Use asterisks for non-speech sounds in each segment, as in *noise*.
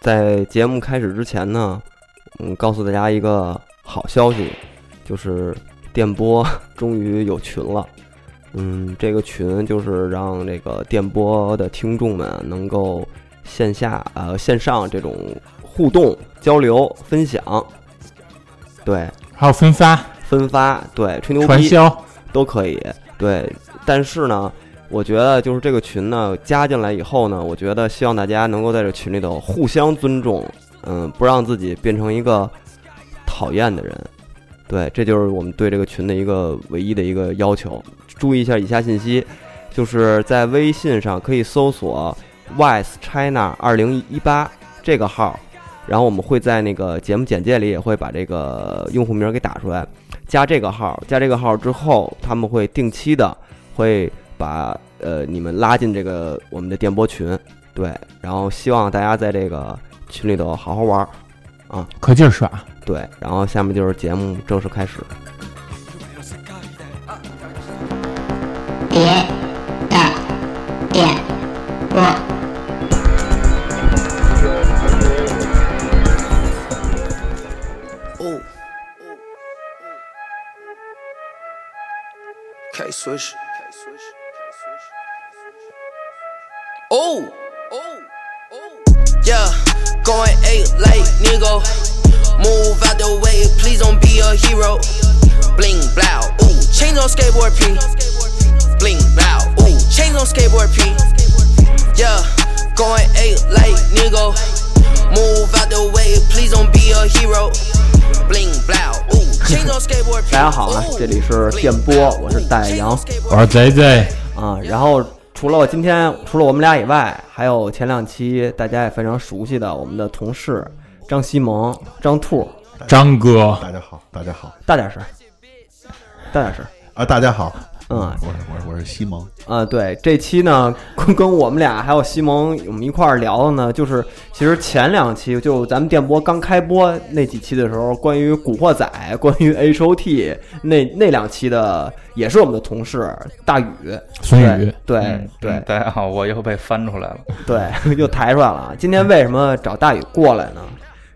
在节目开始之前呢，嗯，告诉大家一个好消息，就是电波 *laughs* 终于有群了。嗯，这个群就是让这个电波的听众们能够线下呃线上这种互动、交流、分享，对，还有分发、分发，对，吹牛传逼销，都可以。对，但是呢，我觉得就是这个群呢加进来以后呢，我觉得希望大家能够在这群里头互相尊重，嗯，不让自己变成一个讨厌的人。对，这就是我们对这个群的一个唯一的一个要求。注意一下以下信息，就是在微信上可以搜索 “wise china 二零一八”这个号，然后我们会在那个节目简介里也会把这个用户名给打出来。加这个号，加这个号之后，他们会定期的会把呃你们拉进这个我们的电波群，对，然后希望大家在这个群里头好好玩儿，可劲儿耍。对，然后下面就是节目正式开始。别的点播，哦。K Swish。Oh, oh, oh. Yeah, going eight like Nigo. Move out the way, please don't be a hero. Bling blow, ooh, change on skateboard P. Bling blow, ooh, change on skateboard P. Yeah, going eight like Nigo. Move out the way, please don't be a hero. Bling blow, ooh, change on skateboard *laughs* P. Oh, 大家好啊，这里是电波，我是戴阳我是贼贼，啊。然后除了我今天除了我们俩以外，还有前两期大家也非常熟悉的我们的同事张西蒙、张兔，张哥，大家好，大家好大点声，大点声。啊，大家好，啊嗯我是我是我是西蒙，啊，对，这期呢 *laughs* 跟跟我们俩还有西蒙我们一块儿聊的呢，就是其实前两期就咱们电波刚开播那几期的时候，关于《古惑仔》、关于 H O T 那那两期的，也是我们的同事大宇，孙宇，对嗯对嗯大家好，我又被翻出 *laughs* 来了。对对， *laughs* 又抬出来了啊。今天为什么找大宇过来呢？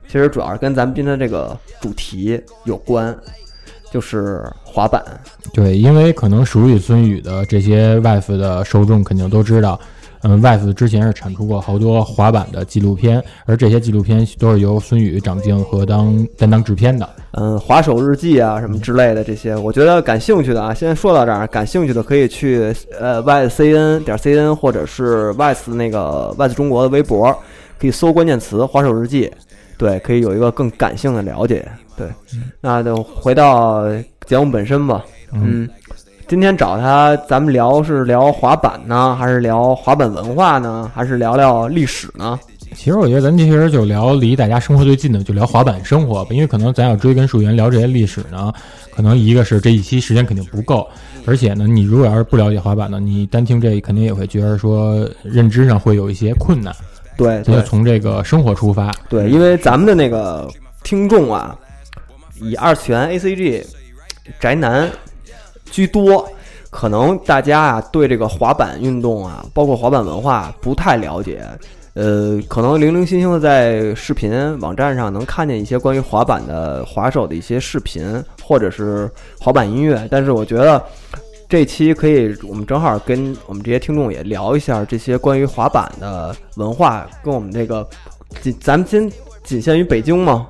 其实主要是跟咱们今天这个主题有关，就是滑板。对，因为可能熟悉孙宇的这些 wife 的受众肯定都知道，嗯，wife 之前是产出过好多滑板的纪录片，而这些纪录片都是由孙宇掌镜和当担当制片的。嗯，滑手日记啊什么之类的这些，我觉得感兴趣的啊，先说到这儿，感兴趣的可以去呃 y c n 点 c n 或者是 y s 那个 y s 中国的微博，可以搜关键词“滑手日记”，对，可以有一个更感性的了解。对，那就回到节目本身吧。嗯，今天找他，咱们聊是聊滑板呢，还是聊滑板文化呢，还是聊聊历史呢？其实我觉得咱们其实就聊离大家生活最近的，就聊滑板生活吧。因为可能咱要追根溯源聊这些历史呢，可能一个是这一期时间肯定不够，而且呢，你如果要是不了解滑板呢，你单听这肯定也会觉得说认知上会有一些困难。对，咱对就，从这个生活出发，对，因为咱们的那个听众啊，以二次元 A C G 宅男居多，可能大家啊对这个滑板运动啊，包括滑板文化不太了解。呃，可能零零星星的在视频网站上能看见一些关于滑板的滑手的一些视频，或者是滑板音乐。但是我觉得这期可以，我们正好跟我们这些听众也聊一下这些关于滑板的文化，跟我们这个仅咱们今仅限于北京吗？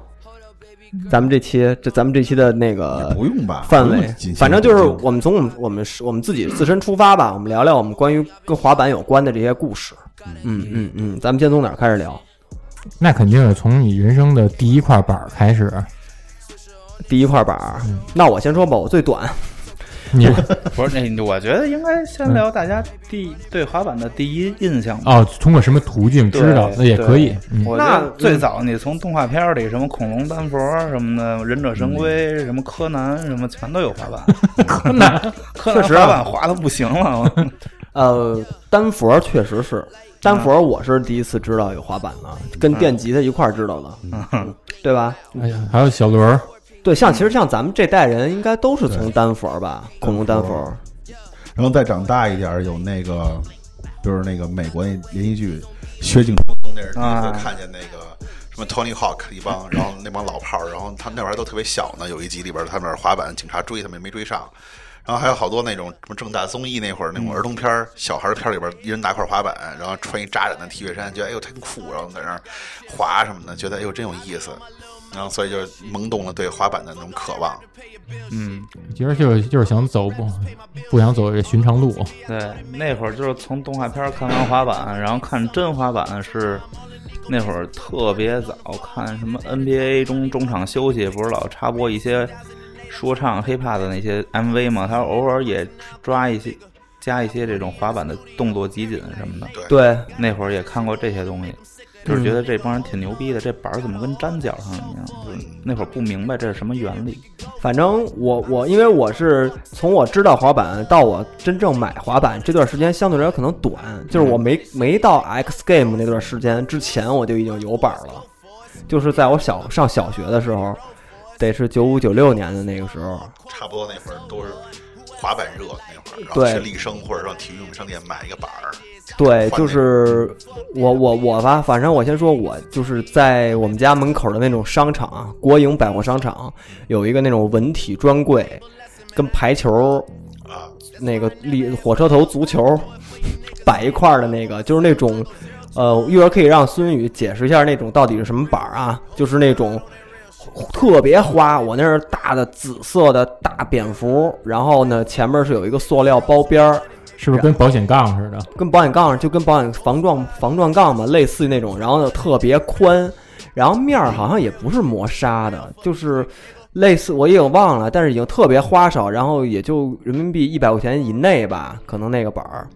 咱们这期这咱们这期的那个也不用吧，呃范不用围仅，限反正就是北京我们从我们我们是我们自己自身出发吧，我们聊聊我们关于跟滑板有关的这些故事。嗯嗯嗯，咱们先从哪儿开始聊？那肯定是从你人生的第一块板儿开始。第一块板儿，那我先说吧，我最短。 *laughs* 你不是，那我觉得应该先聊大家第对滑板的第一印象吧。哦，通过什么途径对知道？那也可以对。嗯，我觉那得最早你从动画片里什么恐龙丹佛什么的，忍者神龟嗯什么柯南什么全都有滑板。 *laughs* 柯南柯南确实啊滑板滑的不行了，我呃，丹佛确实是，丹佛我是第一次知道有滑板的，跟电吉他一块儿知道的，嗯对吧？哎呀，还有小轮儿，对，像其实像咱们这代人应该都是从丹佛吧，恐龙丹佛。然后再长大一点儿有那个就是那个美国那连续剧，薛景冲那是第一次啊看见那个什么 Tony Hawk 一帮，然后那帮老炮儿，然后他们那会儿还都特别小呢。有一集里边儿他们玩滑板，警察追他们也没追上。然后还有好多那种什么正大综艺那会儿那种儿童片儿、小孩儿片儿里边儿，一人拿块滑板，然后穿一扎染的 T 恤衫，觉得哎呦真酷，然后在那儿滑什么的，觉得哎呦真有意思。然后所以就萌动了对滑板的那种渴望。嗯，其实就是就是想走不不想走这寻常路，对，那会儿就是从动画片儿看完滑板，然后看真滑板是那会儿特别早看什么 NBA 中中场休息，不是老插播一些说唱、hiphop 的那些 MV 嘛？他偶尔也抓一些加一些这种滑板的动作集锦什么的。对，那会儿也看过这些东西，就是觉得这帮人挺牛逼的，这板儿怎么跟粘脚上一样？就是那会儿不明白这是什么原理。反正我我因为我是从我知道滑板到我真正买滑板这段时间相对来说可能短，就是我没没到 X Game 那段时间之前我就已经有板了，就是在我小上小学的时候，得是九五九六年的那个时候，差不多那会儿都是滑板热那会儿，然后对去立生或者上体育用品商店买一个板儿。对，换就是我我我吧，反正我先说，我就是在我们家门口的那种商场啊，国营百货商场啊有一个那种文体专柜，跟排球啊，那个立火车头足球摆一块儿的那个，就是那种，呃，一会儿可以让孙宇解释一下那种到底是什么板儿啊，就是那种特别花，我那是大的紫色的大蝙蝠，然后呢前面是有一个塑料包边儿，是不是跟保险杠似的？跟保险杠就跟保险防撞防撞杠嘛，类似于那种，然后呢特别宽，然后面儿好像也不是磨砂的，就是类似我也有忘了，但是已经特别花哨，然后也就人民币一百块钱以内吧，可能那个板儿。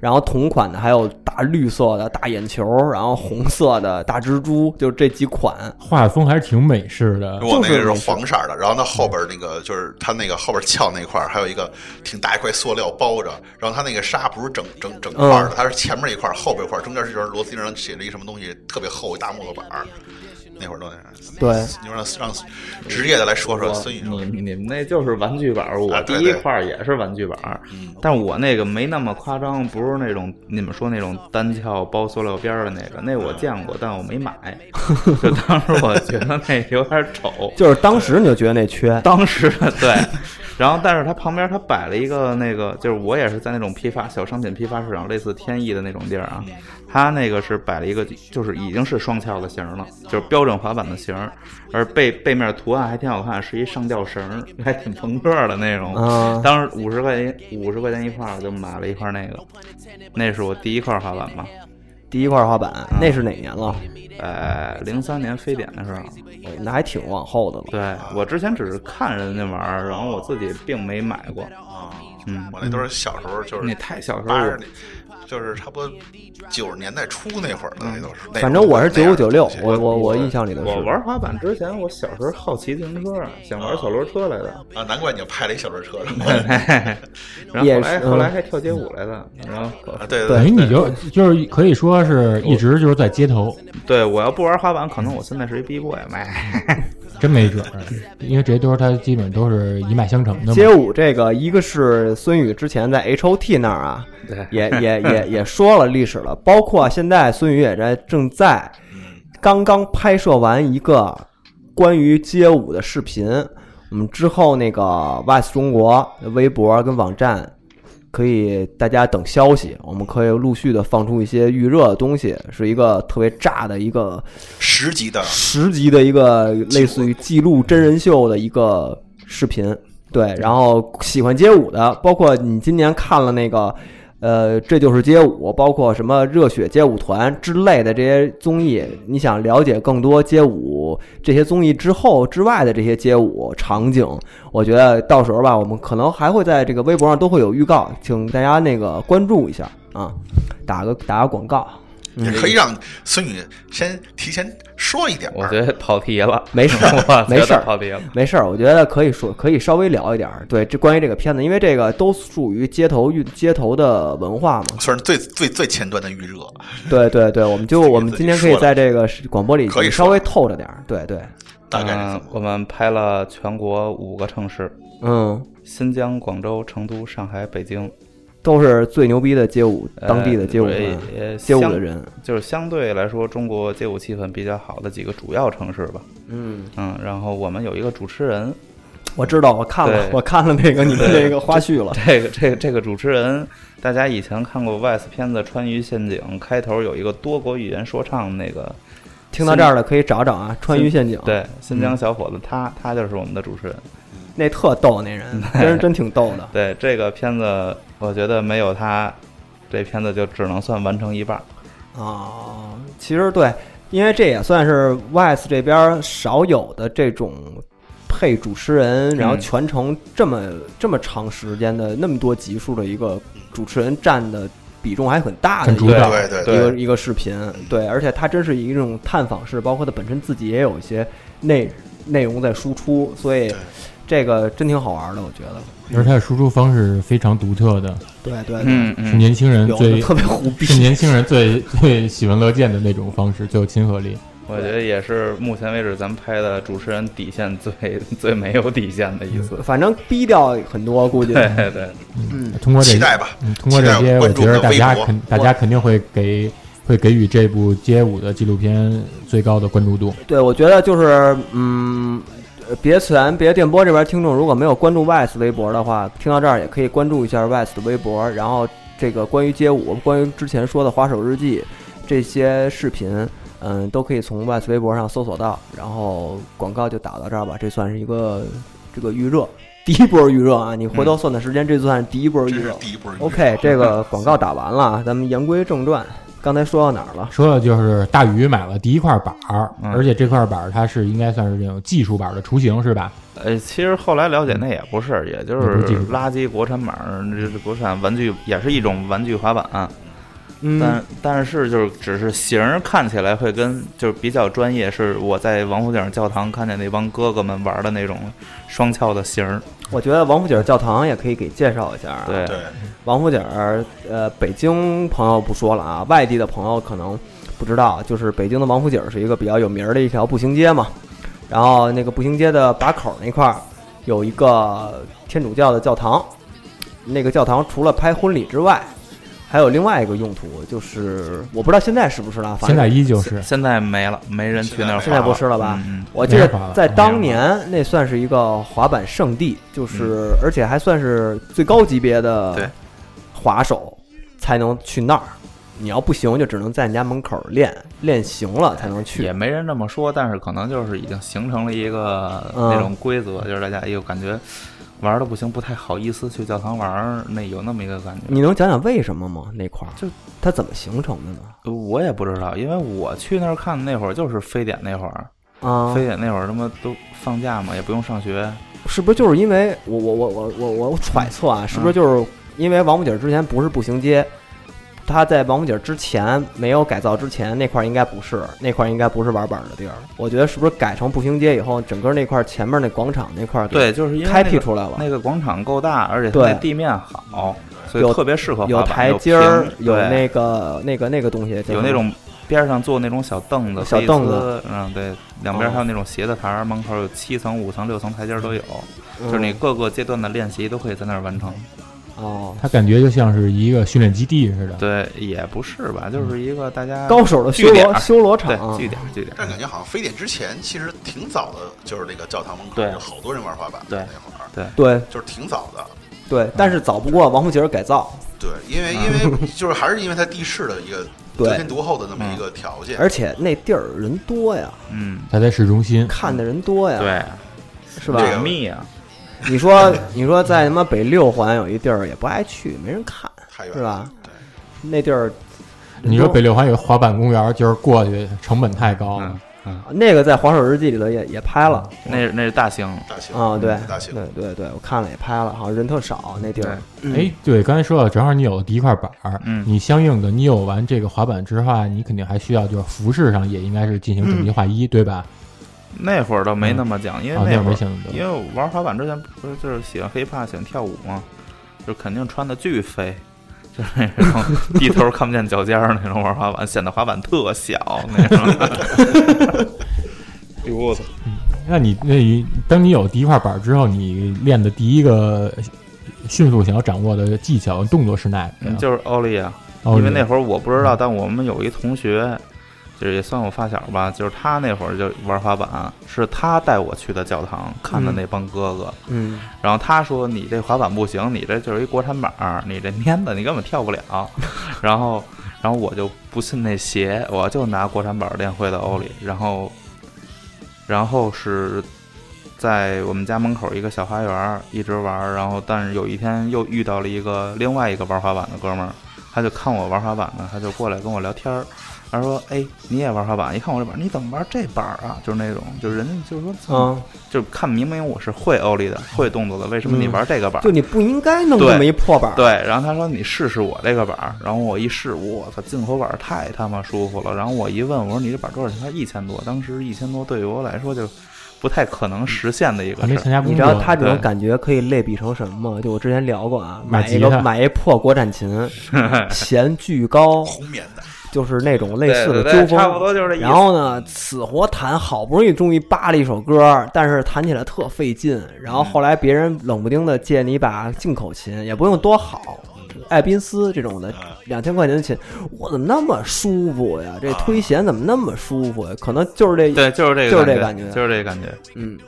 然后同款的还有大绿色的大眼球，然后红色的大蜘蛛，就这几款。画风还是挺美式的，我那个就是是黄色儿的，然后它后边儿那个就是它那个后边儿鞘那块儿还有一个挺大一块塑料包着，然后它那个纱不是整嗯整整块儿的，它是前面一块儿，后边一块儿，中间是就是螺丝钉上写着一什么东西，特别厚一大木头板儿。那会儿都那样。对，你说让让职业的来说说嗯孙宇说你你们那就是玩具板儿，我啊第对一对嗯块儿也是玩具板儿，但我那个没那么夸张，不是那种你们说那种单翘包塑料边儿的那个，那我见过，但我 *laughs* 没买，就当时我觉得那有点丑，就是当时你就觉得那缺，当时的对，然后但是它旁边它摆了一个那个，就是我也是在那种批发小商品批发市场，类似天意的那种地儿啊，它那个是摆了一个，就是已经是双翘的型儿了，就是标准滑板的型儿，而背背面图案还挺好看，是一上吊绳儿， *laughs* 还挺朋克的那种。啊当时五十块钱五十块钱一块儿，我就买了一块儿那个，那是我第一块儿滑板吧，第一块滑板那是哪年了？呃，零三年非典的时候。那还挺往后的了。对我之前只是看人家玩儿，然后我自己并没买过。啊，嗯我那都是小时候就是嗯你太小时候八了十年，就是差不多九十年代初那会儿的那都是。那反正我是那九样五的九六东西，我我我印象里的是。我玩滑板之前，我小时候好骑自行车，想玩小轮车来 *laughs* 的，啊，难怪你就拍了一小轮车，啊是吧然后后也来是嗯后来还跳街舞来的，然后啊，对等于哎对，你就就是可以说是一直就是在街头，对我要不玩滑板，可能我现在是一 B boy *laughs* 卖。真没准儿，因为这些都是他基本都是一脉相承的街嘛。舞这个，一个是孙宇之前在 H O T 那儿啊，对也也也也说了历史了，包括现在孙宇也在正在刚刚拍摄完一个关于街舞的视频，我们之后那个 Vice 中国的微博跟网站可以大家等消息，我们可以陆续的放出一些预热的东西，是一个特别炸的一个十级的十集的一个类似于记录真人秀的一个视频，对。然后喜欢街舞的，包括你今年看了那个，呃，这就是街舞，包括什么热血街舞团之类的这些综艺，你想了解更多街舞这些综艺之后之外的这些街舞场景，我觉得到时候吧，我们可能还会在这个微博上都会有预告，请大家那个关注一下啊，打个打个广告。嗯也可以让孙宇先提前说一点儿。我觉得跑题 *laughs* 了，没事我觉得没事跑题了。 *laughs* 没事儿，我觉得可以说可以稍微聊一点儿。对，这关于这个片子，因为这个都属于街头运街头的文化嘛。算是最最最前端的预热，对对对，我们就自己我们今天可以在这个广播里可以稍说微透着点儿。对对，大概是嗯怎啊么？我们拍了全国五个城市：嗯新疆、广州、成都、上海、北京。都是最牛逼的街舞，呃当地的街舞团也也街舞相的人，就是相对来说，中国街舞气氛比较好的几个主要城市吧。嗯，嗯，然后我们有一个主持人，我知道，我看了，对我看了那个你们对那个花絮 *laughs* 了，这个这个这个主持人，大家以前看过 VS 片子《川渝陷阱》，开头有一个多国语言说唱那个，听到这儿的可以找找啊，《川渝陷阱》，对，新疆小伙子，他他就是我们的主持人。那特逗那人，真真挺逗的，对这个片子，我觉得没有他，这片子就只能算完成一半儿。啊，其实对，因为这也算是 VS 这边少有的这种配主持人，然后全程这么这么长时间的那么多集数的一个主持人占的比重还很大的很一主个导对对一对个一个视频，对，而且它真是一种探访式，包括它本身自己也有一些内内容在输出，所以对这个真挺好玩的，我觉得。而他的输出方式非常独特的，对对对，嗯是年轻人有的最特别胡逼，是年轻人 *laughs* 最最喜闻乐见的那种方式，最有亲和力。我觉得也是目前为止咱们拍的主持人底线最 *laughs* 最没有底线的一次。反正逼调很多，估计。对对，通过这期待吧嗯，通过这期些，待我关注觉得我的大微家博肯大家肯定会给会给予这部街舞的纪录片最高的关注度。对，我觉得就是嗯，呃别咱别电波这边听众如果没有关注 VS 微博的话，听到这儿也可以关注一下 VS 的微博。然后这个关于街舞，关于之前说的滑手日记这些视频，嗯，都可以从 VS 微博上搜索到。然后广告就打到这儿吧，这算是一个这个预热，第一波预热啊！你回头算算时间，这算是第一波嗯这预是热。第一波预热。 OK，这个 *laughs* 广告打完了啊，咱们言归正传，刚才说到哪儿了？说的就是大宇买了第一块板儿，嗯而且这块板儿它是应该算是这种技术板儿的雏形，是吧？呃，其实后来了解那也不是，也就也是不是技术垃圾国产板儿，就是国产玩具也是一种玩具滑板，啊嗯但但是就是只是形儿看起来会跟就是比较专业，是我在王府井教堂看见那帮哥哥们玩的那种双翘的形儿。我觉得王府井教堂也可以给介绍一下啊。对，对，王府井儿，呃，北京朋友不说了啊，外地的朋友可能不知道，就是北京的王府井儿是一个比较有名儿的一条步行街嘛。然后那个步行街的把口那块儿有一个天主教的教堂，那个教堂除了拍婚礼之外，还有另外一个用途，就是我不知道现在是不是了，反现正在依旧是现在没了，没人去那儿滑了。现在不是了吧嗯嗯我记得没法了在当年那算是一个滑板圣地，就是嗯而且还算是最高级别对的滑手才能去那儿。你要不行，就只能在你家门口练，练行了才能也去。没人这么说，但是可能就是已经形成了一个呃嗯那种规则，就是大家又感觉玩的不行，不太好意思去教堂玩儿，那有那么一个感觉。你能讲讲为什么吗？那块儿就它怎么形成的呢？我也不知道，因为我去那儿看那会儿就是非典那会儿，啊，非典那会儿他妈都放假嘛，也不用上学，是不是就是因为我我我我我我我揣测啊，是不是嗯就是因为王府井之前不是步行街？它在王府井之前没有改造之前，那块儿应该不是，那块儿应该不是玩板儿的地儿。我觉得是不是改成步行街以后，整个那块儿前面那广场那块儿给对，就是因为、那开个、辟出来了，那个广场够大，而且它对那地面好，所有以特别适合有滑板台阶儿，平有对那个那个那个东西，叫有什么那种边上坐那种小凳子，小凳子哦可以撕，嗯，对，两边还有那种斜的台儿，门口有七层、五层、六层台阶儿都有，嗯就是你各个阶段的练习都可以在那儿完成。哦，它感觉就像是一个训练基地似的。对，也不是吧，就是一个大嗯家高手啊的据修点罗儿修罗对场据，点儿据点但儿，感觉好像非典之前其实挺早的，就是那个教堂门口对有好多人玩滑板，对那会儿对就是挺早的。对，但是早不过王府井改造，对，因为因 *laughs* 为就是还是因为它地势的一个对嗯得天独厚的那么一个条件，而且那地儿人多呀，嗯，它在市中心，看的人多呀，对，是吧？保密啊， *laughs* 你说，你说在他妈北六环有一地儿也不爱去，没人看，太远是吧了。对，那地儿。你说北六环有个滑板公园，就是过去成本太高了嗯。嗯，那个在《黄手日记》里头也也拍了那那是大兴，大兴啊，对，嗯大兴对对对，我看了也拍了，好像人特少那地儿。哎，对，刚才说到，正好你有了第一块板儿，嗯你相应的，你有完这个滑板之后，啊你肯定还需要就是服饰上也应该是进行整齐划一，对吧？那会儿倒嗯没哦那么讲，因为啊，那会没儿想到因为我玩滑板之前不是就是喜欢 hiphop 喜欢跳舞嘛，就肯定穿的巨飞，就是那种低头看不见脚尖儿那种玩滑板，显得滑板特小那种。呃那你那你当你有第一块板儿之后，你练的第一个迅速想要掌握的技巧、动作是哪个呀？就是欧丽啊，奥因为利那会儿我不知道，但我们有一同学，就是也算我发小吧，就是他那会儿就玩滑板，是他带我去的教堂看的那帮哥哥，嗯，然后他说你这滑板不行，你这就是一国产板儿，你这蔫子你根本跳不了，然后然后我就不信那邪，我就拿国产板儿练会的欧里，然后然后是。在我们家门口一个小花园儿一直玩儿，然后但是有一天又遇到了一个另外一个玩滑板的哥们儿，他就看我玩滑板呢，他就过来跟我聊天儿，他说：“哎，你也玩滑板？一看我这板儿，你怎么玩这板儿啊？就是那种，就是人家就是说，啊，就是看明明我是会欧力的，会动作的，为什么你玩这个板嗯儿？就你不应该弄这么一破板儿，对，然后他说你试试我这个板儿，然后我一试，我操，进口板儿太他妈舒服了。然后我一问，我说你这板儿多少钱？他一千多，当时一千多对于我来说就不太可能实现的一个还没事参儿。加你工知作，道他这种对感觉可以类比成什么吗？就我之前聊过啊，买买一吉个他买一破国产 *laughs* 琴，弦巨高，红棉的，就是那种类似的对对对纠纷，差不多就是这意思然后呢，死活弹，好不容易终于扒了一首歌，但是弹起来特费劲。然后后来别人冷不丁的借你一把进口琴，也不用多好，艾宾斯这种的嗯两千块钱的琴，我怎么那么舒服呀？这推弦怎么那么舒服呀？可能就是这啊对，就是这个，就是这感感觉就是这个感觉，嗯，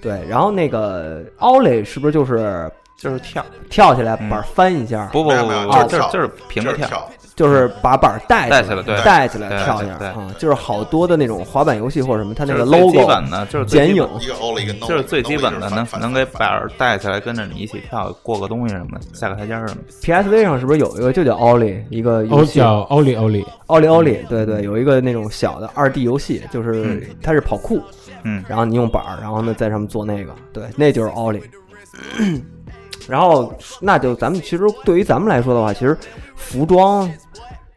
对。然后那个奥雷是不是就是就是跳，跳起来嗯板儿翻一下？不不没有不没有不，就是不哦就是跳就是平着这是跳，就是把板儿带带起起来对带起来对跳一下对对啊，就是好多的那种滑板游戏或者什么，它那个就是最 logo 基本的就是最剪基影本，一个欧了一个 no，就是最基本的， no 一个能反能给板儿带起来，跟着你一起跳，过个东西什么的，下个台阶儿什么的。 PSV 上是不是有一个就叫 Ollie 一个游欧戏？哦叫欧利欧利， Ollie 嗯 Ollie，对对，有一个那种小的二 D 游戏，就是它是跑酷，嗯然后你用板儿，然后呢在上面做那个，对，那就是 Ollie。然后那就咱们其实对于咱们来说的话，其实服装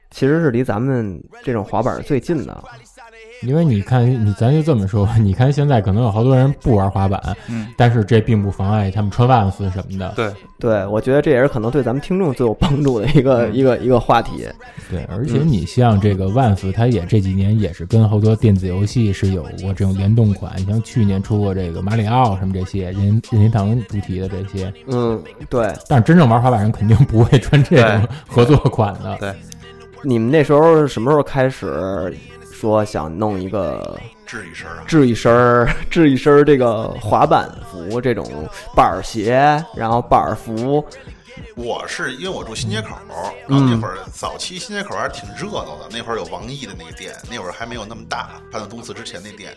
其实是离咱们这种滑板最近的，因为你看，你咱就这么说吧，你看现在可能有好多人不玩滑板，嗯，但是这并不妨碍他们穿袜子什么的。 *laughs* 对，对我觉得这也是可能对咱们听众最有帮助的一个嗯一个一个话题。对，而且你像这个万斯，它也这几年也是跟好多电子游戏是有过这种联动款，你像去年出过这个马里奥什么这些任任天堂主题的这些，嗯，对，但是真正玩滑板人肯定不会穿这种合作款的。对你们那时候什么时候开始说想弄一个治一身啊，制一身儿，制一身儿这个滑板服，这种板儿鞋，然后板儿服，我是因为我住新街口，然后那会儿早期新街口还是挺热闹的，那会儿有王毅的那个店，那会儿还没有那么大，搬到东四之前那店，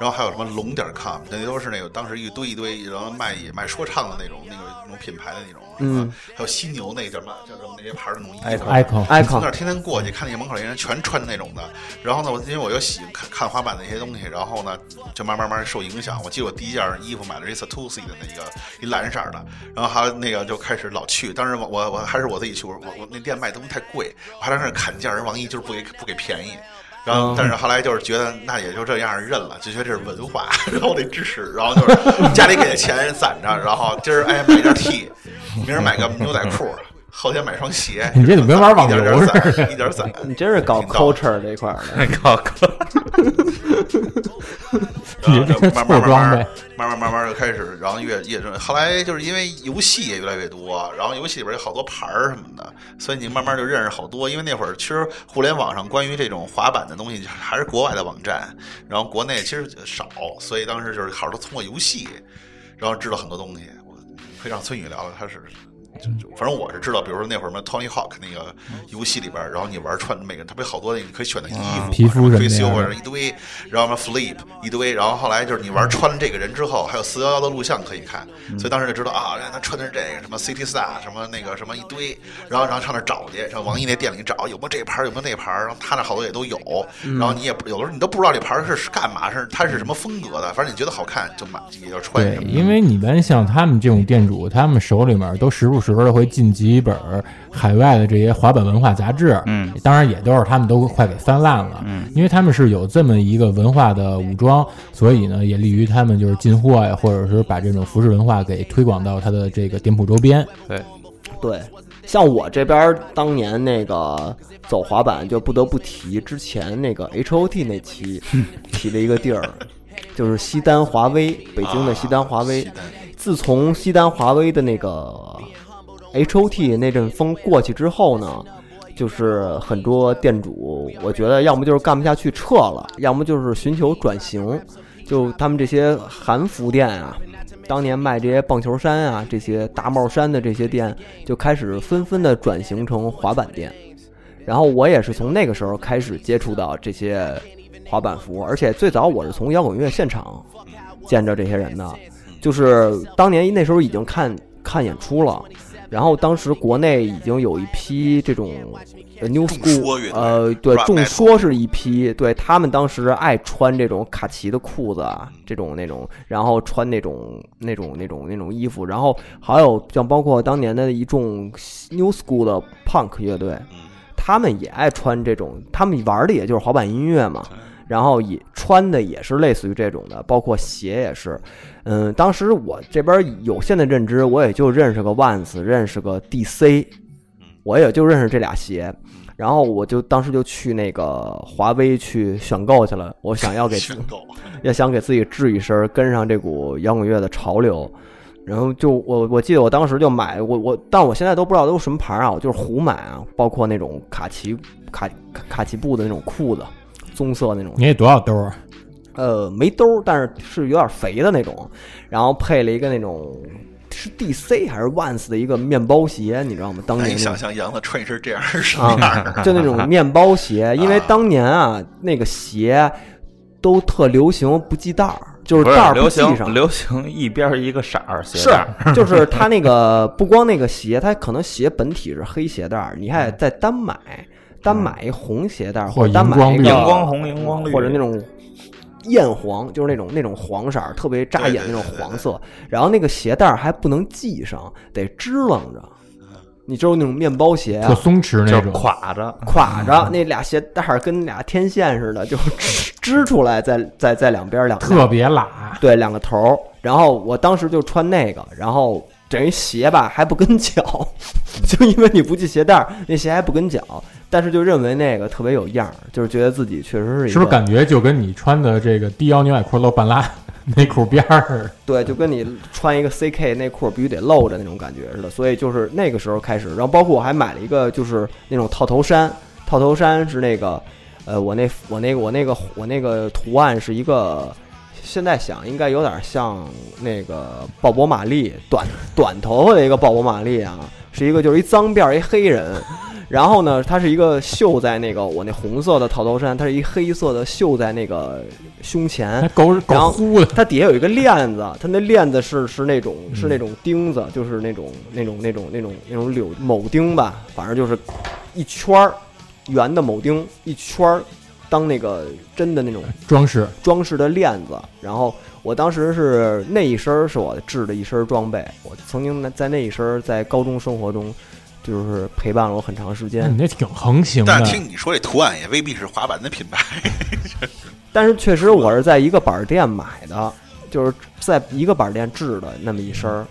然后还有什么龙点儿 com，那都是那个当时一堆一堆，然后卖卖说唱的那种那个那种品牌的那种，嗯，还有犀牛那个叫什么叫什么那些牌儿的那种啊衣服。 Icon，哎从靠那儿天天过去，看那个门口那人全穿那种的。然后呢，我因为我又喜欢看看滑板那些东西，然后呢，就慢慢慢慢受影响。我记得我第一件衣服买了一 Satusi 的那个一蓝色儿的，然后还有那个就开始老去。当时我我我还是我自己去，我我我那店卖东西太贵，我还在那儿砍价，人王一就是不给不给便宜。然后，但是后来就是觉得那也就这样认了，就觉得这是文化，然后得支持，然后就是家里给的钱攒着，然后今儿哎买件 T，明儿买个牛仔裤，后天买双鞋，你这怎么跟玩网游似的一点儿攒，一点儿攒，你真是搞 culture 这块儿的。高高。你这然后呃就凑慢慢慢装慢呗慢慢慢慢就开始，然后越越后来就是因为游戏也越来越多，然后游戏里边有好多牌儿什么的，所以你慢慢就认识好多。因为那会儿其实互联网上关于这种滑板的东西还是国外的网站，然后国内其实少，所以当时就是好多通过游戏，然后知道很多东西。我可以让孙宇聊聊，他是。就就反正我是知道，比如说那会儿什么 Tony Hawk 那个游戏里边儿，然后你玩穿每个人，他不是好多那个你可以选的衣服，啊皮肤什么的追修或者一堆，然后什么 Flip 一堆，然后后来就是你玩穿了这个人之后，还有四幺幺的录像可以看，嗯所以当时就知道啊，他穿的是这个什么 City Star 什么那个什么一堆，然后然后上那儿找去，上王一那店里找有没有这牌儿有没有那牌儿，然后他那好多也都有，嗯然后你也不有的时候你都不知道这牌儿是是干嘛，是它是什么风格的，反正你觉得好看就买也就穿对什，么的。因为你们像他们这种店主，他们手里面都时不时的会进几本海外的这些滑板文化杂志，嗯，当然也都是他们都快给翻烂了，嗯，因为他们是有这么一个文化的武装，所以呢，也利于他们就是进货呀，或者是把这种服饰文化给推广到他的这个店铺周边。 *laughs* 对，对，像我这边儿当年那个走滑板，就不得不提之前那个 H O T 那 *laughs* 啊期提了一个地儿，就是西单华威，北京的西单华威。自从西单华为的那个 HOT 那阵风过去之后呢，就是很多店主，我觉得要么就是干不下去撤了，要么就是寻求转型。就他们这些韩服店啊，当年卖这些棒球衫啊、这些大帽衫的这些店，就开始纷纷的转型成滑板店。然后我也是从那个时候开始接触到这些滑板服，而且最早我是从摇滚乐现场见着这些人的，就是当年那时候已经看看演出了。然后当时国内已经有一批这种呃 new 众说 school，乐队呃，对， rap 众 metal 说是一批，对他们当时爱穿这种卡其的裤子啊，这种那种，然后穿那种那种那种那种衣服，然后还有像包括当年的一众 new school 的 punk 乐队，嗯他们也爱穿这种，他们玩的也就是滑板音乐嘛，然后也穿的也是类似于这种的，包括鞋也是。嗯，当时我这边有限的认知，我也就认识个 Vans，认识个 DC，我也就认识这俩鞋。然后我就当时就去那个华威去选购去了，我想要给 *laughs* 炫狗，也想给自己治一身儿，跟上这股摇滚乐的潮流。然后就我我记得我当时就买我我，但我现在都不知道都是什么牌儿啊，我就是胡买啊，包括那种卡其卡卡卡其布的那种裤子，棕色那种，你得多少兜啊？呃，没兜儿，但是是有点肥的那种，然后配了一个那种是 DC 还是 Vans 的一个面包鞋，你知道吗？当难年以那种哎想象杨子穿一身这样是什么样儿啊，就那种面包鞋，因为当年啊，那个鞋都特流行不系带儿，就是不是带儿流系上行，流行一边儿一个色儿，鞋是啊带儿就是它那个不光那个鞋，它可能鞋本体是黑鞋带儿，你还得再单买。单买一红鞋带儿，或或者单荧买光一绿啊个荧光红、荧光绿，或者那种艳黄，就是那种那种黄色儿，特别扎眼那种黄色。然后那个鞋带儿还不能系上，得支棱着。你就是那种面包鞋特啊，松弛就那是种，嗯垮着。垮着，那俩鞋带儿跟俩天线似的，就是支支出来在，在在两边儿两特别喇。对两个头儿。然后我当时就穿那个，然后等于鞋吧还不跟脚， *laughs* 就因为你不系鞋带儿，那鞋还不跟脚。但是就认为那个特别有样儿，就是觉得自己确实是一是不个是感觉就跟你穿的这个低腰牛仔裤露半拉 *laughs* 内裤边儿？对，就跟你穿一个 CK 内裤必须得露着那种感觉似的，所以就是那个时候开始，然后包括我还买了一个就是那种套头衫，套头衫是那个，呃，我那我那个我那个我那个图案是一个，现在想应该有点像那个鲍勃玛丽短短头发的一个鲍勃玛丽啊，是一个就是一脏辫儿一黑人，然后呢，它是一个绣在那个我那红色的套头衫，它是一黑色的绣在那个胸前还，狗嗯然狗后呼的，它底下有一个链子，它那链子是是那种是那种钉子，就是那种那种那种那种那种柳铆钉吧，反正就是一圈儿圆的铆钉，一圈儿当那个真的那种装饰装饰的链子。然后我当时是那一身儿是我制的一身儿装备，我曾经在那一身儿在高中生活中就是陪伴了我很长时那间你。那挺横行的但，是听你说这图案也未必是滑板的品牌，但是确实我是在一个板儿店买的，就是在一个板儿店制的那么一身儿。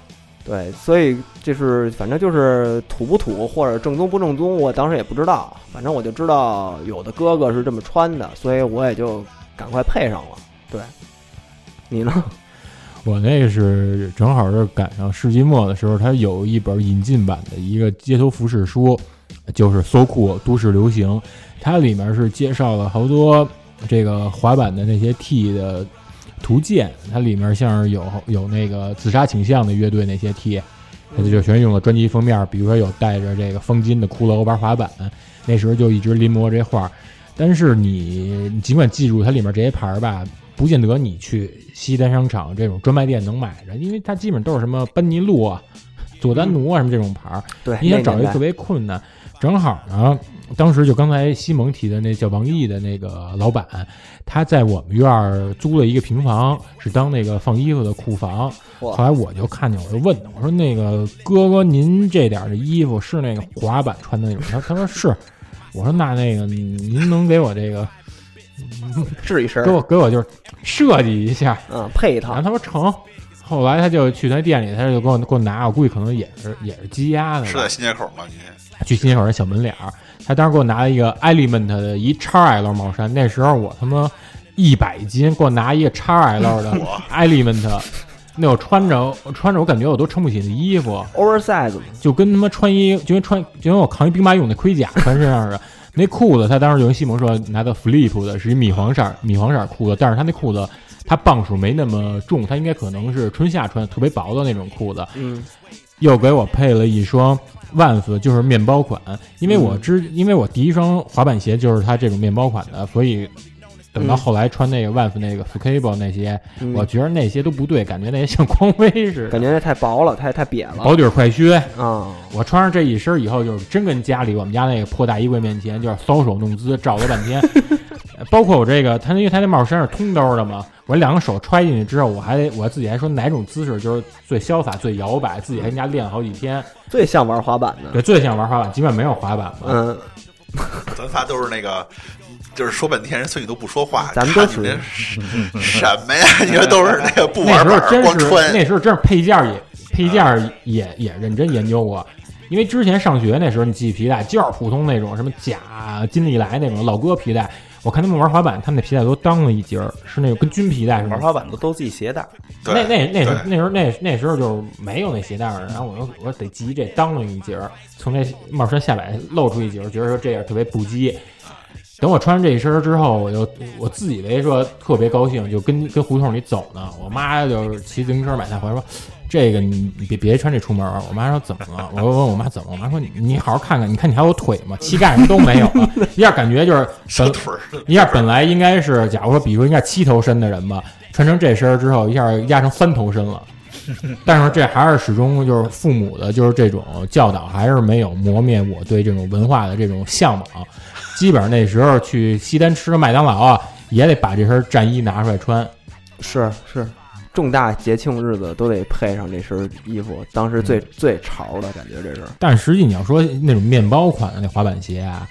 对，所以就是反正就是土不土或者正宗不正宗，我当时也不知道。反正我就知道有的哥哥是这么穿的，所以我也就赶快配上了。对，你呢？我那是正好是赶上世纪末的时候，它有一本引进版的一个街头服饰书，就是《搜酷都市流行》，它里面是介绍了好多这个滑板的那些 T 的图鉴，它里面像是有有那个自杀倾向的乐队那些 T，它就全用了专辑封面，比如说有带着这个风金的骷髅玩滑板，那时候就一直临摹这画儿。但是你你尽管记住它里面这些牌儿吧，不见得你去西单商场这种专卖店能买着，因为它基本都是什么班尼路啊、佐丹奴啊什么这种牌儿， *laughs* 对，你想那找一年个代特别困难。正好呢，当时就刚才西蒙提的那叫王毅的那个老板，他在我们院儿租了一个平房，是当那个放衣服的库房。哇后来我就看见，我就问他，我说那个哥哥，您这点儿的衣服是那个滑板穿的那种？他他说是。我说那那个您您能给我这个制一身给儿，我给我就是设计一下，嗯，配一然套后，他说成。后来他就去他店里，他就给我给我拿，我估计可能也是也是积压的吧，是在新街口吗？你去新街口那小门脸儿，他当时给我拿了一个 Element 的一 XL 帽衫，那时候我他妈一百斤，给我拿一个 XL 的 Element 那我穿着我穿着，我感觉我都撑不起那衣服， oversize 嘛就跟他妈穿衣，就跟穿，就跟我扛一兵马俑的盔甲穿身上似的。 *laughs* 那裤子，他当时有人西蒙说拿到 Flip 的，是一米黄色儿米黄色儿裤子，但是他那裤子，他磅数没那么重，他应该可能是春夏穿特别薄的那种裤子。嗯，又给我配了一双万斯，就是面包款，因为我之，因为我第一双滑板鞋就是它这种面包款的，所以等到嗯后来穿那个万斯那个 s c a b l e 那些，嗯我觉得那些都不对，感觉那些像匡威似感的，觉那太薄了，太太瘪了薄底儿快靴。啊。我穿上这一身以后，就是真跟家里我们家那个破大衣柜面前，就是搔首弄姿，照了半天。呃包括我这个，他因为他那帽衫是通兜的嘛，我两个手揣进去之后，我还得我自己还说哪种姿势就是最潇洒、最摇摆，自己还跟家练了好几天。最像玩滑板的，对，最想玩滑板，基本没有滑板嘛。嗯，咱仨都是那个，就是说半天，人所以都不说话。咱们都看属你于嗯们这什么呀？ *laughs* 你说都是那个不那玩时板候儿真光是穿，那时候真是配件儿也配件儿也也认真研究过，因为之前上学那时候你系皮带就是普通那种什么假金利来那种老哥皮带，我看他们玩滑板，他们那皮带都当了一截儿，是那种跟军皮带似的玩。滑板的都系鞋带，对那那那时候对那时候那那时候就是没有那鞋带儿，然后我说我得系这当啷一截儿，从这帽衫下摆露出一截儿，觉得说这样特别不羁。等我穿上这一身儿之后，我就我自以为说特别高兴，就跟跟胡同里走呢。我妈就是骑自行车买菜回来说：“这个你你别别穿这出门儿。”我妈说：“怎么了？”我问我妈怎么了，我妈说你：“你好好看看，你看你还有腿吗？膝盖什么都没有 *laughs* 了，一下感觉就是小腿儿。一下本来应该是，假如说，比如说应该七头身的人吧，穿成这身儿之后，一下压成三头身了。但是这还是始终就是父母的，就是这种教导，还是没有磨灭我对这种文化的这种向往。基本上那时候去西单吃个麦当劳啊，也得把这身战衣拿出来穿。是是，重大节庆日子都得配上这身衣服，当时最最潮的感觉，这是但实际你要说那种面包款的那滑板鞋啊，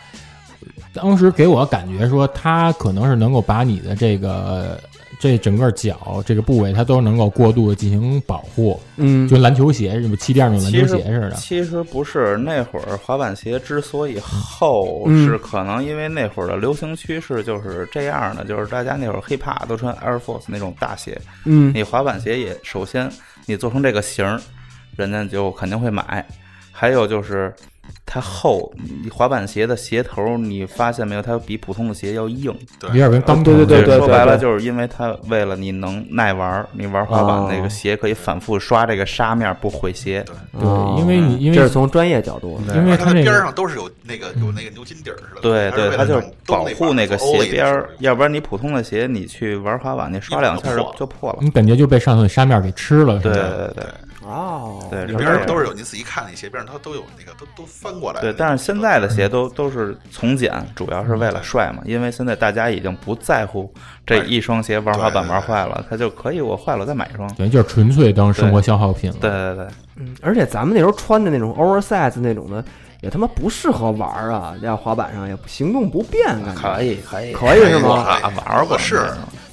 当时给我感觉说，它可能是能够把你的这个这整个脚这个部位，它都能够过度的进行保护，嗯就跟篮球鞋什么气垫那种篮其球实鞋似的。其实不是，那会儿滑板鞋之所以厚，嗯是可能因为那会儿的流行趋势就是这样的，就是大家那会儿 hiphop 都穿 Air Force 那种大鞋，嗯你滑板鞋也首先你做成这个型儿，人家就肯定会买。还有就是它厚，你滑板鞋的鞋头儿你发现没有，它比普通的鞋要硬。对有点跟钢啊对对头对似的说白了对就是因为它为了你能耐玩儿，你玩滑板那哦个鞋可以反复刷这个砂面不毁鞋。哦对，因为你因这是为从专业角度，因为而且它它这边儿个嗯上都是有那个有那个牛筋底儿似的，对对，它它就是保护那个鞋边儿，要不然你普通的鞋你去玩滑板，你刷两下一就碰就就破了。你感觉就被上头的纱面给吃了似对的。对对哦，对，你是边这儿样都是有，你仔细看那鞋边上它都有那个都都翻过来的那种。对，但是现在的鞋都都是从简，主要是为了帅嘛，因为现在大家已经不在乎这一双鞋玩滑板玩坏了，它就可以我坏了再买一双。等于就是纯粹当生活消耗品了。对对对，嗯而且咱们那时候穿的那种 oversize 那种的，也他妈不适合玩儿啊，在滑板上也不行动不便，感觉以嗯可以可以是我吗？还啊玩过是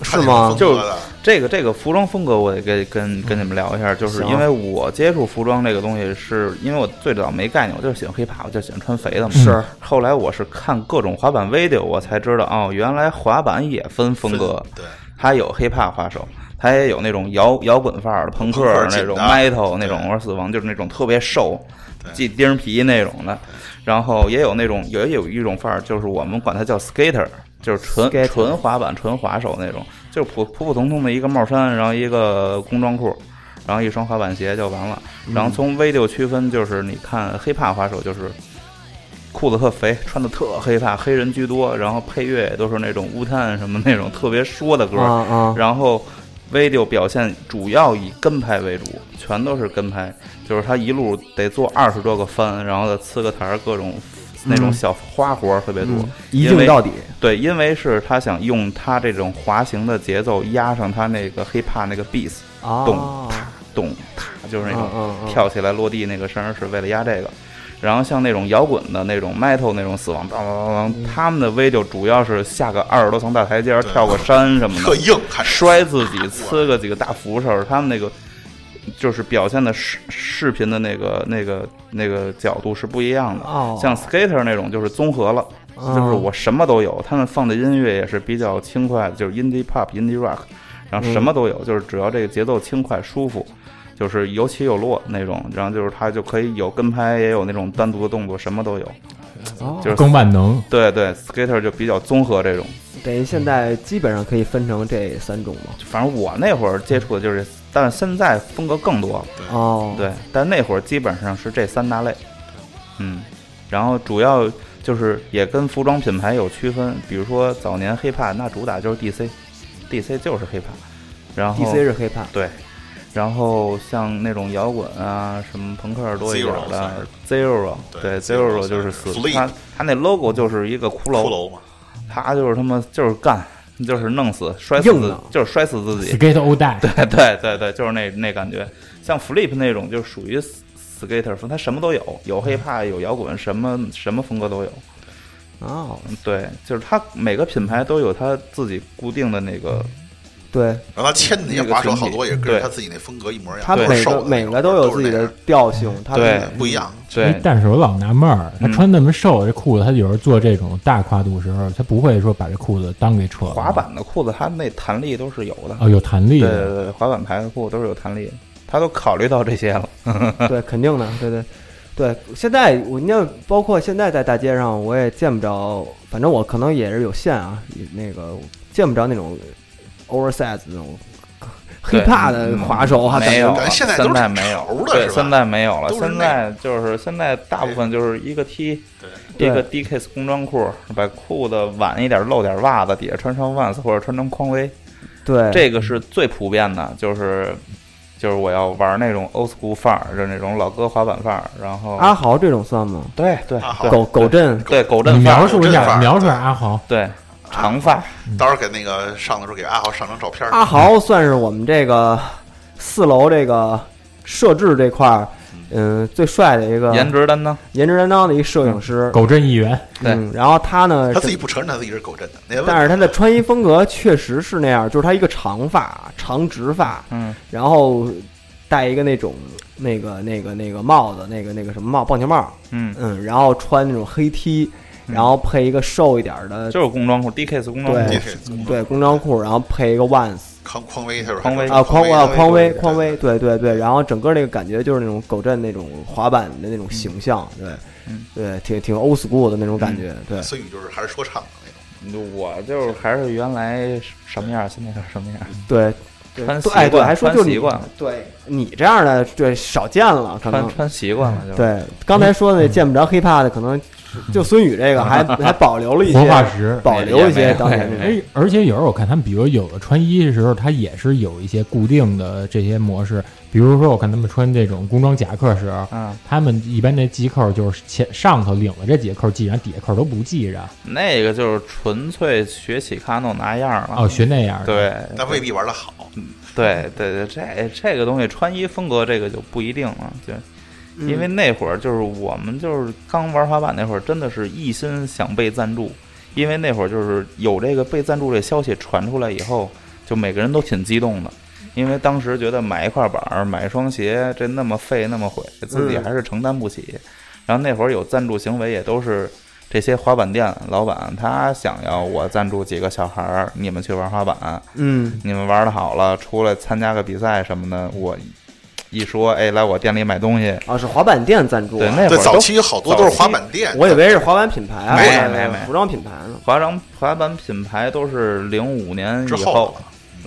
是吗看那种风格的这个这个服装风格，我得跟跟跟你们聊一下，就是嗯行啊因为我接触服装这个东西，是因为我最早没概念，我就是喜欢 hiphop，我就喜欢穿肥的嘛。是，后来我是看各种滑板 video，我才知道哦，原来滑板也分风格，对，它有 hiphop 滑手，它也有那种摇摇滚范儿的朋克朋克那紧种的 metal 对那种，我说死亡就是那种特别瘦对，系钉皮那种的，然后也有那种也有一种范儿，就是我们管它叫 skater，就是纯 Skater 纯滑板、纯滑手那种，就是普普普通通的一个帽衫，然后一个工装裤。然后一双滑板鞋就完了。然后从 video 区分，就是你看 hiphop 滑手就是裤子特肥，穿的特 hiphop，黑人居多，然后配乐也都是那种乌探什么那种特别说的歌，啊啊，然后 video 表现主要以跟拍为主，全都是跟拍，就是他一路得做二十多个翻，然后再呲个台儿，各种那种小花活儿特别多。嗯一因镜为到底，对，因为是他想用他这种滑行的节奏压上他那个 hiphop 那个 beat，哦动踏动踏，就是那种嗯嗯嗯跳起来落地那个声儿是为了压这个。然后像那种摇滚的那种 metal 那种死亡，当当当嗯当，他们的 video 主要是下个二十多层大台阶儿，对跳个山什么特的，硬，看着摔自己，呲个几个大扶手，他们那个就是表现的视视频的那个那个那个角度是不一样的。哦，嗯像 skater 那种就是综合了，就是我什么都有。他们放的音乐也是比较轻快的，就是 indie pop、indie rock，然后什么都有，就是只要这个节奏轻快舒服，就是有起有落那种，然后就是它就可以有跟拍，也有那种单独的动作，什么都有。哦就是更万能。对对，skater 就比较综合这种。等于现在基本上可以分成这三种嘛。反正我那会儿接触的就是，但是现在风格更多了。哦，，对，但那会儿基本上是这三大类，嗯，然后主要就是也跟服装品牌有区分，比如说早年 hiphop 那主打就是 DC，DC 就是 hiphop，然后 DC 是 hiphop，对，然后像那种摇滚啊，什么朋克多一点 Zero 算的是 Zero，对对 Zero Zero 就是算死是 Fleet 他他那 logo 就是一个骷骷髅，髅嘛，他就是他妈就是干，就是弄死摔死硬自朗就是摔死自 *laughs* 己，Skate old die，对对对对，就是那那感觉，像 Flip 那种就属于 skater 风，它什么都有，有 hiphop，有摇滚，什么什么风格都有。哦，对，就是它每个品牌都有它自己固定的那个，对，然后他签的那些滑手好多也跟对着他自己那风格一模一样，它都是每瘦个的那每种个都有自己是那的样调性，它对每个不一样，对哎但是我老纳闷儿，他嗯穿那么瘦，这裤子他有时候做这种大跨度时候，他不会说把这裤子裆给扯了吗滑板的裤子，它那弹力都是有的。哦，有弹力对的对对，滑板牌的裤子都是有弹力的，它都考虑到这些了。嗯对，肯定的，对对对。现在我你看，包括现在在大街上，我也见不着，反正我可能也是有限啊，也那个见不着那种 oversize 那种 hiphop 的嗯滑手啊，嗯没感有觉了，咱现在都现是在没有潮了，的对，是吧现在没有了。都是那现在就是现在大部分就是一个 T，对一个对 DKS 工装裤，把裤子挽一点，露点袜子，底下穿上 Vans 或者穿成匡威，对，这个是最普遍的，就是。就是我要玩那种 old school 范儿，就是那种老哥滑板范儿，然后阿，豪这种算吗？对对阿豪对，狗狗镇对你狗镇范描儿，述一这范下，儿描述一下阿豪，对长发，啊到时候给那个上的时候给阿豪上张照片儿，阿豪算是我们这个四楼这个设置这块儿，嗯，最帅的一个颜值担当，颜值担当的一摄影师。狗镇议员，对嗯，然后他呢，他自己不承认他自己是狗镇的，那 *laughs* 但是他的穿衣风格确实是那样，就是他一个长发、长直发，嗯，然后戴一个那种那个那个那个帽子，那个那个什么帽，棒球帽，嗯，嗯，然后穿那种黑 T，然后配一个瘦一点儿的，就是工装裤，DKS 工装呃对裤你，是对，工装裤，然后配一个 Vans，匡匡威他说匡威啊，匡啊，匡威，对匡威，对对对，然后整个那个感觉就是那种狗镇那种滑板的那种形象，对嗯，对，挺挺 old school 的那种感觉，对，孙宇就是还是说唱的那种，我就是还是原来什么样，现在是什么样，对，对穿对习哎，对，惯还说穿就是习你惯了对你这样的对少见了，可穿能穿习惯了，就是对刚才说的那见不着 hiphop 的，可能就孙宇这个 *laughs* 还还保留了一活化些，石。保留一也没些有当年那种哎，而且有时候我看他们，比如有的穿衣的时候，他也是有一些固定的这些模式。比如说，我看他们穿这种工装夹克时候，嗯，他们一般这系扣就是前上头领了这几个扣系上，底下扣都不系啊上。那个就是纯粹学起卡弄拿样儿了。哦，学那样的。对但未必玩的好，对对对，这这个东西穿衣风格这个就不一定了，就因为那会儿就是我们就是刚玩滑板那会儿，真的是一心想被赞助，因为那会儿就是有这个被赞助这消息传出来以后，就每个人都挺激动的。因为当时觉得买一块板儿、买一双鞋，这那么费那么毁，自己嗯还是承担不起。然后那会儿有赞助行为，也都是这些滑板店老板，他想要我赞助几个小孩儿，你们去玩滑板，嗯，你们玩的好了，出来参加个比赛什么的，我一说，哎，来我店里买东西。啊是滑板店赞助啊，对，那会对，儿早都期有好多都是滑板店，我以为是滑板品牌啊，没我以为没是没服装品牌呢，滑掌滑板品牌都是零五年之以后后，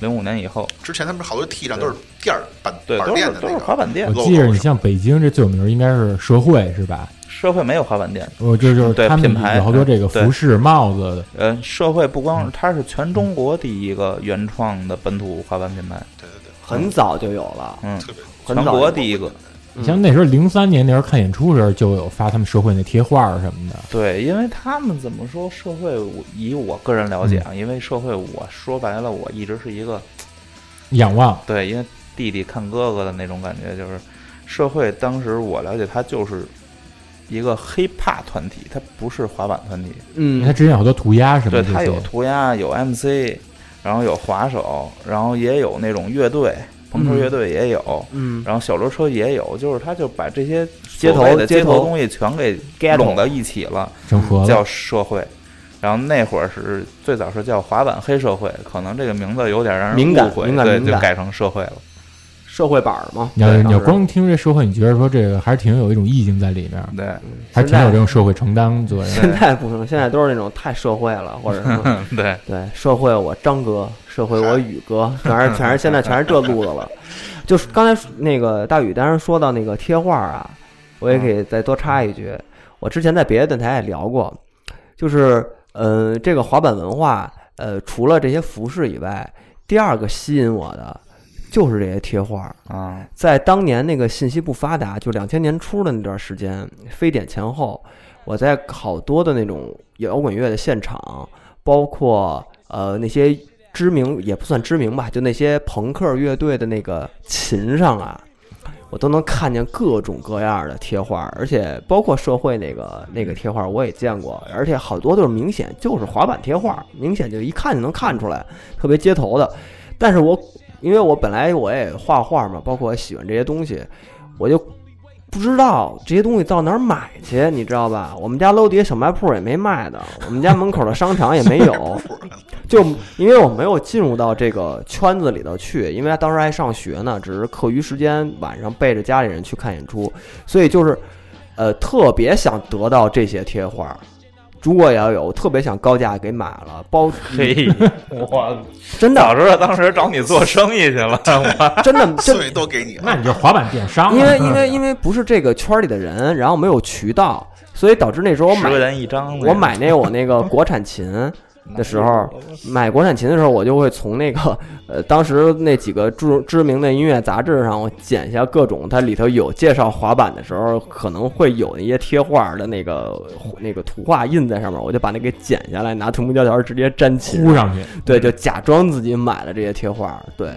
零五年以后，之前他们好多 T 上都是店儿板对，板都是店的都那是滑个，板店我， logo 记着，你是吧像北京这最有名儿应该是社会是吧？社会没有滑板店。我呃就就是对他们品牌有好多这个嗯对服饰、帽子的，呃，社会不光它是全中国第一个原创的本土滑板品牌，对对对，很早就有了，嗯，特别很全早国就第一个。嗯你像那时候零三年那时候看演出的时候，就有发他们社会那贴画儿什么的。对，因为他们怎么说，社会我以我个人了嗯解啊，因为社会我说白了，我一直是一个仰望，对，因为弟弟看哥哥的那种感觉，就是社会当时我了解他就是一个 hiphop 团体，它不是滑板团体，因为他嗯，之前有好多涂鸦什么对，的。它有涂鸦，有 MC，然后有滑手，然后也有那种乐队，朋克乐队也有，嗯然后小轮车也有，就是他就把这些街头所谓的街街头头东西全给 Ghetto 拢到一起了，整合叫了。社会。然后那会儿是最早是叫滑板黑社会，可能这个名字有点让人敏感误会，敏感对，敏就感改成社会了。社会板儿嘛。你要对你当要时光听这社会，你觉得说这个还是挺有一种意境在里面， *laughs* 对，还挺有这种社会承担作用。现在不行，现在都是那种太社会了，或者什么对，对社会我张哥，社会我宇哥，全是全是现在全是这路子了。就是刚才那个大宇，当时说到那个贴画啊，我也可以再多插一句，我之前在别的电台也聊过，就是呃，这个滑板文化，呃，除了这些服饰以外，第二个吸引我的就是这些贴画。啊，在当年那个信息不发达，就两千年初的那段时间，非典前后，我在好多的那种摇滚乐的现场，包括呃那些知名也不算知名吧，就那些朋克乐队的那个琴上啊，我都能看见各种各样的贴画，而且包括社会那个那个贴画我也见过，而且好多都是明显就是滑板贴画，明显就一看就能看出来，特别街头的。但是我因为我本来我也画画嘛，包括我喜欢这些东西，我就不知道这些东西到哪儿买去，你知道吧？我们家楼底下小卖铺也没卖的，我们家门口的商场也没有， *laughs* 就因为我没有进入到这个圈子里头去，因为当时还上学呢，只是课余时间晚上背着家里人去看演出，所以就是呃特别想得到这些贴画。如果要有，我特别想高价给买了， *laughs* 包 *laughs* 嘿，我真的早知道当时找你做生意去了，我真的 *laughs* 真岁都给你了那。你就滑板电商了，因为因为因为不是这个圈儿里的人，然后没有渠道，所以导致那 *laughs* 时候我十买块钱一张，我买那我那个国产琴的时 *laughs* 候，买国产琴的时候，我就会从那个呃当时那几个知知名的音乐杂志上，我剪下各种它里头有介绍滑板的时候，可能会有一些贴画的那个那个图画印在上面，我就把那给剪下来，拿涂木胶条直接粘琴呼，上去，对，就假装自己买了这些贴画，对。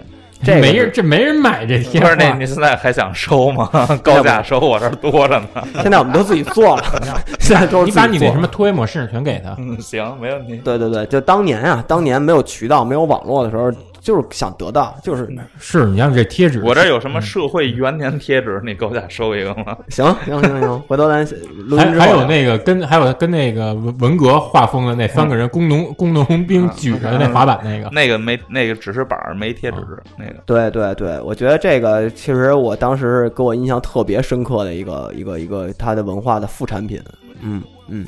这个 *laughs* 没是人这没人买 *laughs* 这贴不画是，那你现在还想收 *laughs* 吗？高价收，我这儿多着呢。现在我们都自己做了，*laughs* *laughs* 现在都是你自己把你那做什么拖延模式全给他， *laughs* 嗯，行，没问题。对对对，就当年啊，当年没有渠道、没有网络的时候，就是想得到，就是是你像这贴纸， *laughs* 我这儿有什么社会元年贴纸，你高价收一个吗？行行行行，回头咱录还音之后啊还有那个跟还有跟那个文文革画风的那三嗯个人工农工农兵举着那滑板那个，那个没，那个只是板儿，没贴纸。那个对对对，我觉得这个其实我当时给我印象特别深刻的一个一个一个它的文化的副产品，嗯嗯。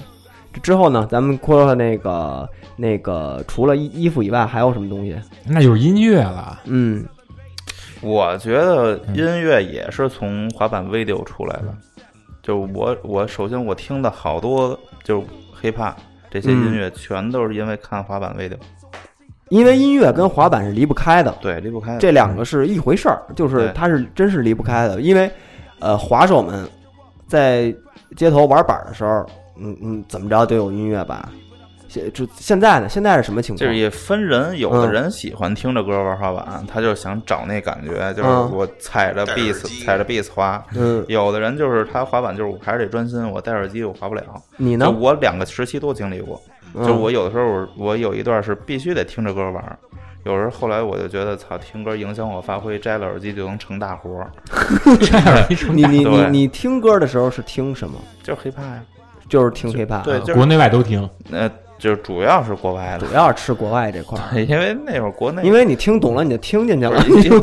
之后呢，咱们说说那个那个，除了衣衣服以外，还有什么东西？那就是音乐了。 *laughs* 嗯，我觉得音乐也是从滑板 video 出来的。就我，我首先我听的好多就是 hiphop 这些音乐，全都是因为看滑板 video。因为音乐跟滑板是离不开的，对，离不开的这两个是一回事儿，就是对它是真是离不开的，因为呃，滑手们在街头玩板儿的时候，嗯嗯，怎么着都有音乐吧。现这现在呢？现在是什么情就是况？也分人，有的嗯人喜欢听着歌玩滑板，他就想找那感觉，就是嗯我踩着戴耳 beats 机踩着 beats 滑。嗯，有的人就是他滑板，就是我还是得专心，我戴耳机我滑不了。你就呢？我两个时期都经历过，嗯就是我有的时候我我有一段是必须得听着歌玩。有时候后来我就觉得，操，听歌影响我发挥，摘了耳机就能成大活儿，这样一成你你你 *laughs* 对你听歌的时候是听什么？就是黑怕呀。就是听啊 hiphop，对就是国内外都听，呃，就是主要是国外的主，要是吃国外这块儿， *laughs* 因为那会儿国内因为你听懂了你就听进去了，不是因为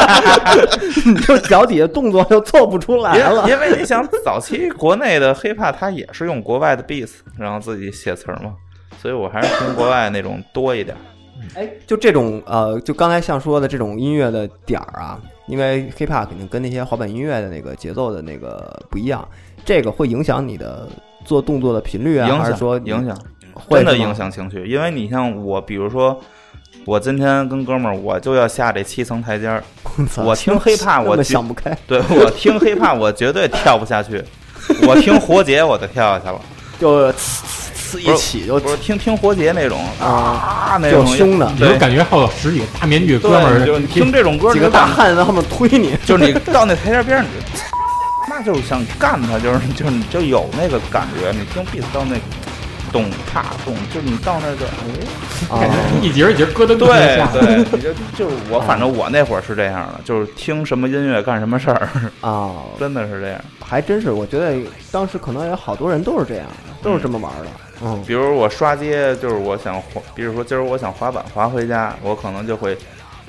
*laughs* 你就脚底下动作就做不出来了因。因为你想，早期国内的 hiphop 它也是用国外的 beats，然后自己写词儿嘛，所以我还是听国外那种多一点。哎，就这种呃，就刚才像说的这种音乐的点儿啊，因为 hiphop 肯定跟那些滑板音乐的那个节奏的那个不一样，这个会影响你的做动作的频率啊，影还是响说影响，会真的是吗 *laughs* 影？响情绪。因为你像我，比如说，我今天跟哥们儿，我就要下这七层台阶儿，操我听 hiphop 根我本绝想不开，对我听 hiphop 我绝对跳不下去，我听活结我就跳 *laughs* 下去了，就呲呲呲一起就不是听听活结那种啊，啊那就种凶的你就对，感觉后头十几个大面具哥对们儿就是你听这种歌，几你个就感大汉在后面推你， *laughs* 就是你到那台阶边上，你就那就是想干他，就是就是你就有那个感觉。你听 beat 到那，动，啪动，就是你到那个，哎，啊， *laughs* 一节一节咯噔咯噔对下。对， *laughs* 你就就是我，反正我那会儿是这样的，就是听什么音乐干什么事儿， *laughs* 啊，真的是这样。还真是，我觉得当时可能有好多人都是这样的，都是这么玩的。嗯，比如我刷街，就是我想滑，比如说今儿我想滑板滑回家，我可能就会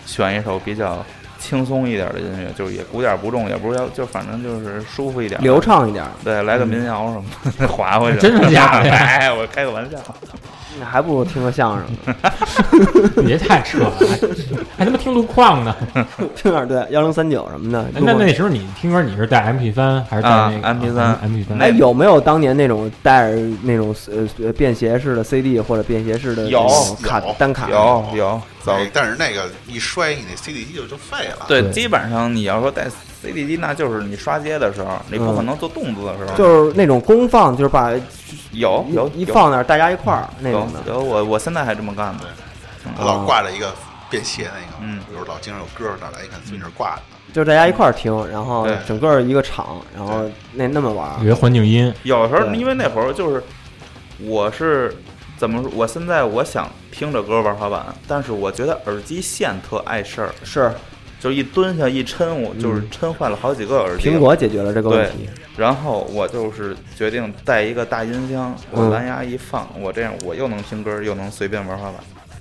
选一首比较轻松一点的音乐，就是也鼓点不重，也不是要，就反正就是舒服一点，流。畅一点，对，来个嗯民谣什么的， *laughs* 滑回去。真是假的呀 *laughs* 哎，我开个玩笑。那还不如听个相声 *laughs* 呢， *laughs* 别太扯了，还他妈听路况呢。嗯听点儿对幺零三九什么的。哎那那时候你听歌，你是带 MP 三还是带啊那个 MP3 MP 三？哎，有没有当年那种带着那种呃呃便携式的 CD 或者便携式的那有种卡有单卡？有有，走。哎但是那个一摔，你那 CD 机就就废了。对，对基本上你要说带 CD 机，那就是你刷街的时候，你不可能做动作的时嗯候。就是那种公放，就是把有有一一放那儿，大家一块儿那有种的。有，我我现在还这么干呢。嗯他老挂着一个便携那个，嗯有时候老经常有歌哪来一看，随那儿挂着呢。就是大家一块儿听，然后对整个一个场，然后那那么玩儿有些环境音，有时候对因为那会儿就是我是怎么说，我现在我想听着歌玩滑板，但是我觉得耳机线特碍事儿，是就一蹲下一抻，我就是嗯抻坏了好几个耳机。苹果解决了这个问题。然后我就是决定带一个大音箱，我嗯蓝牙一放，我这样我又能听歌，又能随便玩滑板。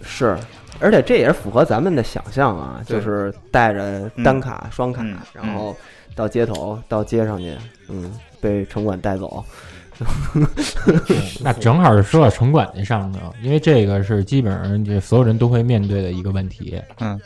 是，而且这也是符合咱们的想象啊，对就是带着单卡、双卡嗯，然后到街头、到街上去，嗯，被城管带走。嗯那正好是说到城管那上头，因为这个是基本上这所有人都会面对的一个问题。嗯，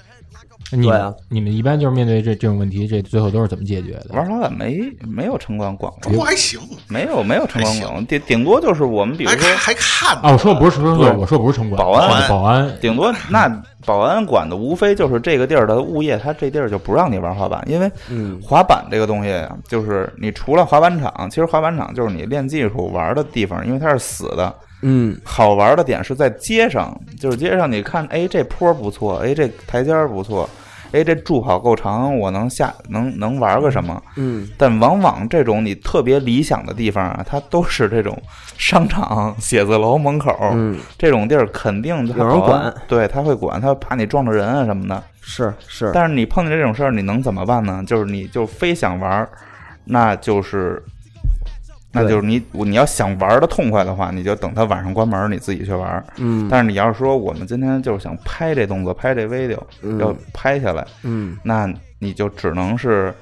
你们、对啊你们一般就是面对这这种问题，这最后都是怎么解决的？玩滑板没没有城管管哎过中，国哦还行，没有没有城管还管过，顶顶多就是我们比哎还如说看还看啊，我说的不是说对我说不是城管，保安保安顶多那保安管的无非就是这个地儿的物业，他这地儿就不让你玩滑板，因为嗯，滑板这个东西啊，就是你除了滑板场，其实滑板场就是你练技术玩的地方，因为它是死的。嗯，好玩的点是在街上，就是街上你看，哎，这坡不错，哎，这台阶儿不错，哎，这柱好够长，我能下能能玩个什么？嗯，但往往这种你特别理想的地方啊，它都是这种商场、写字楼门口，嗯，这种地儿肯定它有人保安管，对，他会管，他怕你撞着人啊什么的。是是，但是你碰见这种事儿，你能怎么办呢？就是你就非想玩儿，那就是，那对就是你你要想玩的痛快的话，你就等他晚上关门儿，你自己去玩儿。嗯但是你要是说我们今天就是想拍这动作，拍这 video，、嗯要拍下来，嗯，那你就只能是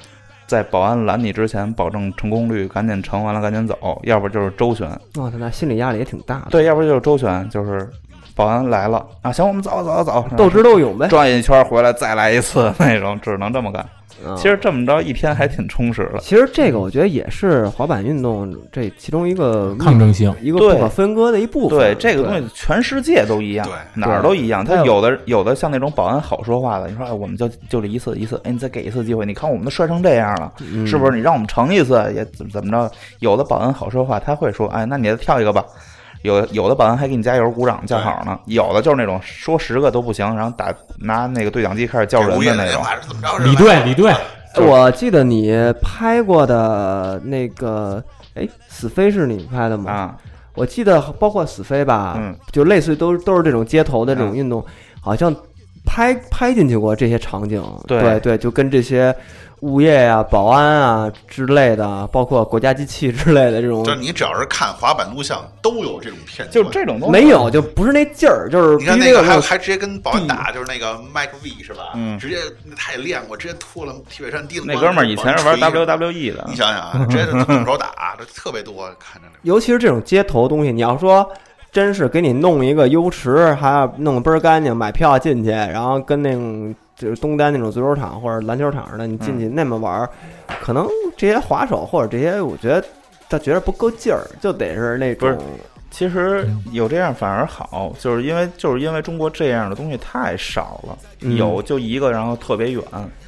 在保安拦你之前，保证成功率，赶紧成完了赶紧走，要不就是周旋，我操，那心理压力也挺大的，对，要不就是周旋，就是保安来了啊，行，我们走走走，斗智斗勇呗。转一圈回来再来一次那种，只能这么干。啊其实这么着一天还挺充实的。其实这个我觉得也是滑板运动这其中一个抗争性，一个对不可分割的一部分。对这个东西，全世界都一样对，哪儿对都一样。还他有有的有的像那种保安好说话的，你说哎，我们就就这一次一次，哎，你再给一次机会，你看我们都摔成这样了，对嗯是不是？？你让我们成一次也怎怎么着？有的保安好说话，他会说，哎，那你再跳一个吧。有有的保安还给你加油鼓掌叫好呢，有的就是那种说十个都不行，然后打拿那个对讲机开始叫人物的业那电种。话是怎么着？李队李队，嗯我记得你拍过的那个，哎，死飞是你拍的吗？啊，我记得包括死飞吧，嗯就类似于都都是这种街头的这种运动，好像拍拍进去过这些场景，对对就跟这些物业呀、保安啊之类的，包括国家机器之类的这种就，是你只要是看滑板录像，都有这种片段。就是这种东西没有就不是那劲儿，就是你必看须那得有个那还种还直接跟保安打，就是那个 Mike V 是吧？嗯直接他也练过，直接脱了铁山钉子。那哥们儿以前是 *laughs* 往玩那儿 WWE 捶你的，想想啊，直接就这么着打，这特别多，看着尤其是这种街头东西，你要说。真是给你弄一个优池，还要弄得倍儿干净，买票进去，然后跟那种就是东单那种足球场或者篮球场似的，你进去那么玩儿，可能这些滑手或者这些，我觉得他觉得不够劲儿，就得是那不种是其实有这样反而好，就是因为就是因为中国这样的东西太少了，嗯有就一个，然后特别远，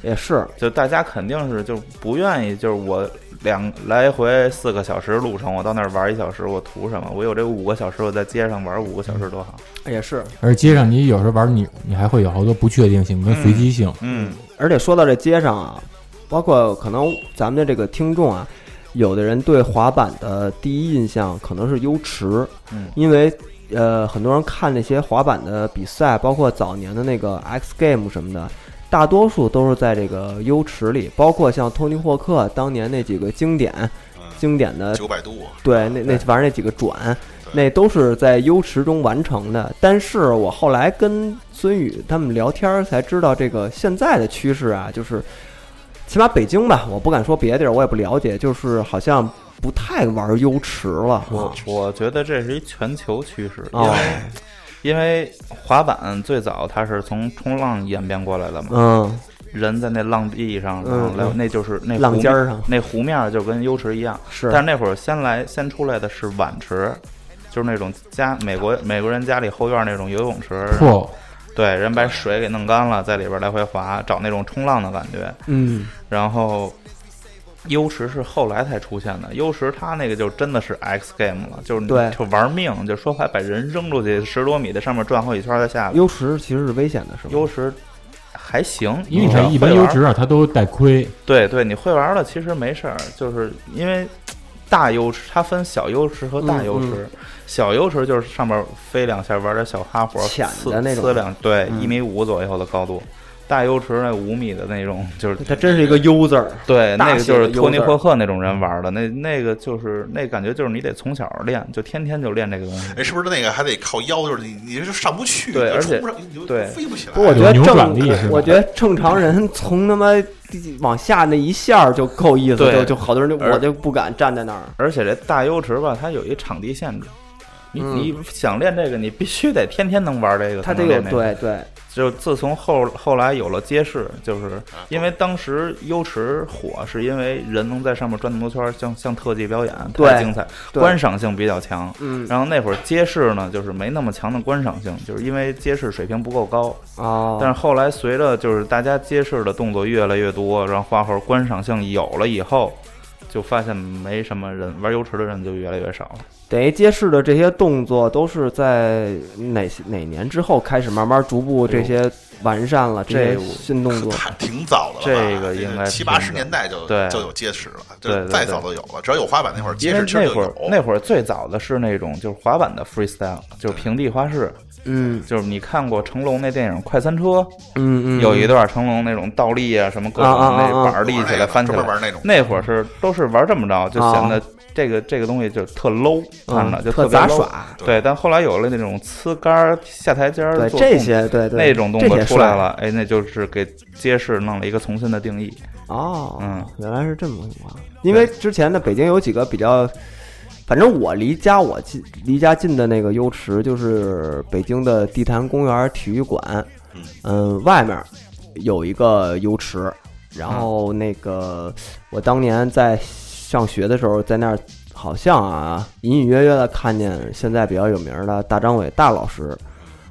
也是就大家肯定是就不愿意，就是我两来回四个小时路程，我到那儿玩一小时，我图什么？我有这五个小时，我在街上玩五个小时多好。也是。而街上你有时候玩你你还会有好多不确定性跟随机性，嗯，而且说到这街上啊，包括可能咱们的这个听众啊，有的人对滑板的第一印象可能是优池，嗯因为呃，很多人看那些滑板的比赛，包括早年的那个 X Game 什么的，大多数都是在这个优池里，包括像托尼霍克当年那几个经典嗯，经典的九百度，对，那那反正那几个转，对那都是在优池中完成的。但是我后来跟孙宇他们聊天儿才知道，这个现在的趋势啊，就是起码北京吧，我不敢说别的地儿，我也不了解，就是好像不太玩优池了啊我我觉得这是一全球趋势，因哦为因为滑板最早它是从冲浪演变过来的嘛，嗯，人在那浪地上，嗯然后来嗯那就是那湖浪尖儿上那湖面儿就跟优池一样，是但是那会儿先来先出来的是碗池，就是那种家美国美国人家里后院那种游泳池，破对，人把水给弄干了，在里边来回滑，找那种冲浪的感觉。嗯然后优池是后来才出现的，优池它那个就真的是 X game 了，就是你对就玩命，就说白把人扔出去十多米，在上面转好几圈再下来。优池其实是危险的，是吗？优池还行，因为你只要看一般嗯会玩优质啊，它都带亏，对对，你会玩了其实没事儿，就是因为大优池它分小优池和大优池，嗯小优池就是上面飞两下玩点小哈活，浅呲的那种呲两对嗯一米五左右的高度，大优池那五米的那种就是。它真是一个优字儿，对，大那个写就的是托尼 user 霍克那种人玩的，那那个就是那感觉就是你得从小练，就天天就练这个东西。哎，是不是那个还得靠腰？就是你，你就上不去，对就而冲且不上，你就对飞不起来。不是，我觉得有扭转力是正，吧我觉得正常人从他妈往下那一下儿就够意思，对就就好多人就而我就不敢站在那儿。而且这大优池吧，它有一场地限制，你、嗯你想练这个，你必须得天天能玩这个。他这才能个对练个对，就自从后后来有了街市，就是啊因为当时优池火，是因为人能在上面转那么多圈儿，像像特技表演对太精彩，对观赏性比较强。嗯然后那会儿街市呢，就是没那么强的观赏性，就是因为街市水平不够高。哦，但是后来随着就是大家街市的动作越来越多，然后花活观赏性有了以后，就发现没什么人玩优池的人就越来越少了。等于街市的这些动作都是在哪些哪年之后开始慢慢逐步这些完善了这些新动 *laughs* 作？太挺早的了吧，这个应该七八挺十早年代就对就有街市了，对对就对再早都有了。只要有滑板那会儿，街因为市其实那就会儿有。那会儿最早的是那种就是滑板的 freestyle，就是平地花式，嗯就是你看过成龙那电影《快餐车》，嗯嗯，有一段成龙那种倒立啊，什么各种啊啊啊那啊板儿立起来翻起专门玩来，那种，那会儿是都是玩这么着，就显啊得这个这个东西就特 low，看着嗯就特别杂 low。耍，对，但后来有了那种呲杆儿、下台阶儿对做这动些对对那种动作这些出来帅了，哎，那就是给街市弄了一个重新的定义。哦，嗯原来是这么个情况。因为之前的北京有几个比较，反正我离家我近离家近的那个优池就是北京的地坛公园体育馆，嗯嗯，外面有一个优池，然后那个我当年在上学的时候在那儿。好像啊，隐隐约约的看见现在比较有名的大张伟大老师，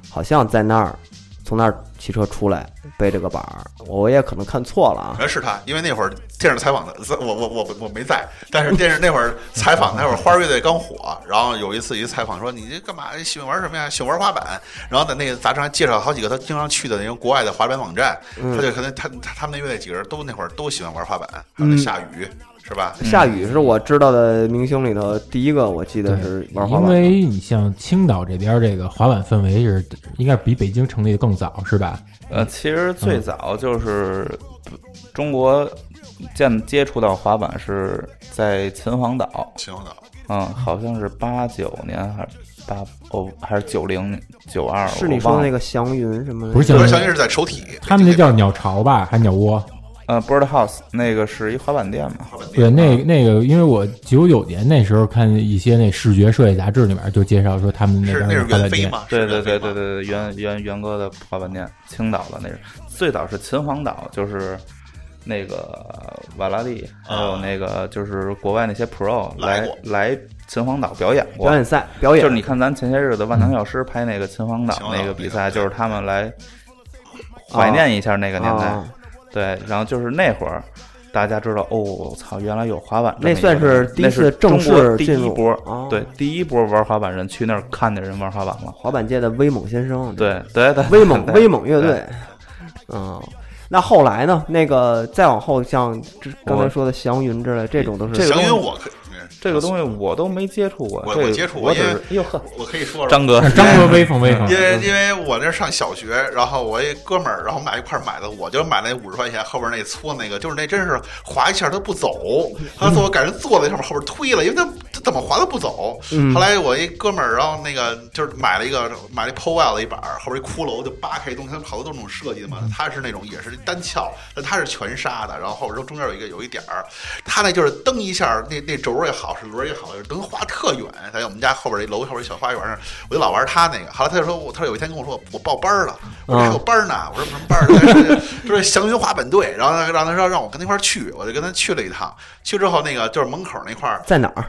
好像在那儿，从那儿骑车出来背着个板儿，我也可能看错了啊。哎是他，因为那会儿电视采访的，我我我我没在，但是电视那会儿采访那会儿花儿乐队刚火，然后有一次一采访说你这干嘛喜欢玩什么呀？喜欢玩滑板，然后在那个杂志上介绍好几个他经常去的那种国外的滑板网站，嗯他就可能他他他们那乐队几个人都那会儿都喜欢玩滑板，还嗯有那夏雨是吧？夏雨是我知道的明星里头第一个，我记得是玩滑因板的。为你像青岛这边这个滑板氛围是应该比北京成立的更早，是吧？呃，嗯其实最早就是中国见接触到滑板是在秦皇岛，秦皇岛嗯，好像是八九年还是八哦还是九零九二，是你我说忘的了那个祥云什么的？不是像不是相当于是在首体，他们那叫鸟巢吧，还是鸟窝？呃 Bird House 那个是一滑板店嘛，滑板店对，啊那那个，因为我九九年那时候看一些那视觉设计杂志里面就介绍说他们那是边那的是滑板袁飞店，吗？是对对袁飞对吗对对，对，袁袁袁哥的滑板店，青岛的那是最早是秦皇岛，就是那个瓦拉利，还有那个就是国外那些 pro 啊来来过来秦皇岛表演过表。演赛，表演嗯就是你看咱前些日子万能药师拍那个秦皇岛秦皇岛那个比赛，那个就是他们来怀念一下那个年代。啊，对，然后就是那会儿。大家知道哦，我操！原来有滑板这那么一个算东西，是第一那次是正中式国第进一入波，哦对，第一波玩滑板人去那儿看见人玩滑板了。嗯滑板界的威猛先生，对对对，威猛对威猛乐队，嗯。那后来呢？那个再往后，像之刚才说的祥云之类，这种都是这个祥东西云我可以，嗯这个东西我都没接触过，我这我个接触过我只因为是哟呵，我可以说说张哥，张 *laughs* 哥威风威风，因为因为我那上小学，然后我一哥们儿，然后我们俩一块儿买的，我就买那五十块钱后边那粗那个，就是那真是滑一下它不走，他最后赶人坐在上面后边推了，因为它它怎么滑都不走。嗯后来我一哥们儿，然后那个就是买了一个买了一 p o w e l 一板儿，后边一骷髅就扒开一东西，它好多都是那种设计的嘛，它是那种也是单翘，但它是全纱的，然后后边中间有一个有一点儿，它那就是蹬一下，那那轴儿也好，是轮儿也好，能滑特远，在我们家后边一楼后边小花园那儿，我就老玩他那个。后来他就说我，他说有一天跟我说我报班儿了，我说还有班儿呢， *laughs* 我说什么班儿？他说他说祥云滑板队，然后他让他说让我跟他一块儿去，我就跟他去了一趟。去之后那个就是门口那块儿，在哪儿？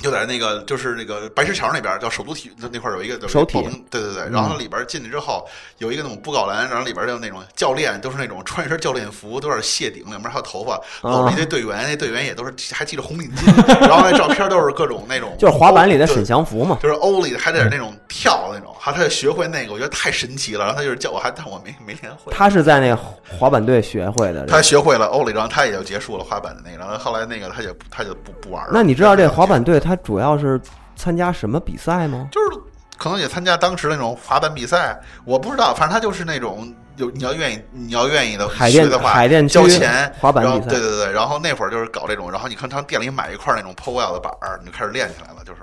就在那个就是那个白石桥那边儿，叫首都体育那块儿有一个有一个首体报名对对对。然后里边儿进去之后有一个那种布告栏，然后里边儿就那种教练都是那种穿一身教练服，都有点谢顶，两边儿还有头啊发，搂着一堆队员，那队员也都是还系着红领巾，然后那照片都是各种那种 *laughs* 就是滑板里的嗯对沈祥福嘛。就是欧里还得那种跳那种，还他就学会那个，我觉得太神奇了。然后他就是叫我还，但我没没练会。他是在那滑板队学会的。他学会了欧里，然后他也就结束了滑板的那个。然后后来那个他也不他就不不玩了。那你知道这滑板队他主要是参加什么比赛吗？就是可能也参加当时那种滑板比赛，我不知道，反正他就是那种有你要愿意你要愿意的海淀学的话，海淀区交钱滑板比赛然后对对对，然后那会儿就是搞这种，然后你看他店里买一块那种 POL 的板儿，你就开始练起来了，就是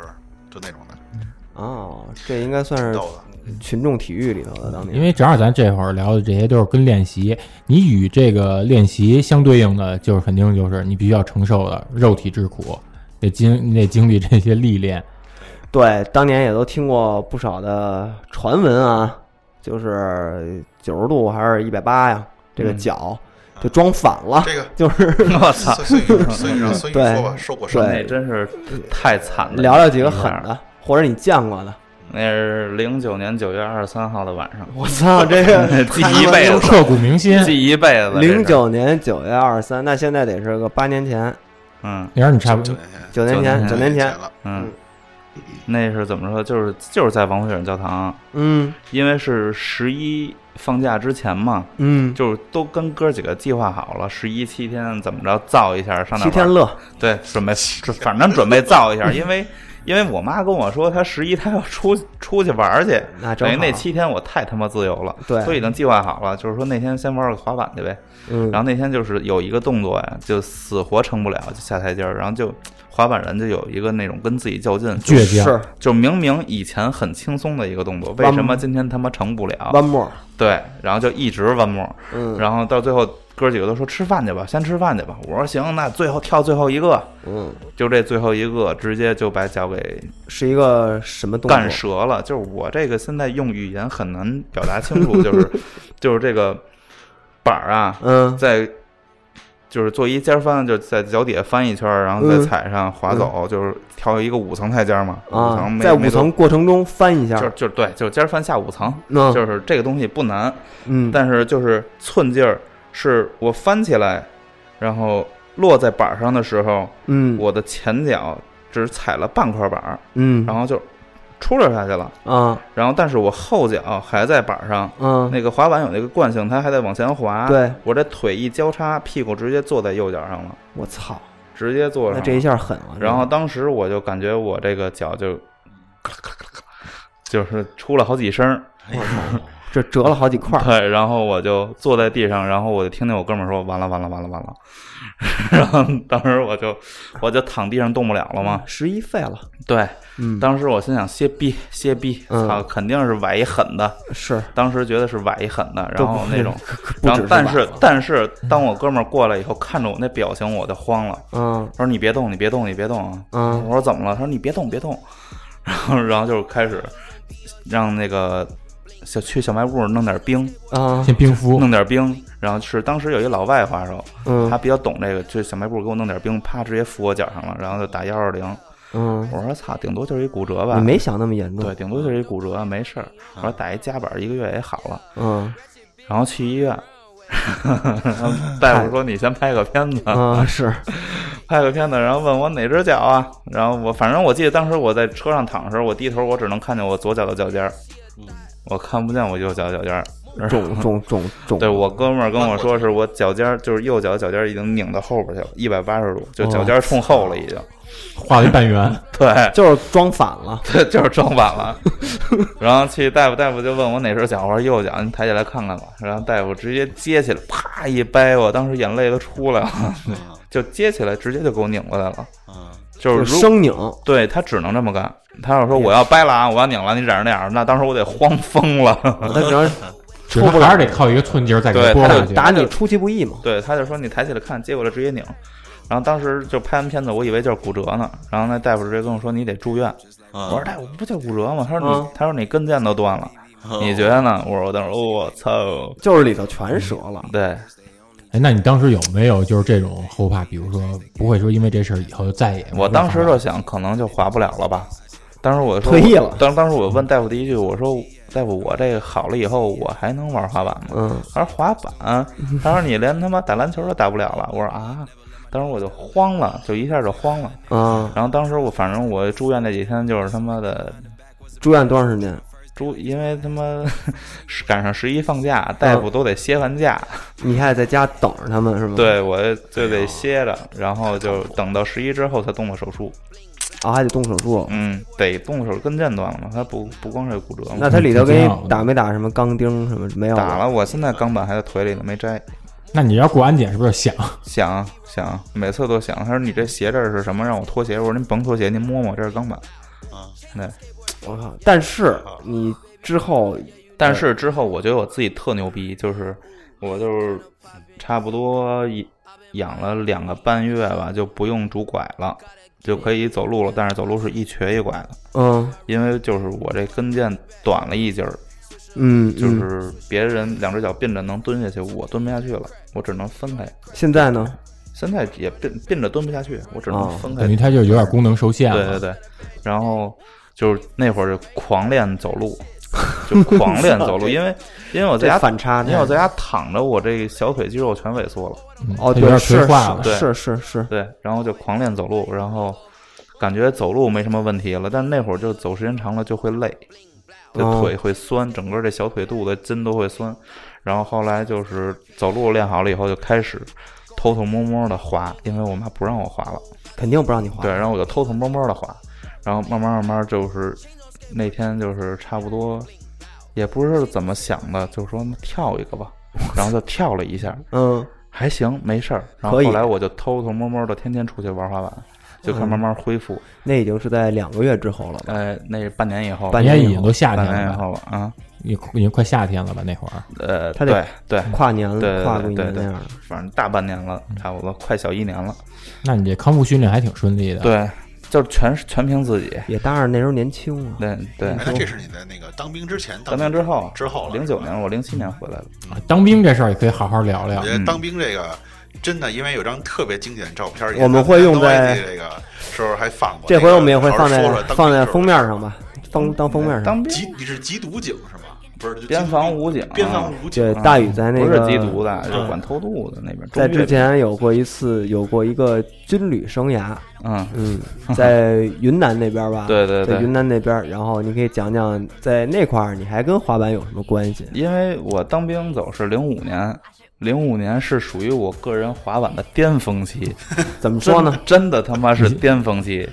就那种的，哦，这应该算挺是逗的。群众体育里头的。当年嗯因为正好咱这会儿聊的这些都是跟练习，你与这个练习相对应的，就是肯定就是你必须要承受的肉体之苦，得经你得经历这些历 *laughs* 练。对，当年也都听过不少的传闻啊，就是九十度还是一百八呀，这嗯个脚就装反了，这个 *laughs* 就是我操，孙孙宇孙宇 *laughs* 让孙宇啊对说吧，受过伤对那真是太惨了。聊聊几个狠那样，的，或者你见过的。那是零九年九月二十三号的晚上，我 *laughs* 操，这个 *laughs* 记一辈 *laughs* 子，刻骨铭心。记一辈子。这是零，九年九月二十三，那现在得是个八年前，嗯你让你差不九多，九年年前前，九九年年前，了，嗯，那是怎么说？就是就是在王府井教堂，嗯因为是十一放假之前嘛，嗯，就是都跟哥几个计划好了，十一七天怎么着造一下，上那七天玩乐，对，准备反正准备造一下，因为因为我妈跟我说，她十一她要出出去玩去，那正等于哎那好七天我太他妈自由了，对所以已经计划好了，就是说那天先玩个滑板去呗。嗯，然后那天就是有一个动作呀，就死活成不了，就下台阶儿，然后就滑板人就有一个那种跟自己较劲，就倔强是就明明以前很轻松的一个动作，为弯什么今天他妈成不了？ one more，对，然后就一直弯木，嗯，然后到最后哥几个都说吃饭去吧，先吃饭去吧。我说行，那最后跳最后一个，嗯，就这最后一个直接就把脚给是一个什么动作？干折了。就是我这个现在用语言很难表达清楚，就是 *laughs* 就是这个板儿啊，嗯，在就是做一尖翻，就在脚底下翻一圈儿，然后再嗯踩上滑走，就是跳一个五层台阶儿嘛，五啊层，没在没五多层过程中翻一下，就就对，就尖翻下五层，嗯就是这个东西不难，嗯，但是就是寸劲儿，是我翻起来，然后落在板上的时候，嗯，我的前脚只踩了半块板儿，嗯，然后就出溜下去了，啊然后但是我后脚还在板上，嗯，那个滑板有那个惯性，它还在往前滑。对，我这腿一交叉，屁股直接坐在右脚上了，我操，直接坐上那了。这一下狠了。然后当时我就感觉我这个脚就，就是出了好几声儿，这折了好几块儿，对，然后我就坐在地上，然后我就听见我哥们儿说：“完了，完了，完了，完了。” *laughs* 然后当时我就我就躺地上动不了了嘛。十一废了，对，嗯，当时我心想歇逼歇逼，嗯操，肯定是崴一狠的。是当时觉得是崴一狠的，然后那种可可不然后止，但是但是当我哥们儿过来以后，看着我那表情，我就慌了。嗯他说：“你别动，你别动，你别动啊！”嗯我说：“怎么了？”他说：“你别动，别动。” *laughs* 然后然后就开始让那个小去小卖部弄点冰，啊先冰敷弄，点冰。然后是当时有一老外滑手，他嗯比较懂这个，去小卖部给我弄点冰，啪直接扶我脚上了，然后就打幺二零。嗯，我说：“操，顶多就是一骨折吧。”你没嗯想那么严重，对，顶多就是一骨折，没事儿。我说打一夹板，一个月也好了。嗯然后去医 *laughs* 院，大夫说你先拍个片子，啊 *laughs* 是，拍个片子，然后问我哪只脚啊？然后我反正我记得当时我在车上躺的时候，我低头我只能看见我左脚的脚尖儿，我看不见我右脚的脚尖儿。嗯肿肿肿肿，对我哥们儿啊跟我说，是我脚尖儿就是右脚脚尖儿已经拧到后边去了，一百八十度，就哦脚尖儿冲后了已 *laughs* 经。画了一半 *laughs* 圆，对，就是装反了。对，就是 *laughs* 撞反了。然后去大夫，大夫就问我哪只脚，我说右脚，你抬起来看看吧。然后大夫直接接起来，啪一掰，我当时眼泪都出来哦了，就接起来直接就给我拧过来了。嗯，就就是如生拧，对他只能这么干。他要说我要掰了啊，我要拧了，你染成那样，那当时我得慌疯 *laughs* 了。他只能只是还是得靠一个寸劲儿再给它对拨它下就去。打你出其不意嘛。对，他就说你抬起来看，接过来直接拧。然后当时就拍完片子，我以为就是骨折呢。然后那大夫直接跟我说你得住院。我说大夫不就骨折吗？他说你，嗯他说你跟腱都断了，你觉得呢？我说我当时哦我操，就是里头全折了，对，哎，那你当时有没有就是这种后怕？比如说不会说因为这事儿以后就再也不我当时滑就想可能就划不了了吧。当时我说退役了当当时我问大夫第一句，我说大夫，我这好了以后我还能玩滑板吗？嗯，他说滑板，他说你连他妈打篮球都打不了了。我说啊，当时我就慌了，就一下就慌了。啊，然后当时我反正我住院那几天就是他妈的住院多长时间？住，因为他妈是赶上十一放假，大夫都得歇完假，你还得在家等着他们是吗？对我就得歇着，然后就等到十一之后才动的手术。啊，还得动手术。嗯，得动手跟腱断了嘛，他不不光是骨折嘛。那他里头给你打没打什么钢钉什么没有？打了，我现在钢板还在腿里呢，没摘。那你要过安检是不是就想？想想，每次都想。他说你这鞋这儿是什么？让我脱鞋。我说您甭脱鞋，您摸摸，这是钢板。对。我靠！但是啊你之后但是之后我觉得我自己特牛逼，就是我就是差不多一养了两个半月吧，就不用拄拐了，就可以走路了。但是走路是一瘸一拐的，嗯因为就是我这跟腱短了一截儿，嗯，就嗯是别人两只脚并着能蹲下去，我蹲不下去了，我只能分开。现在呢？现在也并并着蹲不下去，我只哦能分开。等于它就有点功能受限对了。对对，然后就是那会儿就狂练走 *laughs* 路，就狂练走路，因为因为我在这家反差因为我太啊在家躺着，我这小腿肌肉全萎缩了，嗯哦，它有对，点是退化了。对是是是，对，然后就狂练走路，然后感觉走路没什么问题了，但那会儿就走时间长了就会累，哦就腿会酸，整个这小腿肚子筋都会酸，然后后来就是走路练好了以后就开始偷偷摸摸的滑，因为我妈不让我滑了。肯定不让你滑。对，然后我就偷偷摸摸的滑，然后慢慢慢慢就是那天就是差不多，也不知道怎么想的，就说那跳一个吧，然后就跳了一下，嗯，还行，没事儿。然后可以后来我就偷偷摸摸的天天出去玩滑板，就嗯看慢慢恢复。那已经是在两个月之后了吧？呃，那是半年以后了，半人年家以已经后都夏半天年了以吧，后了啊，也已经快夏天了吧？那会儿呃，他得对对。跨年对跨对过一对年那对样的。反正大半年了，差不多快小一年了。那你这康复训练还挺顺利嗯的。，对，就是全是全凭自己。也当然那时候年轻啊，对对，哎那这是你的那个当兵之前，当兵之后，之后了零九年我零七年回来了。啊当兵这事儿也可以好好聊聊啊我觉。嗯得当兵这个真的，因为有张特别经典的照片，我们会用在这个时候还放过。这回我们也会那个放时在候说说当兵放在时候封面上吧，当当封面上。嗯当兵缉你是缉毒警是吗？不是，就边缉毒防武警边防武对，警啊大宇在那个不是缉毒的，就管偷渡的那边。在中越之，前有过一次，有过一个军旅生涯，嗯，嗯，在云南那边吧， *laughs* 对对对在云南那边，然后你可以讲讲在那块儿你还跟滑板有什么关系？因为我当兵走是零五年，零五年是属于我个人滑板的巅峰期，怎么说真呢的？真的他妈是巅峰期，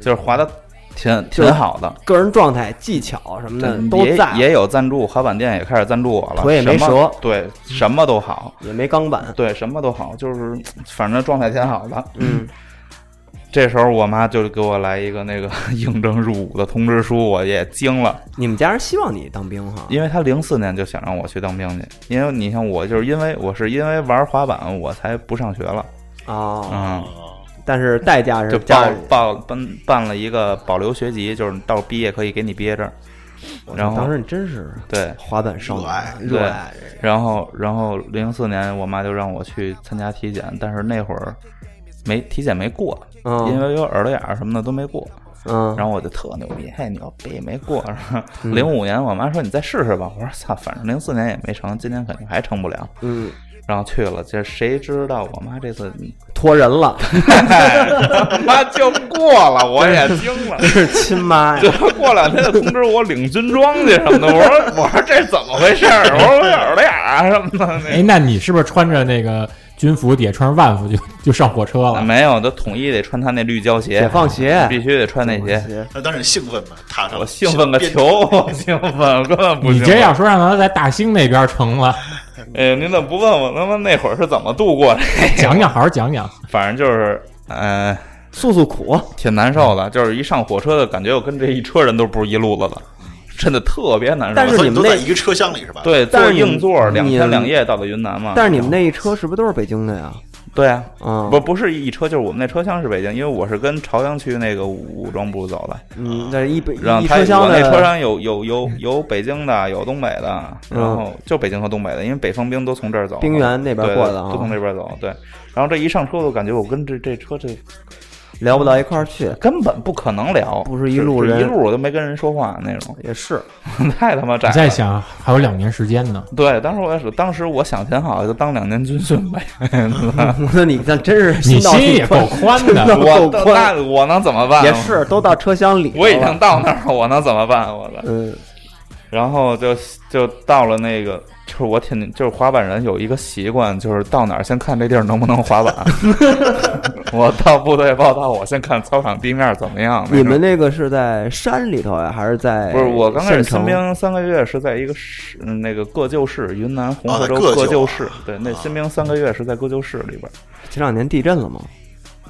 就是滑的挺挺好的。个人状态、技巧什么的都也在，也有赞助，滑板店也开始赞助我了，腿也没什么折对，什么都好，也没钢板，对，什么都好，就是反正状态挺好的。嗯，这时候我妈就给我来一个 *laughs* 那个应征入伍的通知书，我也惊了，你们家人希望你当兵哈？因为他零四年就想让我去当兵去，因为你像我就是因为我是因为玩滑板我才不上学了，啊，嗯，但是代价是就家报里，报办办了一个保留学籍，就是你到毕业可以给你毕业证，我然后当时你真是对，滑板少热爱年，热对爱这个，然后然后零四年我妈就让我去参加体检，但是那会儿没体检没过，嗯因为有耳朵眼儿什么的都没过，嗯，然后我就特牛逼，嘿牛逼没过。嗯零五年我妈说你再试试吧，我说操，反正零四年也没成，今年肯定还成不了。嗯，然后去了，这谁知道我妈这次托人了， *laughs* *laughs* 他妈就过了，我也惊了。是亲妈 *laughs* 呀就！过两天就通知我领军装去什么的，我 *laughs* 说我说这怎么回事儿？我说我有耳朵眼儿啊什么的。哎，那你是不是穿着那个军服底下穿着万服就就上火车那了？没有，都统一得穿他那绿胶鞋，啊解放鞋必须得穿那鞋。那当然兴奋嘛，踏上了我 *laughs* 兴奋个边球， *laughs* 我兴奋根本不你兴奋。这要说让他在大兴那边成 *laughs* 了，哎呀，您怎么不问我他妈那会儿是怎么度过的？ *laughs* 讲讲好好讲讲。反正就是，嗯、诉诉苦，挺难受的。就是一上火车的感觉，我跟这一车人都不是一路子的，真的特别难受。但是所以你们都在那一个车厢里是吧？，对，但坐是你们硬座两你天们两夜到的云南嘛。但是你们那一车是不是都是北京的呀？对啊，啊，不，不是一车，就是我们那车厢是北京，因为我是跟朝阳区那个武装部走的，嗯，那一北然后一他车厢我的那车上有有有有北京的，有东北的，然后就北京和东北的，因为北方兵都从这儿走嘛，冰原嗯那边对过来的啊都从那边走，对。然后这一上车，我感觉我跟这这车这聊不到一块儿去，根本不可能聊，不是一路就就人一路我都没跟人说话那种，也 *laughs* 是 *laughs* 太他妈窄你再了。想还有两年时间呢，对，当时我也是，当时我想挺好，就当两年军训 *laughs* 呗。那 *laughs* 你那真是你道心挺也够宽 *laughs* 的。够我宽那我能怎么办？也，是都到车厢里，啊啊我已经，到那儿了，我能怎么办？我的。 *laughs* 嗯，然后就就到了那个，就是我挺就是滑板人有一个习惯，就是到哪儿先看这地儿能不能滑 *laughs* 板。我到部队报道，我先看操场地面怎么样。那种你们那个是在山里头呀，还是在不是我刚开始县城新兵三个月是在一个市，嗯那个各旧市，云南红哦河在州各就各旧啊市。对，那新兵三个月是在各旧市里边儿，前两年地震了吗？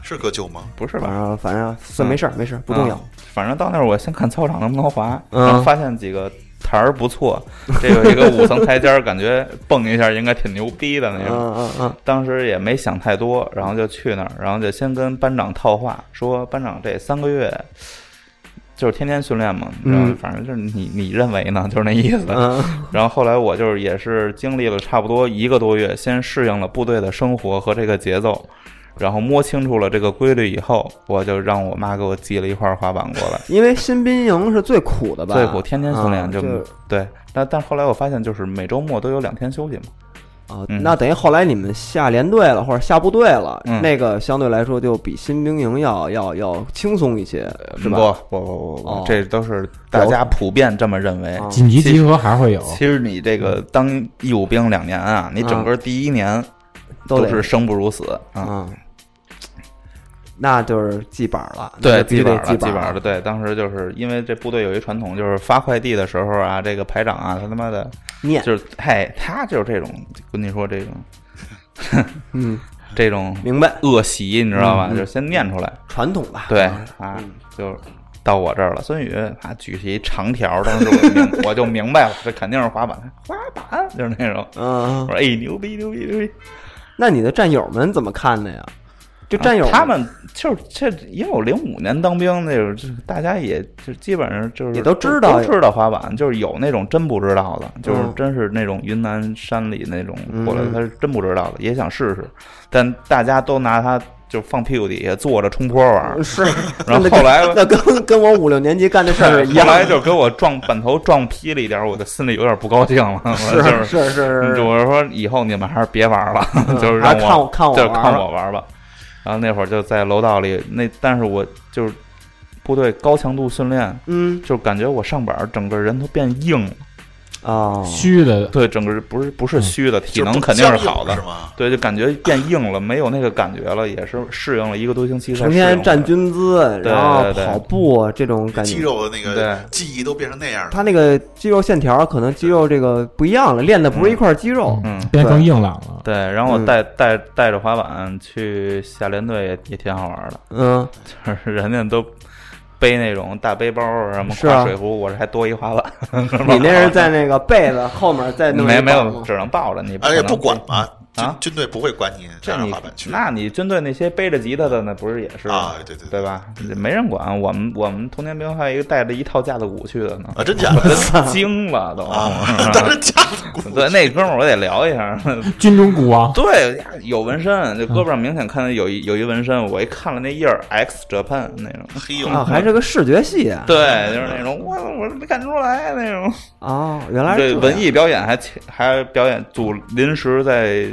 是哥舅吗？不是反吧？正反正算没事儿，没事儿，不重要嗯。反正到那儿我先看操场能不能滑，嗯然后发现几个台儿不错，这有一个五层台阶儿，感觉蹦一下应该挺牛逼的那嗯种。嗯嗯，当时也没想太多，然后就去那儿，然后就先跟班长套话，说班长这三个月就是天天训练嘛，嗯然后反正就是你你认为呢，就是那意思。嗯然后后来我就是也是经历了差不多一个多月，先适应了部队的生活和这个节奏，然后摸清楚了这个规律以后，我就让我妈给我寄了一块滑板过来。因为新兵营是最苦的吧？最苦，天天训练啊就、就对，但但后来我发现，就是每周末都有两天休息嘛。啊，嗯那等于后来你们下连队了，或者下部队了，嗯那个相对来说就比新兵营要要要轻松一些，是吧？？呃不不不不不，哦这都是大家普遍这么认为。啊紧急集合还会有，其实你这个当义务兵两年啊，你整个第一年啊都都得是生不如死啊。嗯，那就是记板儿了，那对，就必须本得了，记记板本儿了。对，当时就是因为这部队有一传统，就是发快递的时候啊，这个排长啊，他 *laughs* 他妈的念，就是，嘿，他就是这种，跟你说这种嗯，这种明白，恶习，你知道吧？嗯嗯就是先念出来，传统吧？对啊啊嗯，就到我这儿了。孙宇啊，举起一长条，当时我就 *laughs* 明我就明白了，这肯定是滑板，滑板就是那种。我嗯，说哎，牛逼牛逼牛逼！那你的战友们怎么看的呀？就战友啊他们就是这，因为我零五年当兵那时候，就是大家也就基本上就是也都知道都知道滑板，就是有那种真不知道的，就是嗯真是那种云南山里那种过来的，嗯他是真不知道的，也想试试，但大家都拿他就放屁股底下坐着冲坡 *laughs* 玩儿，呃 *laughs* 是，然后那跟后来那跟跟我五六年级干的事 *laughs* 儿一样后，来就给我撞板头撞劈了一点，我的心里有点不高兴了。我是就是嗯是是，就是我说以后你们还是别玩了，嗯 *laughs* 就是还让是看我看我就是玩看吧我玩吧。然后那会儿就在楼道里，那但是我就是部队高强度训练，嗯就感觉我上板儿整个人都变硬了，哦，虚的对，整个人不是不是虚的，体嗯就是能不肯定是僵硬好的是，吗？对，就感觉变硬了，没有那个感觉了，也是适应了一个多星期才适成应回来。天站军姿，对然后对对跑步这种感肌觉，肉的那个对记忆都变成那样了。他那个肌肉线条可能肌肉这个不一样了，练的不是一块肌肉，嗯，变得更硬朗了。对，然后我嗯带带带着滑板去下连队也也挺好玩的， *laughs* 嗯，就是人家都背那种大背包儿什么是啊挂水壶，我这还多一滑板。你那是在那个被子后面再弄一哦 *laughs* 没没绑有，吗只能抱着你，而且可能哎啊不管嘛，军啊军队不会管你这上上你滑板去。那你军队那些背着吉他的那不是也是啊吗对对对对吧？没人管。我们我们童年兵还有一个带着一套架子鼓去 *laughs* 的呢，啊，真假的惊了都。啊？ *laughs* *laughs* 当时架子鼓 *laughs* 对，那哥们儿我得聊一下。军中鼓王，对，呀有纹身，这胳膊上明显看见有一有一纹身，我一看了那印儿，X Japan 那 *laughs* 种。嘿呦，啊，还是个视觉系啊，对，就是那种我我没看出来那种。哦，原来是对，这样文艺表演还请还表演组临时在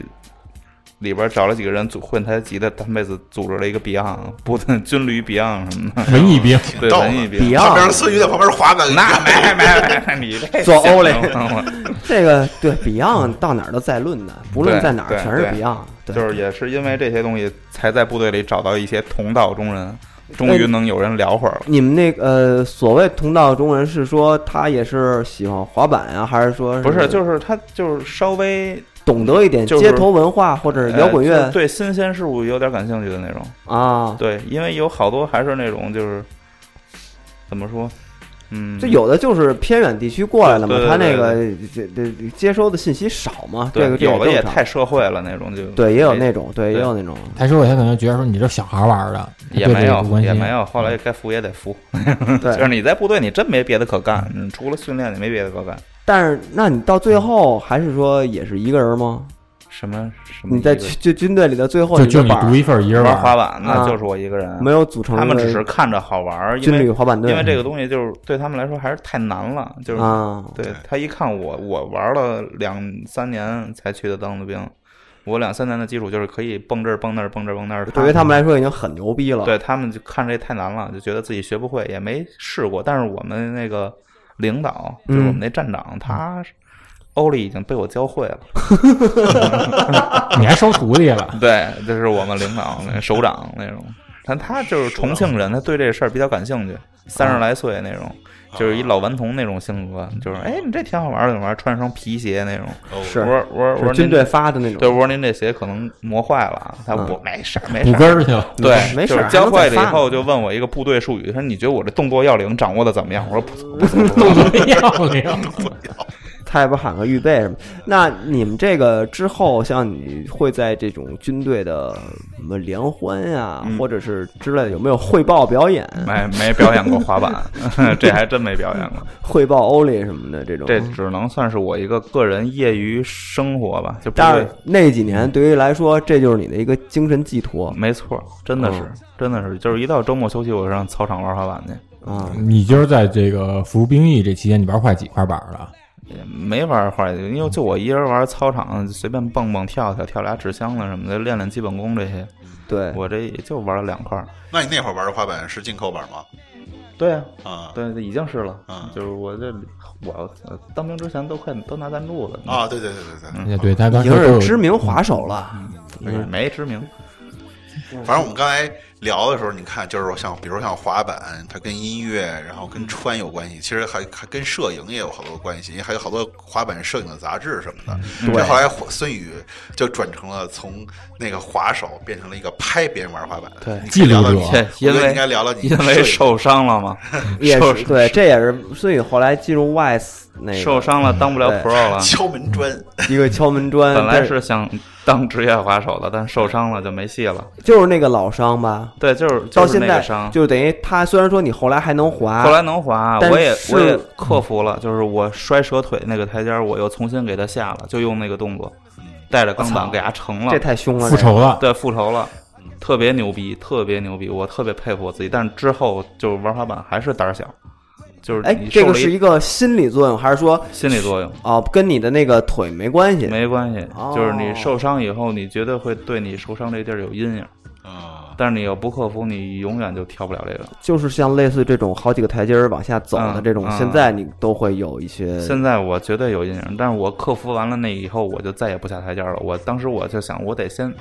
里边找了几个人组混太极的，他妹子组织了一个 Beyond，不，军驴 Beyond 什么的，文艺兵，挺对，逗文艺的。 Beyond，旁边孙宇在旁边滑板，那没没没，你这做欧嘞想 *laughs* 的我这个对 Beyond 到哪儿都在论的，不论对在哪儿对全是对 Beyond。对，就是也是因为这些东西，才在部队里找到一些同道中人，终呃于能有人聊会儿了。你们那个呃，所谓同道中人是说他也是喜欢滑板呀、还是说不是，是就是他就是稍微懂得一点就是街头文化或者呃是摇滚乐、就对嗯新鲜事物有点感兴趣的那种。啊？对，因为有好多还是那种就是怎么说，嗯，就有的就是偏远地区过来的嘛，对对他对那个这这接收的信息少嘛，对这个这有个的也正常太社会了那种就对，也有没那种对，也对有那种他说我他可能觉得说你这小孩玩的，也对没这个不有关也心，没有，后来该服也得服， *laughs* 就嗯对是。你在部队你真没别的可干，你除了训练你没别的可干。但是那你到最后还是说也是一个人吗？什么什么你在一个军就军队里的最后就一就个你板独儿一份儿一人玩滑玩，板啊那就是我一个人，没有组成一他个们只是看着好玩儿，因军旅为滑板队，因为这个东西就是对他们来说还是太难了，就是、啊，对他一看我我玩了两三年才去的当的兵，我两三年的基础就是可以蹦这儿蹦那儿蹦这儿蹦那儿，对于他们来说已经很牛逼了。对他们就看这太难了，就觉得自己学不会，也没试过。但是我们那个领导，就是嗯我们那站长，他是欧丽已经被我教会 *laughs* 了。你还收徒弟了，对，这是我们领导那首长那种，但他就是重庆人，他对这事儿比较感兴趣，三啊十来岁那种，就是一老顽童那种性格，就是哎，你这挺好玩儿的，怎么玩儿穿双皮鞋那种？是我说我说我是说军您队发的那种。对，我说您这鞋可能磨坏了啊，他嗯不没事儿没补事根儿。儿去 *laughs* 了。对，没事就儿是教会还能了再以发后就问我一个部队术语，他说你觉得我这动作要领掌握的怎么样？我说不错，不错，不错动作要领，他也不喊个预备什么。那你们这个之后，像你会在这种军队的什么联欢呀、嗯或者是之类的，有没有汇报表演、没没表演过滑板， *laughs* 这还真没表演过。汇报欧里什么的这种？这只能算是我一个个人业余生活吧，就不但对是那几年对于来说，这就是你的一个精神寄托哦没错，真的是，嗯真的是，就是一到周末休息，我上操场玩滑板去，啊。你今儿在这个服兵役这期间，你玩坏几块板儿了？也没玩滑，因为就我一人玩操场，随便蹦蹦跳跳，跳俩纸箱子什么的，练练基本功这些。对，我这也就玩了两块儿。那你那会儿玩的滑板是进口板吗？对啊，啊，对，已经是了。嗯就是我这我呃当兵之前都快都拿赞助了啊，对对对对对，嗯嗯对，他已当时经啊都有嗯是知名滑手了。哎呀没知名。啊反正我们刚才聊的时候，你看，就是说像比如像滑板，它跟音乐，然后跟穿有关系，其实还还跟摄影也有好多关系，因为还有好多滑板摄影的杂志什么的。这后来孙宇就转成了从那个滑手变成了一个拍别人玩滑板的，对记录者因因为为应该聊聊你因为摄影受伤了嘛，嗯也受是对，这也是孙宇后来进入 YS 那个受伤了，当不了对 *laughs* pro 了。敲门砖，一个敲门砖，本来但是想当职业滑手的，但受伤了就没戏了。就是那个老伤吧，对，就是到就是现那在个伤，就等于他虽然说你后来还能滑，后来能滑，但我也是我也克服了，就是我摔折腿那个台阶儿，我又重新给他下了，就用那个动作，嗯带着钢板给他成了这，太凶了，复仇了，对，复仇了，特别牛逼，特别牛逼，我特别佩服我自己。但是之后就玩滑板还是胆儿小，就是哎，你这受个了是一一个心理作用，还是说心理作用。啊跟你的那个腿没关系？没关系哦，就是你受伤以后，你绝对会对你受伤这地儿有阴影，啊，但是你要不克服，你永远就跳不了这个。就是像类似这种好几个台阶儿往下走的嗯这种，嗯现在你都会有一些现在我绝对有阴影，但是我克服完了那以后，我就再也不下台阶儿了。我当时我就想，我得先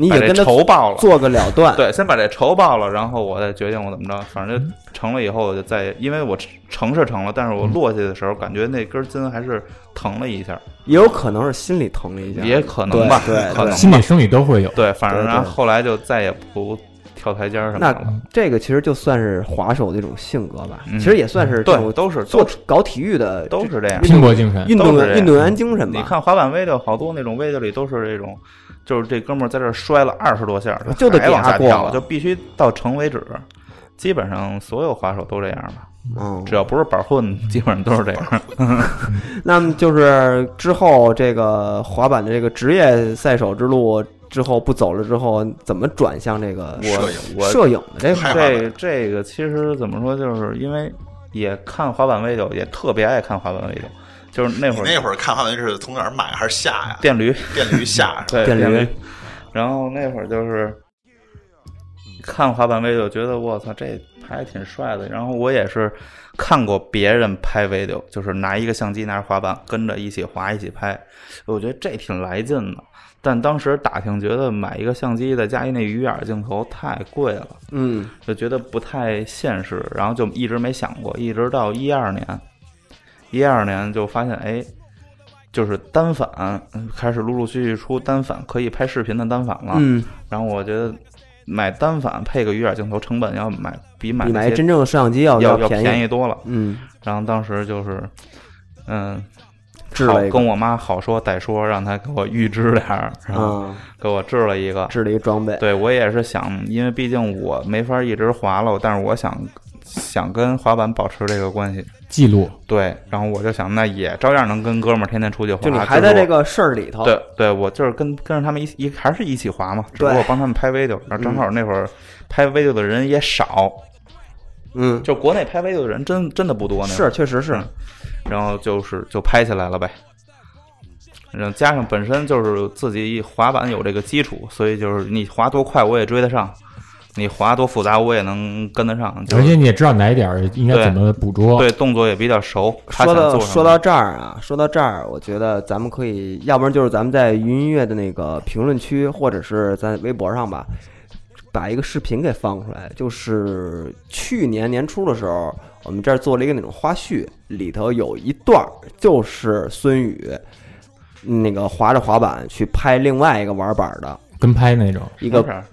你已把经这跟他仇报了，做个了断， *laughs* 对，先把这仇报了，然后我再决定我怎么着。反嗯正成了以后，我就再也因为我成是成了，但是我落下的时候，感觉那根筋还是疼了一下，也有可能是心理疼了一下，也可能吧，对对可能心理生理都会有。对，反正对对然后后来就再也不跳台阶儿什么那的了。这个其实就算是滑手的一种性格吧，嗯其实也算是这对，种都是做都是搞体育的都是这样。拼搏精神，运动都是这样运动员精神吧。你看滑板 video 好多那种 video 里都是这种，就是这哥们儿在这儿摔了二十多下，就得还往给他下过跳，了就必须到成为止。基本上所有滑手都这样吧，嗯，只要不是板混，基本上都是这样。那么就是之后这个滑板的这个职业赛手之路之后不走了之后，怎么转向这个摄我影我摄影的这嗨块？这这个其实怎么说，就是因为也看滑板 video，也特别爱看滑板 video，就是那 *laughs* 你会那儿会儿看好像是从哪儿买还是下呀？电驴， *laughs* 电驴下是吧对电驴驴，然后那会儿就是看滑板 video，觉得我操这拍得挺帅的。然后我也是看过别人拍 video，就是拿一个相机拿着滑板跟着一起滑一起拍，我觉得这挺来劲的。但当时打听觉得买一个相机再加一那鱼眼镜头太贵了，嗯，就觉得不太现实，然后就一直没想过，一直到一二年，一二年就发现哎，就是单反嗯开始陆陆续续出单反可以拍视频的单反了，嗯，然后我觉得买单反配个鱼眼镜头成本要买比买比那买些真正的摄像机要要要便便宜多了，嗯，然后当时就是嗯。制好了一个啊跟我妈好说歹说，让她给我预支点儿，然后啊，给我制了一个，制了一个装备，对我也是想，因为毕竟我没法一直滑了，但是我想想跟滑板保持这个关系。记录，对，然后我就想，那也照样能跟哥们儿天天出去滑。就你只还不在过这。个事儿里头，对对，我就是跟跟着他们一起一还是一起滑嘛，只不过对帮他们拍 video，然后正好那会儿拍 video 的人也少，嗯，就国内拍 video 的人真真的不多呢。是，确实是嗯，然后就是就拍起来了呗。然后加上本身就是自己滑板有这个基础，所以就是你滑多快我也追得上，你滑多复杂我也能跟得上，就哎而且是你也知道哪一点儿应该怎么捕捉。对动作也比较熟。他说想到做什说么到这儿啊，说到这儿，我觉得咱们可以，要不然就是咱们在云音乐的那个评论区，或者是在微博上吧，把一个视频给放出来。就是去年年初的时候，我们这儿做了一个那种花絮，里头有一段儿就是孙宇那个滑着滑板去拍另外一个玩板儿的跟拍那种，一个没事儿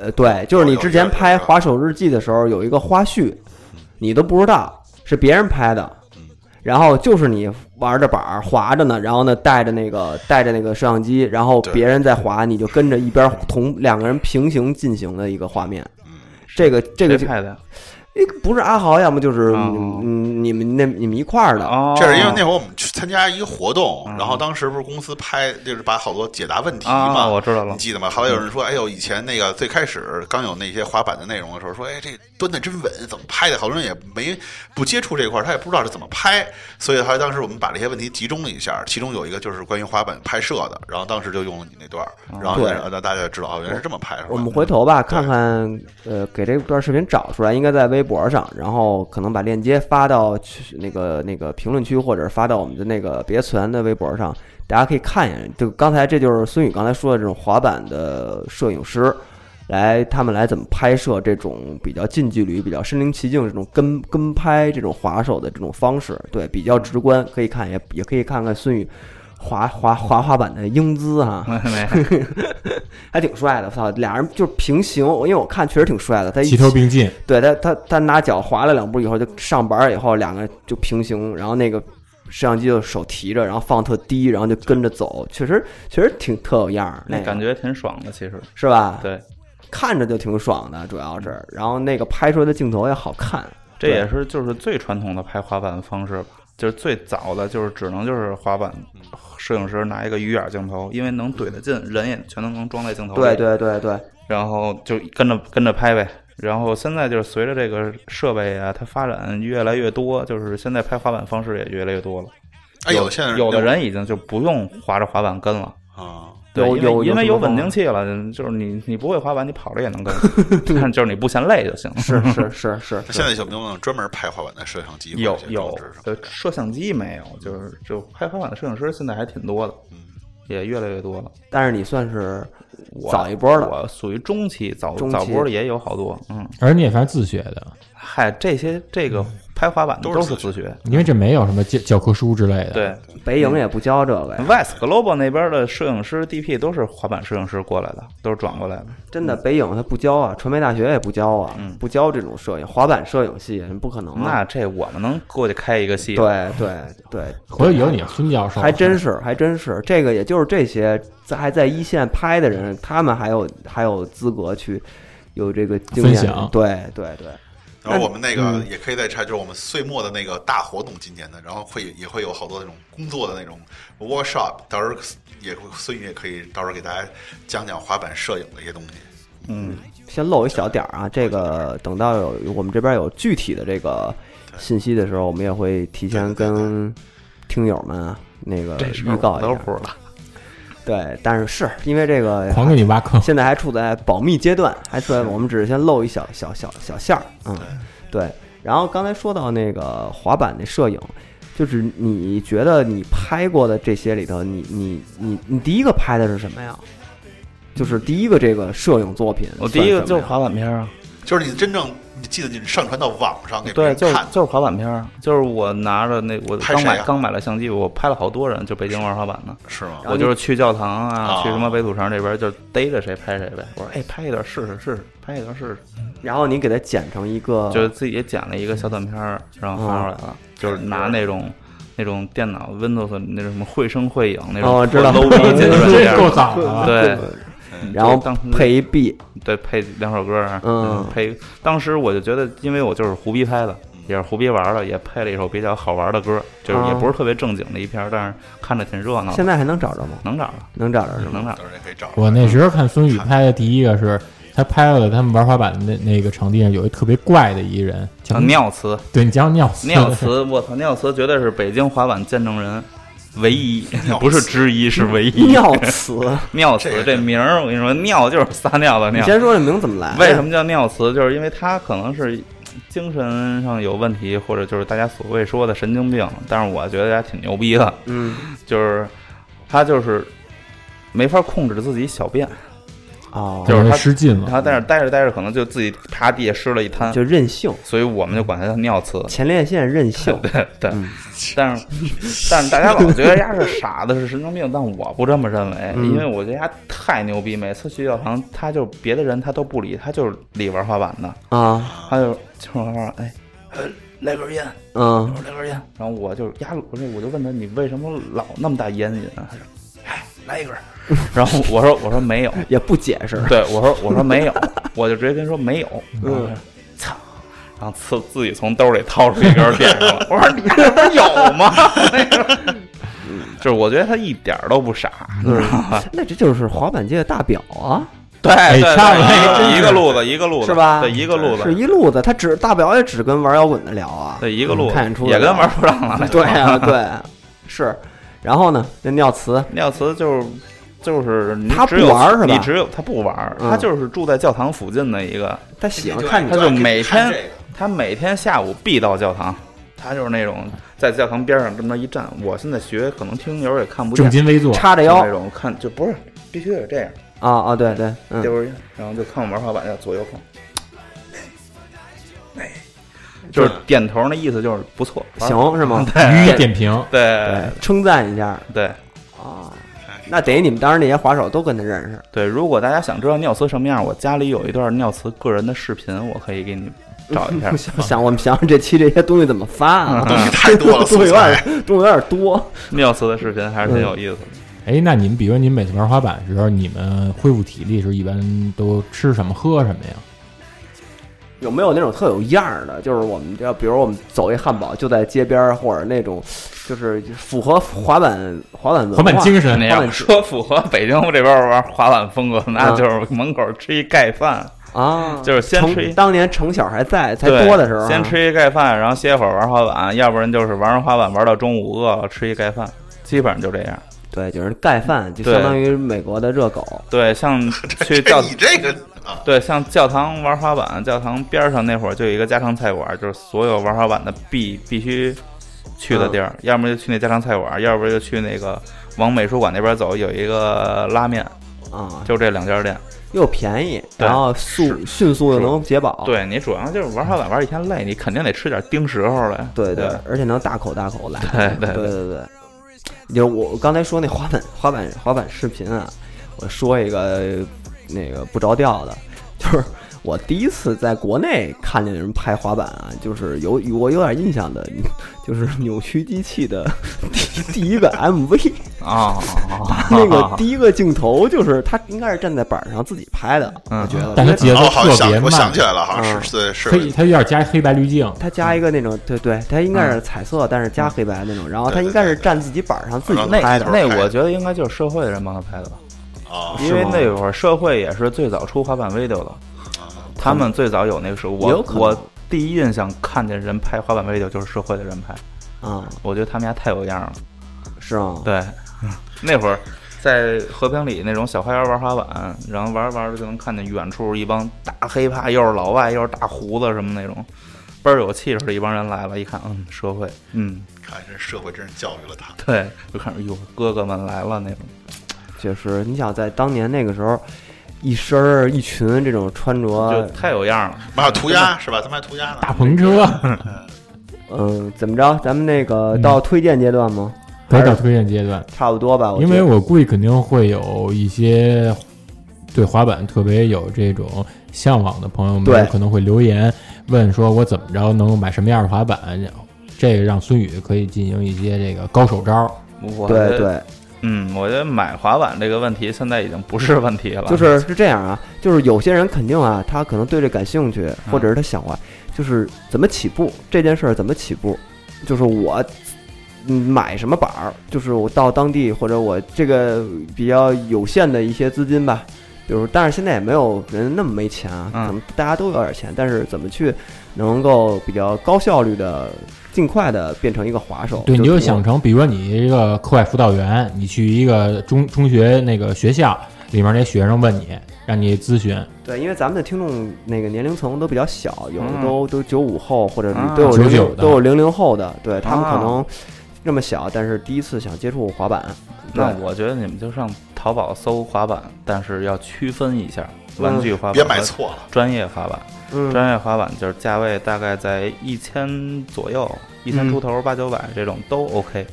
呃，对，就是你之前拍《滑手日记》的时候有一个花絮，嗯你都不知道是别人拍的，然后就是你玩着板儿滑着呢，然后呢带着那个带着那个摄像机，然后对别人在滑，你就跟着一边同两个人平行进行的一个画面。这个这个谁就拍的呀？诶不是阿豪，要么就是哦嗯你们那你们一块儿的，哦，这是因为那会儿我们去参加一个活动，嗯然后当时不是公司拍，就是把好多解答问题嘛，啊，我知道了嗯你，记得吗？后来有人说，哎呦，以前那个最开始刚有那些滑板的内容的时候，说，哎，这蹲的真稳，怎么拍的？好多人也没不接触这块儿，他也不知道是怎么拍，所以后来当时我们把这些问题集中了一下，其中有一个就是关于滑板拍摄的，然后当时就用了你那段儿，哦然后对让让大家知道，哦，原来是这么拍出来的。我们回头吧，看看，呃，给这段视频找出来，应该在微博上，然后可能把链接发到去那个那个评论区，或者发到我们的那个别存的微博上，大家可以看一眼。就刚才这就是孙宇刚才说的这种滑板的摄影师，来他们来怎么拍摄这种比较近距离、比较身临其境这种跟跟拍这种滑手的这种方式，对，比较直观，可以看也也可以看看孙宇滑滑滑滑板的英姿 *laughs* 哈、 *laughs* 没没，还挺帅的，我操，俩人就是平行，我因为我看确实挺帅的，他一齐头并进，对他他他拿脚滑了两步以后，就上板儿以后，两个人就平行，然后那个摄像机就手提着，然后放特低，然后就跟着走，确实确实挺特有样儿， *laughs* 那那个感觉挺爽的，其实是吧？对，嗯看着就挺爽的，主要是，然后那个拍出来的镜头也好看，这也是就是最传统的拍滑板方式吧，就是最早的就是只能就是滑板摄影师拿一个鱼眼镜头，因为能怼得近，人也全都能装在镜头里。对对对 *laughs* 对，然后就跟着跟着拍呗。然后现在就是随着这个设备啊，它发展越来越多，就是现在拍滑板方式也越来越多了。哎，有的现在有的人已经就不用滑着滑板跟了，啊，对，有因为有因为有有什么稳定器了，就是你你不会滑板，你跑着也能跟， *laughs* 但就是你不嫌累就行。是是是是是那现，在有没有那种专门拍滑板的摄像机或有者一些装有置什么的？呃，摄像机没有，就是就拍滑板的摄影师现在还挺多的，嗯也越来越多了。但是你算是我早一波的，我属于中期，早中期早波的也有好多，嗯，而你也全是自学的，嗨，这些这个拍滑板的都都是是自自学，因为这没有什么教教科书之类的。对，北嗯影也不教这个呀， ，West Global 那边的摄影师 DP 都是滑板摄影师过来的，都是转过来的。真的，北影它不教啊，传媒大学也不教啊，嗯不教这种摄影，滑板摄影系不可能啊。那这我们能过去开一个系？，对对 *laughs* 对，回头有你孙教授，还真是还真是，这个也就是这些在还在一线拍的人，他们还有还有资格去有这个经分验享。对对对，然后我们那嗯个也可以再拆，就是我们岁末的那个大活动，今年的，然后会也会有好多那种工作的那种 workshop，到时候也会孙宇也可以到时候给大家讲讲滑板摄影的一些东西。嗯，先露一小点儿啊，这个等到有我们这边有具体的这个信息的时候，我们也会提前跟听友们啊那个这事预儿告我一都下。不知道。对，但是是因为这个狂给你挖坑。 *laughs* 现在还处在保密阶段，还处在我们只哦是先露一小小小小馅儿，嗯，对。然后刚才说到那个滑板的摄影，就是你觉得你拍过的这些里头，你你你你第一个拍的是什么呀？就是第一个这个摄影作品，我第一个就是滑板片儿啊，就是你真正你记得你上传到网上给别对，人就是看，就是滑板片儿，啊就是我拿着那我拍刚谁啊买刚买了相机，我拍了好多人，就北京玩滑板的，是吗？然后我你就是去教堂啊啊，去什么北土城这边就逮着谁拍谁呗。我说哎，拍一段试试试试，拍一段试试，啊然后你给它剪成一个，就是自己也剪了一个小短片儿，然后发出来了，就是拿那种。那种电脑 Windows 那种什么绘声绘影那种，哦我知道，low 逼 *laughs* 解决软件这儿够早的啊了，对，然后就当时配一 B，对，配两首歌儿，嗯配。当时我就觉得，因为我就是胡逼拍的，也是胡逼玩儿的，也配了一首比较好玩儿的歌儿，就是也啊不是特别正经的一篇儿，但是看着挺热闹的。现在还能找着吗？能找着，能找着是吗？能找着。到时候也可以找。我那时候看孙宇拍的第一个是，他拍了他们玩滑板的那那个场地上有一特别怪的一人，叫啊尿词，对，你叫尿 *laughs* 死尿词，我操，尿词绝对是北京滑板见证人。*laughs* 唯一尿不是之一，是唯一。尿 *laughs* 词，尿这词个这名儿，我跟你说，尿就是撒尿的你尿。先说这名怎么来？为什？么叫尿词？就是因为他可能是精神上有问题，或者就是大家所谓说的神经病。但是我觉得他挺牛逼的，嗯就是他就是没法控制自己小便，哦，就是他失禁了，他在那儿待着待着，可能就自己趴地下湿了一滩，就任性，所以我们就管他叫尿词。前列腺任性， *laughs* 对对嗯，但是但是大家老觉得丫是傻子是神经病，但我不这么认为，嗯因为我觉得丫太牛逼。每次去教堂，他就别的人他都不理，他就是理玩滑板的，啊，他就就是玩滑板，哎，呃来根烟，嗯我，说来根烟，然后我就压我说我就问他你为什么老那么大烟瘾啊？他说，哎，来一根儿。 *laughs* 然后我说我说没有，也不解释， *laughs* 对我说我说没有，我就直接跟他说没有。嗯，操。然后自自己从兜里掏出一根儿点上了，我说你这不是有吗？那个 *laughs* 就是我觉得他一点儿都不傻，你嗯知道吗？那这就是滑板界的大表啊，对对差不多对，一个路子一个路子是吧对，一个路子是，一路子，他只大表也只跟玩摇滚的聊啊， *laughs* 对一个路子，看出也跟玩不上了。 *laughs* 对啊，对，是。然后呢，那尿词，廖慈就是就是你他只不有玩儿是吧你只有他不玩儿，嗯他就是住在教堂附近的一个，他喜欢看你他就每看天这个他每天下午必到教堂，他就是那种在教堂边上这么一站。我现在学可能听友也看不见重，金微作，叉着就腰那种看就不是必须得这样啊啊，对对，丢嗯，根烟，然后就看我玩滑板，要左右碰。哎，就是点头那意思就是不错，玩儿，行是吗？予以点评。对对，称赞一下对啊。那等于你们当时那些滑手都跟他认识对。如果大家想知道尿词什么样，我家里有一段尿词个人的视频，我可以给你找 *laughs* 一下。我想我们想想这期这些东西怎么发啊？东西太多了， *laughs* 东素西有点材，东西有点多。妙思的视频还是挺有意思的。哎，那你们比如你们每次玩滑板的时候，你们恢复体力的时候一般都吃什么喝什么呀？有没有那种特有样儿的？就是我们要，比如我们走一汉堡，就在街边儿，或者那种，就是符合滑板滑板文化滑板精神那样要说符合北京这边玩滑板风格，嗯那就是门口吃一盖饭，啊， *laughs* 就是先成吃一当年成小还在才对多的时候啊，先吃一盖饭，然后歇会儿玩滑板，要不然就是玩完滑板玩到中午饿了吃一盖饭，基本上就这样。对，就是盖饭，就对相当于美国的热狗。对， *laughs* 像这去教你这个 *laughs* 啊，对像教堂玩滑板，教堂边上那会儿就有一个家常菜馆，就是所有玩滑板的必必须去的地嗯儿，要么就去那家常菜馆，要不然就去那个往美术馆那边走，有一个拉面，啊，就这两家店。又便宜，对然后速迅速的能解饱。对你主要就是玩滑板玩一天累，你肯定得吃点盯时候的。对对，而且能大口大口来。对对对对对就是我刚才说那滑板滑板滑板视频啊，我说一个呃那个不着调的，就是我第一次在国内看见人拍滑板啊，就是有我有点印象的，就是扭曲机器的 *laughs* 第第一个 *laughs* MV，啊， *laughs* 那个第一个镜头就是他应该是站在板上自己拍的，嗯我觉得，但因他为节奏哦，好像特别想我想慢起，来了，好嗯像是对是黑它有点加黑白滤镜，他加一个那种，对对，他应该是嗯彩色，但是加黑白那种。然后他对对应该是站自己板上自己那拍的，哦那我觉得应该就是社会的人帮他拍的吧，啊，因为那会儿社会也是最早出滑板 video 的，他们最早有那个时候，有我可能我第一印象看见人拍滑板 video 就是社会的人拍，啊，我觉得他们家太有样了。是吗？啊嗯对，那会儿在和平里那种小花园玩滑板，然后玩着玩着就能看见远处一帮大黑怕，又是老外又是大胡子什么那种，倍儿有气势的一帮人来了，一看，嗯，社会，嗯，看这社会真是教育了他。对，就看着哟，哥哥们来了那种，确实，你想在当年那个时候，一身儿一群这种穿就着，太有样了。妈有涂鸦是吧？他们还涂鸦呢。大篷车，嗯，怎么着？咱们那个嗯到推荐阶段吗？可以到推荐阶段，差不多吧，觉因为得我估计肯定会有一些对滑板特别有这种向往的朋友们，对有可能会留言问说，我怎么着能够买什么样的滑板？然后这个让孙宇可以进行一些这个高手哦招。我觉对得对，嗯，我觉得买滑板这个问题现在已经不是问题了，就是是这样啊，就是有些人肯定啊，他可能对这感兴趣，或者是他想玩，就是怎么起步这件事儿怎么起步，就是我嗯买什么板儿，就是我到当地或者我这个比较有限的一些资金吧，就是但是现在也没有人那么没钱啊，嗯可能大家都有点钱，但是怎么去能够比较高效率的、尽快的变成一个滑手？对，你就就是我想成，比如说你一个课外辅导员，你去一个中中学那个学校里面那学生问你，让你咨询，对，因为咱们的听众那个年龄层都比较小，有的嗯都、都九五后，或者啊都有零99零的都有零零后的，对他们可啊能那么小，但是第一次想接触滑板，对那我觉得你们就上淘宝搜滑板，但是要区分一下玩具滑板，嗯别买，错了，专业滑板，嗯，专业滑板就是价位大概在一千左右，一嗯千出头八九百这种都 OK。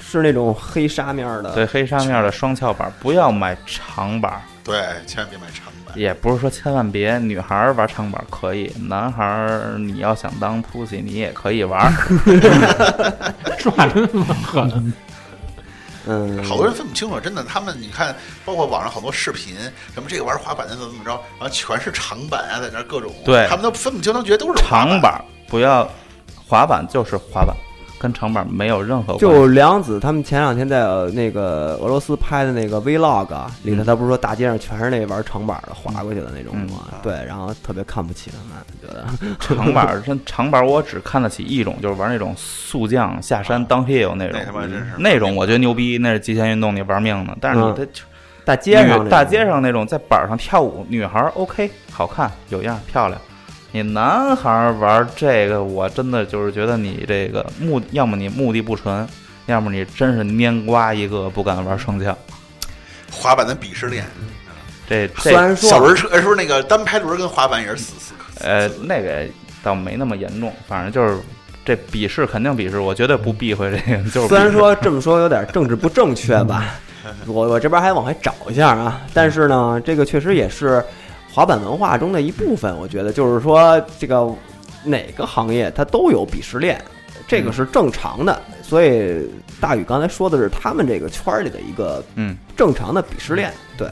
是那种黑纱面儿的，对，黑纱面的双翘板，不要买长板，对，千万别买长板。也不是说千万别女孩儿玩长板可以，男孩儿你要想当 pussy 你也可以 *laughs* 玩儿。抓真他妈狠！嗯，好多人分不清楚，真的，他们你看，包括网上好多视频，什么这个玩滑板的怎么怎么着，然后全是长板啊，在那儿各种，对他们都分不清，他们觉得都是滑长板儿不要，滑板就是滑板，跟长板没有任何关系。就梁子他们前两天在呃那个俄罗斯拍的那个 vlog 啊里头，嗯他不是说大街上全是那玩长板儿的滑过去的那种吗？嗯对，然后特别看不起他们，觉得长板儿，真长板儿，我只看得起一种，就是玩那种速降下啊山当 hill 那种，那他妈真是那种我觉得牛逼，那是极限运动，你玩命呢。但是你嗯这 *laughs* 大街上女那大种街上那种在板儿上跳舞，女孩儿 OK 好看有样儿漂亮，你男孩儿玩这个，我真的就是觉得你这个目，要么你目的不纯，要么你真是蔫瓜一个，不敢玩双枪。滑板的鄙视链。这虽这然说小轮车呃是不是那个单排轮跟滑板也是死死磕？呃那个倒没那么严重，反正就是。这鄙视肯定鄙视，我绝对不避讳这个。就 *laughs* 是虽鄙然视说这么说有点政治不正确吧，我我这边还往回找一下啊，但是呢，这个确实也是滑板文化中的一部分，我觉得就是说这个哪个行业它都有鄙视链，这个是正常的，所以大宇刚才说的是他们这个圈儿里的一个嗯，正常的鄙视链，对。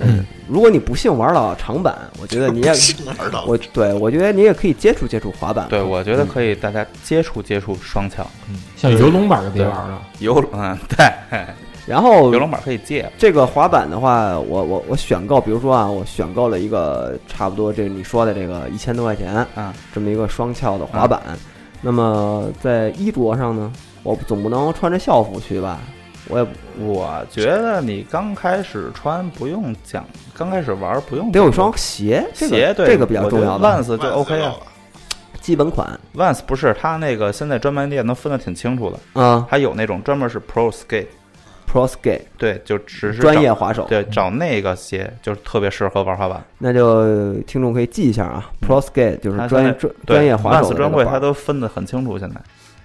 嗯，如果你不幸玩到长板，我觉得你也 *laughs* 不，幸而到我对我觉得你也可以接触接触滑板。对，我觉嗯得可以，大家接触接触双翘像游龙板就别玩了，游龙，嗯，对，然后游龙板可以借，这个滑板的话，我我我选购，比如说啊，我选购了一个差不多这你说的这个一千多块钱啊，这么一个双翘的滑板，那么在衣着上呢，我总不能穿着校服去吧？我也不我觉得你刚开始穿不用讲，刚开始玩不用得有讲一双鞋，这个鞋，对，这个比较重要吧， ，Vans 就 OK 啊了。基本款，Vans 不是它那个现在专卖店能分得挺清楚的，啊、还有那种专门是 Pro Skate， p r o Skate 对，就只是专业找滑手，对找那个鞋就是特别适合玩滑板，那就听众可以记一下啊，Pro Skate 就是它专业现在专对专业滑手 Vans 的专这个柜板它都分得很清楚，现在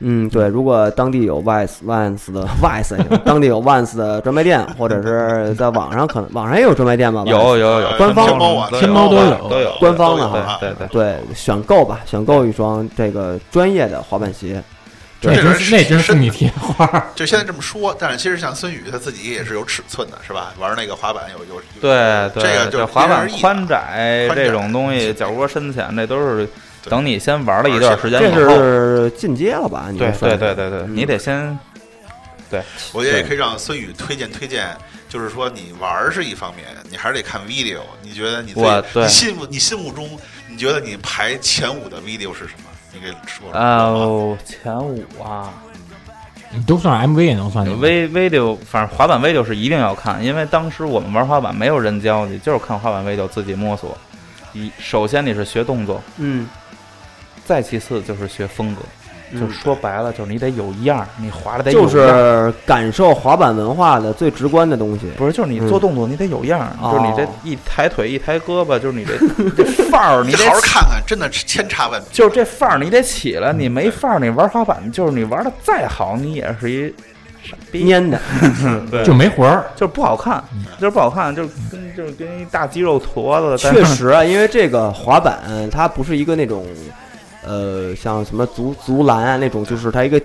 嗯，对，如果当地有 Vans Vans 的 Vans，当地有 Vans 的专卖店，或者是在网上可能网上也有专卖店吧？Vans 有有有，官方天猫啊，天猫都都有有啊都有官方的啊哈对对对，对，选购吧，选购一双这个专业的滑板鞋。那真这是那个人真是是你贴花儿。就现在这么说，但是其实像孙宇他自己也是有尺寸的，是吧？玩那个滑板有有有对对，这个就滑因板人而异宽窄宽窄嗯这种东西，脚窝深浅，这都是对等你先玩了一段时间这以后，是进阶了吧？你对们算对是对对对，嗯你得先我觉得也可以让孙宇推荐推荐，就是说你玩儿是一方面，你还是得看 video。你觉得你自己我对你心目你心目中，你觉得你排呃前五的 video 是什么？你给说说。呃前五啊，都算 MV 也能算嗯进去。 V V 六，反正滑板 V 六是一定要看，因为当时我们玩滑板没有人教你，就是看滑板 V 六自己摸索。一首先你是学动作，嗯，再其次就是学风格，嗯就说白了就是你得有样儿，你滑的得有就样儿是感受滑板文化的最直观的东西。不是就是你嗯做动作你得有样儿，哦就是你这一抬腿一抬胳膊，就是你这这范儿你你得好好看看，真的是千差万别。就是这范儿你得起来，你没范儿你玩滑板就是你玩的再好你也是一傻逼，蔫的，对就没活儿，就是不好看，嗯就是不好看，就是跟就是跟一大肌肉坨子在那确儿。实啊，因为这个滑板它不是一个那种，呃，像什么足足篮啊那种，就是它一个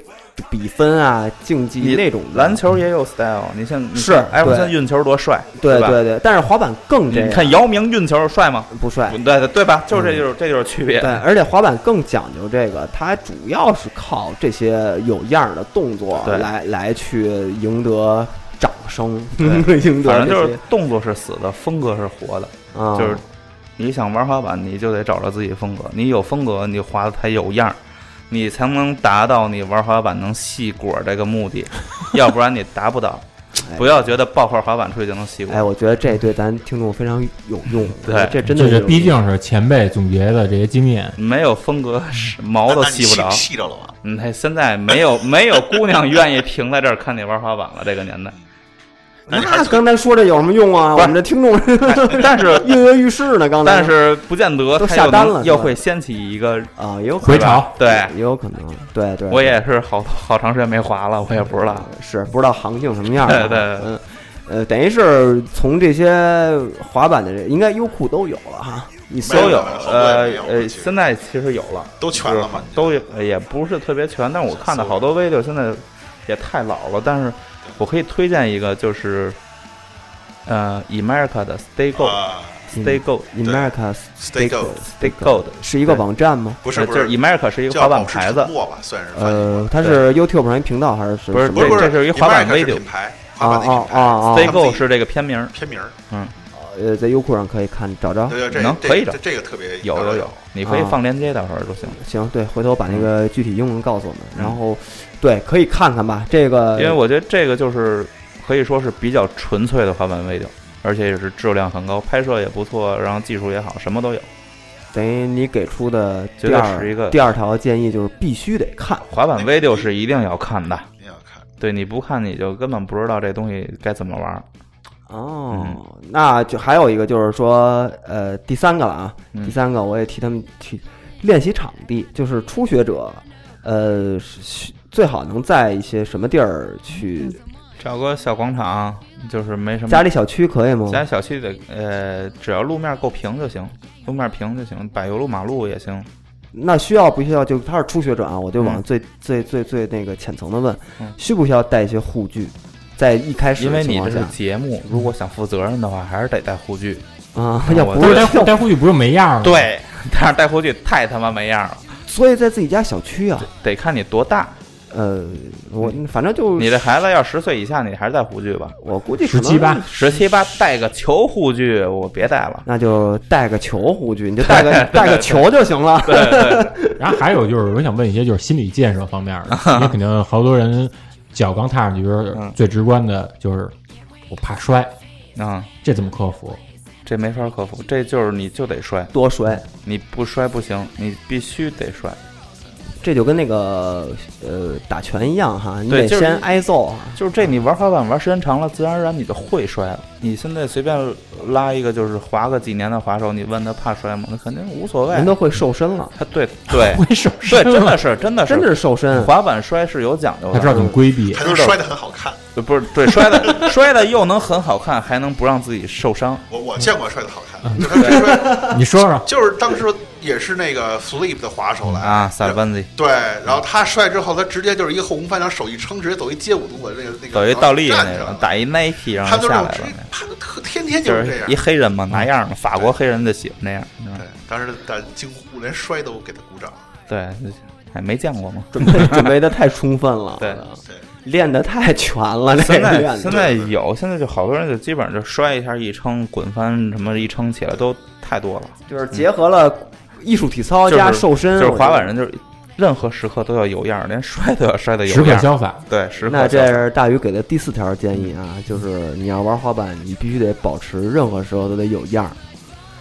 比分啊竞技你那种的篮球也有 style，你像你是像哎，我对现在运球多帅，对吧？对对，但是滑板更这你样，看姚明运球帅吗？不帅不，对对对吧？就是这就是这就是区别。嗯对，而且滑板更讲究这个，它主要是靠这些有样儿的动作对来来去赢得掌 *laughs* 声，对赢反得正这就是些，动作是死的，风格是活的，啊就是你想玩滑板，你就得找着自己风格，你有风格，你滑的才有样儿。你才能达到你玩滑板能细果儿这个 *laughs* 目的，要不然你达不到。不要觉得抱块滑板出去就能细果哎，，我觉得这对咱听众非常有用，对这真的这有是用毕竟是前辈总结的这些经验。没有风格嗯是毛都那细不着你。细着了吗？嗯，嘿现在没有没有姑娘愿意停在这儿看你玩滑板了，这个 *laughs* 年代。那你还那从刚才说这有什么用啊？我不是们这听众但是 *laughs* 跃跃欲试呢，刚才但是不见得都他下又单能了又是吧会掀起一个，啊，也有可回能潮，对也有可能，对对，我也是好好长时间没滑了，我也不知道。是不知道行情什么样儿啊， *laughs* 对对对嗯。呃，等于是从这些滑板的人，应该优酷都有了哈。你搜没都有，没有呃没有没有呃，现在其实有了，都全了吗就是都有，呃也不是特别全，但是我看的好多 V 六现在也太老了，但是我可以推荐一个，就是呃，America 的 Stay Go、啊嗯 Stay Go America Stay Gold Stay Go 的，是一个对网站吗？不呃是不就是是， America 是一个叫滑板保持牌子沉，默吧，算是翻译呃，它是 YouTube 上一频道还是什不是什不么是不这是一滑板 America 是 video 品牌，啊滑板的啊啊品牌啊！ Stay 他们自 Go 己是这个片名儿，片名儿，呃，在优酷上可以看找着。对对，这能这可以这的这个特别有有有，你可以啊放链接，到时候就行。行，对，回头把嗯那个具体英文告诉我们。然后，对，可以看看吧。这个因为我觉得这个就是可以说是比较纯粹的滑板微调，而且也是质量很高，拍摄也不错，然后技术也好，什么都有。等于你给出的绝第对二是一个第二条建议就是必须得看。滑板微调是一定要看的，你想看，对，你不看你就根本不知道这东西该怎么玩。嗯哦，那就还有一个就是说，呃，第三个了啊，嗯第三个我也替他们去练习场地，就是初学者，呃，是最好能在一些什么地儿去？找个小广场，就是没什么家里小区可以吗？家里小区里的呃，只要路面够平就行，路面平就行，柏油路、马路也行。那需要不需要？就他是初学者啊，我就往嗯最、最最最那个浅层的问，嗯需不需要带一些护具？在一开始因的为情你这况是下节目，如果想负责任的话，还是得带护具。啊，嗯要我不不是是带要护带护具不是嗯没样儿吗？，对，但是带护具太他妈没样了，所以在自己家小区啊，得看你多大。呃，我反正就你这孩子要十岁以下，你还是带护具吧。我估计可十能七八，十七八带个球护具，我别带了。那就带个球护具，你就 *laughs* 带个带个球就行了。对对，然后还有就是，我想问一些就是心理建设方面 *laughs* 的，因为肯定好多人脚刚踏上去，就是嗯最直观的就是我怕摔，嗯，这怎么克服？这没法克服，这就是你就得摔， *laughs* 多摔，你不摔不行，你必须得摔。这就跟那个呃打拳一样哈，你对得就是先挨揍啊。就是这，你玩滑板玩时间长了，自然而然你就会摔了。你现在随便拉一个就是滑个几年的滑手，你问他怕摔吗？那肯定无所谓人。都会受身了，他对对挥手摔对，真了的，是真的是真的是受身。滑板摔是有讲究他知道的，怎么规避还。能摔得很好看。对不是对摔的摔的又能很好看，还能不让自己受伤。我我见过摔得好看，就是他直摔，嗯你说说，就是当时也是那个 flip 的滑手来啊，萨班子，对，然后他摔之后，他直接就是一个后空翻，然后手一撑，直接走一街舞动作，那个那个走一倒立然后那站着个，打一 Nike 然他后就是下那来种了直接那个。他特天天就就是是这样嗯一。黑人嘛，拿样儿嘛，法国黑人就喜欢那样，你知道吗对，当时大家惊呼，连摔都给他鼓掌。对，还没见过嘛。 *laughs* 准备准备的太充分了，对对，练的太全了，这现个在练现的。在有，现在就好多人就基本上就摔一下一撑，滚翻什么一撑起来都太多了，就是结合了艺术体操嗯就是加瘦身，就是嗯我觉得滑板人就是任何时刻都要有样儿，连摔都要摔得时有刻样儿。相反。对，时刻那这相反是大宇给的第四条建议啊，就是你要玩滑板，你必须得保持任何时候都得有样儿。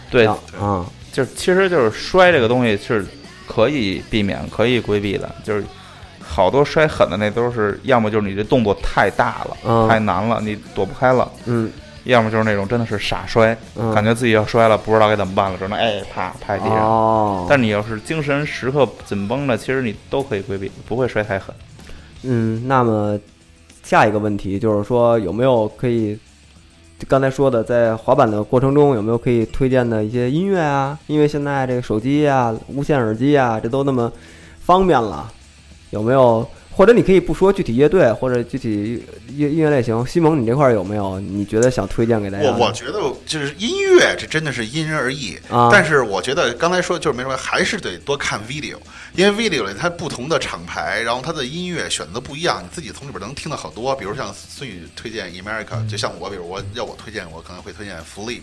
对，啊啊，就是其实就是摔这个东西是可以避免、可以规避的，就是好多摔狠的那都是要么就是你这动作太大了、嗯太难了，你躲不开了。嗯要么就是那种真的是傻摔，嗯，感觉自己要摔了，不知道该怎么办了，只能哎啪拍地上。哦，但是你要是精神时刻紧绷着，其实你都可以规避，不会摔太狠。嗯，那么下一个问题就是说，有没有可以就刚才说的，在滑板的过程中，有没有可以推荐的一些音乐啊？因为现在这个手机啊、无线耳机啊，这都那么方便了，有没有？或者你可以不说具体乐队或者具体音音乐类型，西蒙，你这块儿有没有你觉得想推荐给大家的？我我觉得就是音乐，这真的是因人而异。啊但是我觉得刚才说就是没什么，还是得多看 video，因为 video 里它不同的厂牌，然后它的音乐选择不一样，你自己从里边能听到很多。比如像孙宇推荐 America，嗯就像我，比如我要我推荐，我可能会推荐 Flip。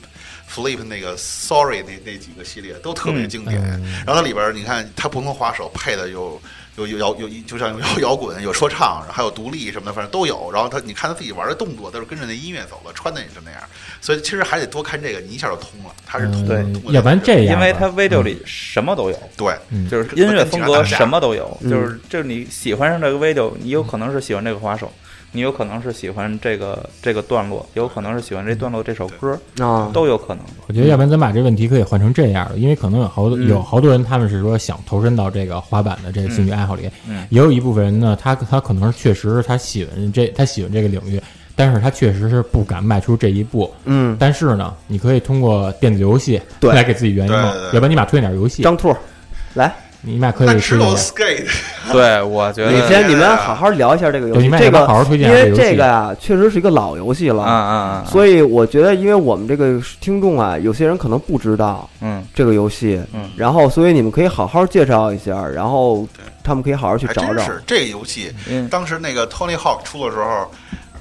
Flip 那个 Sorry 那那几个系列都特嗯别经典，然后它里边儿你看它不同滑手配的有有有摇有就像有摇滚有说唱，还有独立什么的，反正都有。然后他你看他自己玩的动作都是跟着那音乐走的，穿的也是那样，所以其实还得多看这个，你一下就通了，他是通嗯的。通过要不然这个这样因吧，为它 video 里什么都有，对就是嗯音乐风格什么都有，就是就是嗯你喜欢上这个 video，你有可能是喜欢这个滑手，你有可能是喜欢这个这个段落，有可能是喜欢这段落这首歌，啊，都有可能。我觉得要不然咱把这问题可以换成这样的，因为可能有好嗯多、有好多人他们是说想投身到这个滑板的这个兴趣爱好里，嗯也有一部分人呢，他他可能确实他喜欢这他喜欢这个领域，但是他确实是不敢迈出这一步。嗯，但是呢，你可以通过电子游戏对来给自己圆一梦对对，对要不然你俩推荐点游戏，张兔，来，你俩可那以只试一下有。skate，对，我呃觉你得先你们好好聊一下这个游对戏，你们这也个好好推荐因一下为这游这戏个啊，确实是一个老游戏了啊啊啊，所以我觉得，因为我们这个听众啊，有些人可能不知道嗯这个游戏，嗯然后所以你们可以好好介绍一下，然后他们可以好好去还找真找。是这个游戏。嗯，当时那个 Tony Hawk 出的时候，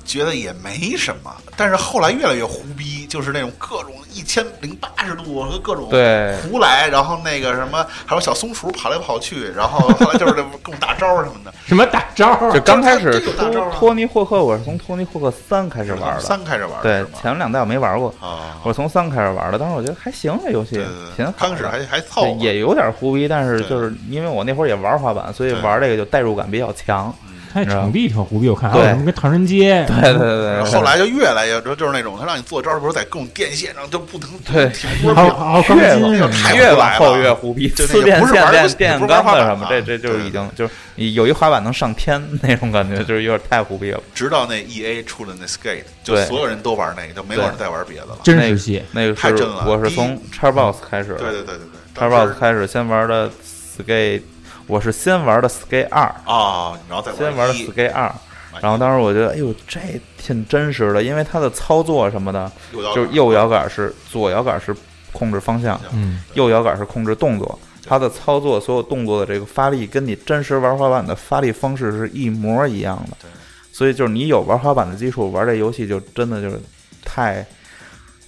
觉得也没什么，但是后来越来越胡逼，就是那种各种一千零八十度和各种对胡来，然后那个什么，还有小松鼠跑来跑去，然后后来就是那各种大招什么的。 *laughs* 什么大招啊儿？就刚开始这个大招托啊托尼霍克，我是从托尼霍克三开始玩的，三开始玩对是，吗？前两代我没玩过，啊，我是从三开始玩的，当时我觉得还行，这游戏对对对，挺好刚开始的还还凑对合，也有点胡逼，但是对就是因为我那会儿也玩滑板，所以对玩这个就代入感比较强。他场地哎挺胡逼，我看还有对什么跟唐人街， *laughs* 对对对嗯然对，后后来就越来越就就是那种他让你做招的时候，在各种电线上就不停对停波还有秒还有钢越筋什往么太的。越胡往来后了越胡逼，就那四个电不是线玩变不电不是杆玩子滑板什么，啊这这就是对已经就是你有一滑板能上天 *laughs* 那种感觉，就是有点太胡逼了。直到那 E A 出了那 Skate，就对所有人都玩那个，就没有对人再玩别的了。真那实个系，那个太是真了我是第一从 Xbox 开始的，对对对对对，当时 Xbox 开始先玩的 Skate，我是先玩的 Skate 二，啊，然后再先玩的一 Skate 二，买然后当时我觉得，哎呦，这挺真实的，因为它的操作什么的，右摇杆就是右摇杆是左摇杆是控制方向，嗯，右摇杆是控制动作，它的操作所有动作的这个发力跟你真实玩滑板的发力方式是一模一样的对，所以就是你有玩滑板的基础，玩这游戏就真的就是太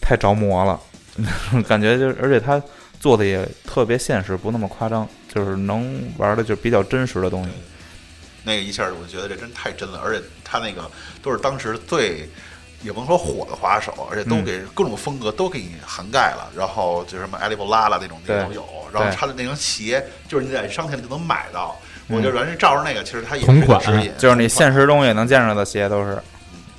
太着魔了， *laughs* 感觉就是而且它做的也特别现实，不那么夸张，就是能玩的就比较真实的东西。那个一下，我觉得这真太真了，而且他那个都是当时最。也不能说火的滑手，而且都嗯给各种风格都给你涵盖了，然后就什么艾利波拉拉那种那对种有，然后对他的那双鞋就是你在商店里就能买到，嗯我觉得原来照着那个，其实他也同是一个款指引，就是你同款现实中也能见着的鞋都是，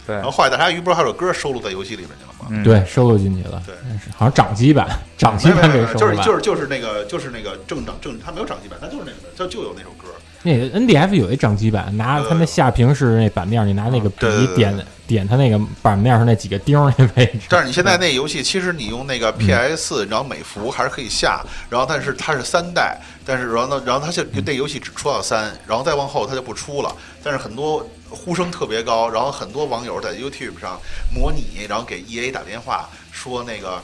对然后后来大家鱼不是还有首歌收录在游戏里面去了吗？嗯对，收购进去了，对真是好像掌机版，掌机没有版没给有，没有收购就是了。就是就是那个就是那个正掌正，他没有掌机版，他就是那个就就有那首歌，那个 NDF 有一掌机版，拿对它那下屏是那版面，你拿那个笔呃嗯对对对点点它那个版面上那几个钉儿那位置。但是你现在那游戏，其实你用那个 PS，然后美服还是可以下，然后但是它是三代，但是然后呢，然后它就那游戏只出到三，然后再往后它就不出了。但是很多呼声特别高，然后很多网友在 YouTube 上模拟，然后给 EA 打电话说那个。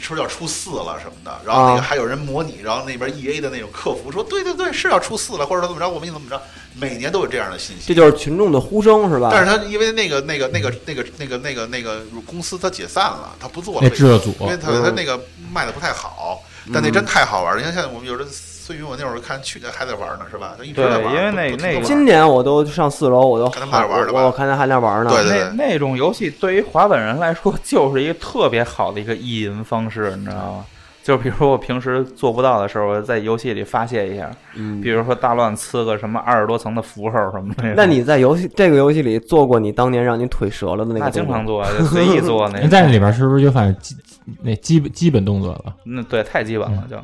是不是要出四了什么的？然后那个啊还有人模拟，然后那边 E A 的那种客服说，对对对，是要出四了，或者说怎么着，我们怎么着，每年都有这样的信息。这就是群众的呼声，啊是吧？但是他因为那个那个那个那个那个那个那个公司他解散了，他不做了，那制作组哦因为他嗯他那个卖的不太好，但嗯那真太好玩了。你看现在我们有人孙云，我那会儿看去年还在玩呢，是吧？他一直对在玩，因为不不停那地那个玩今年我都上四楼，我都看他们俩玩儿呢吧我我看他还那玩儿呢。对对那那种游戏对于滑板人来说，就是一个特别好的一个意淫方式，你知道吗？就比如说我平时做不到的时候，我在游戏里发泄一下，嗯比如说大乱呲个什么二十多层的符号什么的。那你在游戏这个游戏里做过你当年让你腿折了的那那个经动常作？做，就随意做那那 *laughs* 在那里边是不是就反正基那基本基本动作了？那对太基本了，嗯就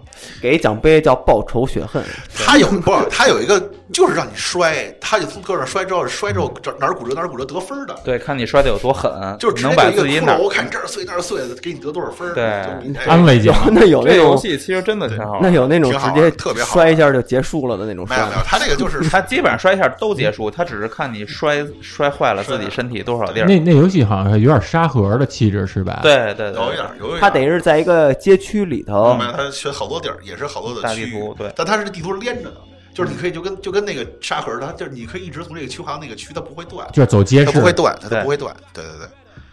给奖杯叫报仇雪恨，他有不是他有一个就是让你摔，他就从胳膊上摔之后摔之后这哪儿骨折哪儿骨折得分儿的，对，看你摔的有多狠，就是直能接把就自一己个骷哪髅，儿我看你这儿碎那儿碎的，给你得多少分儿。对就你哎安慰奖，那有这那游种戏其实真的挺好玩那有那种挺好直玩接特别好玩摔一下就结束了的那种没摔有没有，他这个就是 *laughs* 他基本上摔一下都结束，他只是看你摔摔坏了自己身体多少地儿。那那游戏好像有点沙盒的气质是吧？，对对对，有一点儿有一点儿，他等于是在一个街区里头没，有他选好多地儿，也是好多的哦大区地域图对但他是地图是连着的，就是你可以就跟就跟那个沙盒，它就是你可以一直从这个区划到那个区，它不会断，就是走街它市不。会断，它对都不会断。对对对，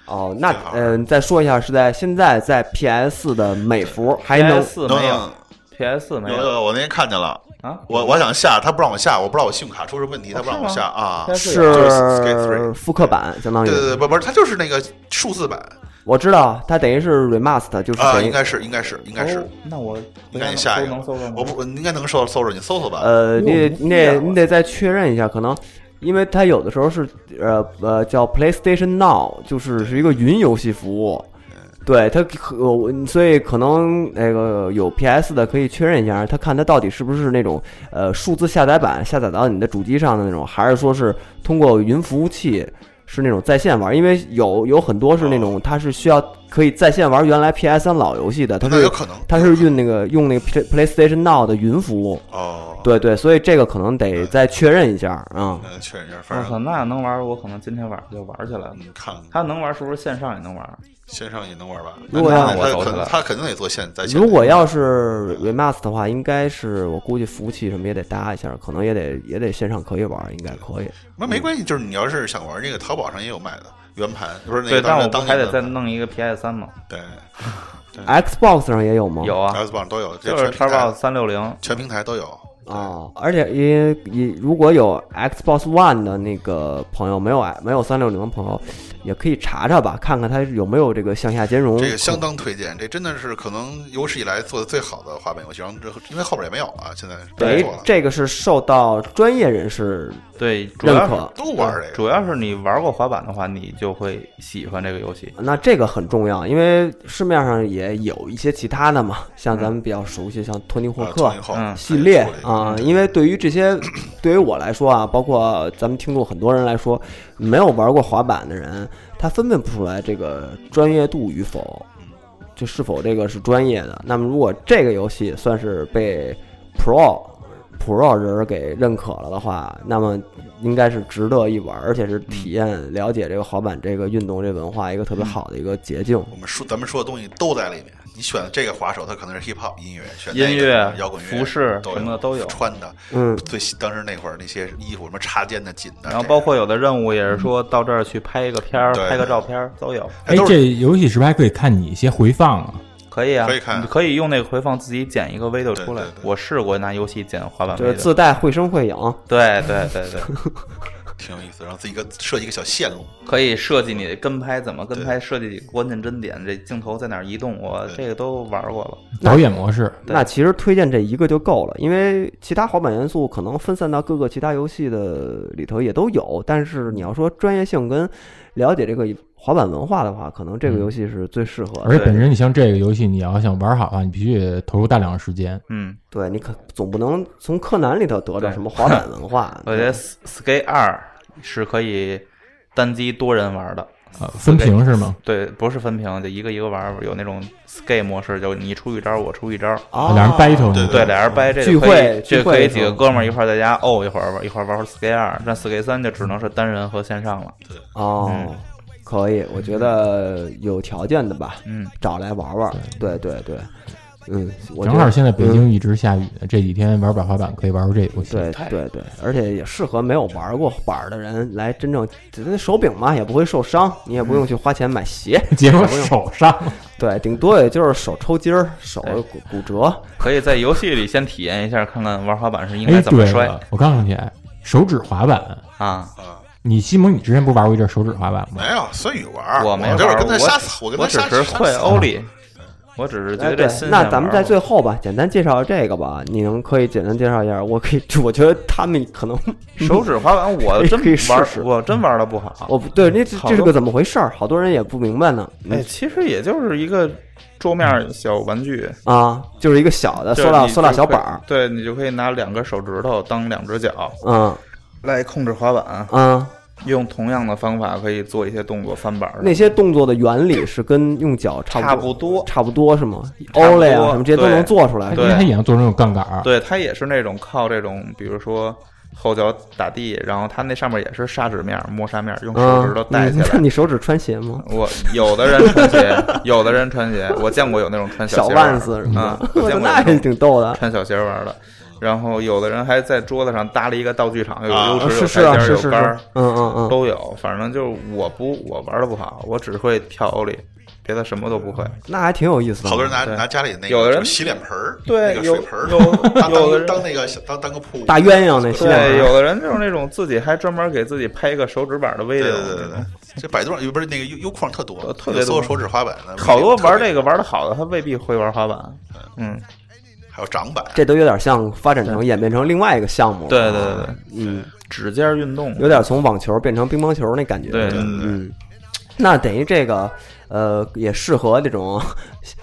哦，那挺好玩嗯、再说一下，是在现在在 PS 的美服还能 PS 四能没有，PS 四没有有有，我那天看见了，啊，我我想下，他不让我下，我不知道我信用卡出了问题，哦他不让是我吗下啊。 PS4 是就是 Skate 3复刻版，相当于对对对，不不是，它就是那个数字版我知道，它等于是 remaster，就是啊，等于应该是应该是应该是哦，那我应该下一个能搜到吗？我不我应该能搜搜着，你搜搜吧。呃，因你为得我不你记得得了啊你得再确认一下，可能因为它有的时候是呃呃叫 PlayStation Now，就是是一个云游戏服务。对它可，我所以可能那个有 PS 的可以确认一下，它看它到底是不是那种呃数字下载版下载到你的主机上的那种，还是说是通过云服务器是那种在线玩？因为有有很多是那哦种它是需要可以在线玩原来 PS 3老游戏的，它那有是可能，它是用那个用那个 Play- PlayStation Now 的云服务。哦，，对对，所以这个可能得再确认一下啊、嗯。嗯，确认一下，反我操，正哦那能玩，我可能今天晚上就玩起来了。嗯，看他能玩，是不是线上也能玩？啊线上也能玩吧？如果要那他我走起肯来他肯定得做线在线。啊如果要是 remaster 的话，应该是我估计服务器什么也得搭一下，可能也得也得线上可以玩，应该可以。那没关系，就是你要是想玩这个，淘宝上也有卖的圆盘，不是那对，个但当我年不当还年得的再弄一个 PS 三吗？对 Xbox 上也有吗？有啊， ，Xbox 都有，这就是全平台 Xbox 三六零。全平台都有。哦，而且也也如果有 Xbox One 的那个朋友，没有没有三六零的朋友，也可以查查吧，看看它有没有这个向下兼容。这个相当推荐，这真的是可能有史以来做的最好的滑板游戏。然后之后，因为后边也没有了，现在不等于做了，这个是受到专业人士对，主认要是可，都玩这个。啊主要是你玩过滑板的话，你就会喜欢这个游啊戏。那这个很重要，因为市面上也有一些其他的嘛，像咱们比较熟悉，像啊托尼霍呃克从以后嗯系列还得做啊一。个因为对于这些， *clears throat* 对于我来说啊，包括咱们听众很多人来说，没有玩过滑板的人，他分辨不出来这个专业度与否，就是否这个是专业的。那么如果这个游戏算是被 Pro Pro 人儿给认可了的话，那么应该是值得一玩，而且是体验了解这个滑板这个运动这文化一个特别好的一个捷径。我们说咱们说的东西都在里面。你选这个滑手，他可能是 hip hop 音乐，选那个音乐摇滚乐、服饰都有什么的都有穿的嗯，最新当时那会儿那些衣服什么插肩的、紧的，然后这个包括有的任务也是说到这儿去拍一个片儿，嗯对拍个照片儿都有，哎哎都，是这游戏是不是还可以看你一些回放啊？可以啊，可以看你可以用那个回放自己剪一个 video 对出来对。对我试过拿游戏剪滑板就是 video，自带绘声绘影。对对对对，挺有意思。然后自己一个设计一个小线路，可以设计你的跟拍怎么跟拍，设计几个关键帧点，这镜头在哪儿移动，我对这个都玩过了。导演模式，对那其实推荐这一个就够了，因为其他滑板元素可能分散到各个其他游戏的里头也都有，但是你要说专业性跟了解这个滑板文化的话，可能这个游戏是最适合的。嗯而且本身你像这个游戏，你要想玩好啊，你必须得投入大量的时间。嗯，。对你可总不能从柯南里头得到什么滑板文 *laughs* 化我觉得 S- Skate 二是可以单机多人玩的。呃，分屏是吗？对，不是分屏，就一个一个玩。有那种 skate 模式，就你出一招，我出一招，啊两人 battle 对呢对，俩人掰这聚个可以会这聚可以会几个是吧哥们儿一块儿在家哦怄一会儿玩，一块儿玩会儿 skate 二，但 skate 三就只能是单人和线上了。哦嗯，可以，我觉得有条件的吧，嗯，找来玩玩。对对对，嗯，我觉正得好现在北嗯京一直下雨，这几天玩板滑板可以玩玩这游戏。对太对对，而且也适合没有玩过板儿的人来真正，这手柄嘛也不会受伤，你也不用去花钱买鞋， *laughs* *laughs* 结果嗯手上了，对，顶多也就是手抽筋儿、手对骨骨折，可以在游戏里先体验一下，看看玩滑板是 *laughs* 应该哎，怎么对摔了，我刚想起来，手指滑板。啊！啊，你西蒙，你之前不是玩过一阵手指滑板吗没？有孙宇玩儿，我我没玩这会儿儿跟他我瞎扯，我跟他我只瞎是瞎会哦扯欧里，啊我只是觉哎，得对这新，鲜那咱们在玩儿最后吧，简单介绍这个吧。你能可以简单介绍一下？我可以，我觉得他们可能手指滑板，我 *laughs* 真可以试玩试，我真玩的不好。我不对，那这啊好这是多个怎么回事儿？好多人也不明白呢。哎，嗯其实也就是一个桌面小玩具，啊，就是一个小的就是塑料你就塑料小可以板儿，对你就可以拿两根手指头当两只脚嗯来控制滑板，嗯，用同样的方法可以做一些动作翻板儿。那些动作的原理是跟用脚差差不不多差不多是吗？差不欧类多啊什么这些都对能做出来因。为它也能做成那种杠杆儿，对，它也是那种靠这种，比如说后脚打地，然后它那上面也是砂纸面儿、磨砂面儿，用手指头嗯，带起你那来。你手指穿鞋吗？我有的人穿鞋，有的人穿鞋，我见过有那种穿小鞋玩儿腕子的什么啊 *laughs* 的，，我见过那有也那种挺逗的。穿小鞋玩儿的。然后有的人还在桌子上搭了一个道具场，有啊有啊优是势、是有啊台阶是儿、是有是，杆儿嗯，嗯嗯，都有。反正就是我不我玩的不好，我只会跳欧里，别的什么都不会。那还挺有意思的。好多人拿对拿家里那个有的人就是洗脸盆儿，对那个有水盆儿，有当有当的人当那个小当当个瀑布大鸳鸯那洗脸盆对，儿有的人就是那种自己还专门给自己拍一个手指板的 video，对对对对对，这百度上不是那个优优酷上特多，呃特别搜多手指滑板的，好多玩特别这个玩的好的，他未必会玩滑板。嗯，还有掌板，这都有点像发展成演变成另外一个项目了。对对对对，嗯，指尖运动有点从网球变成乒乓球那感觉。对对对嗯，那等于这个呃也适合这种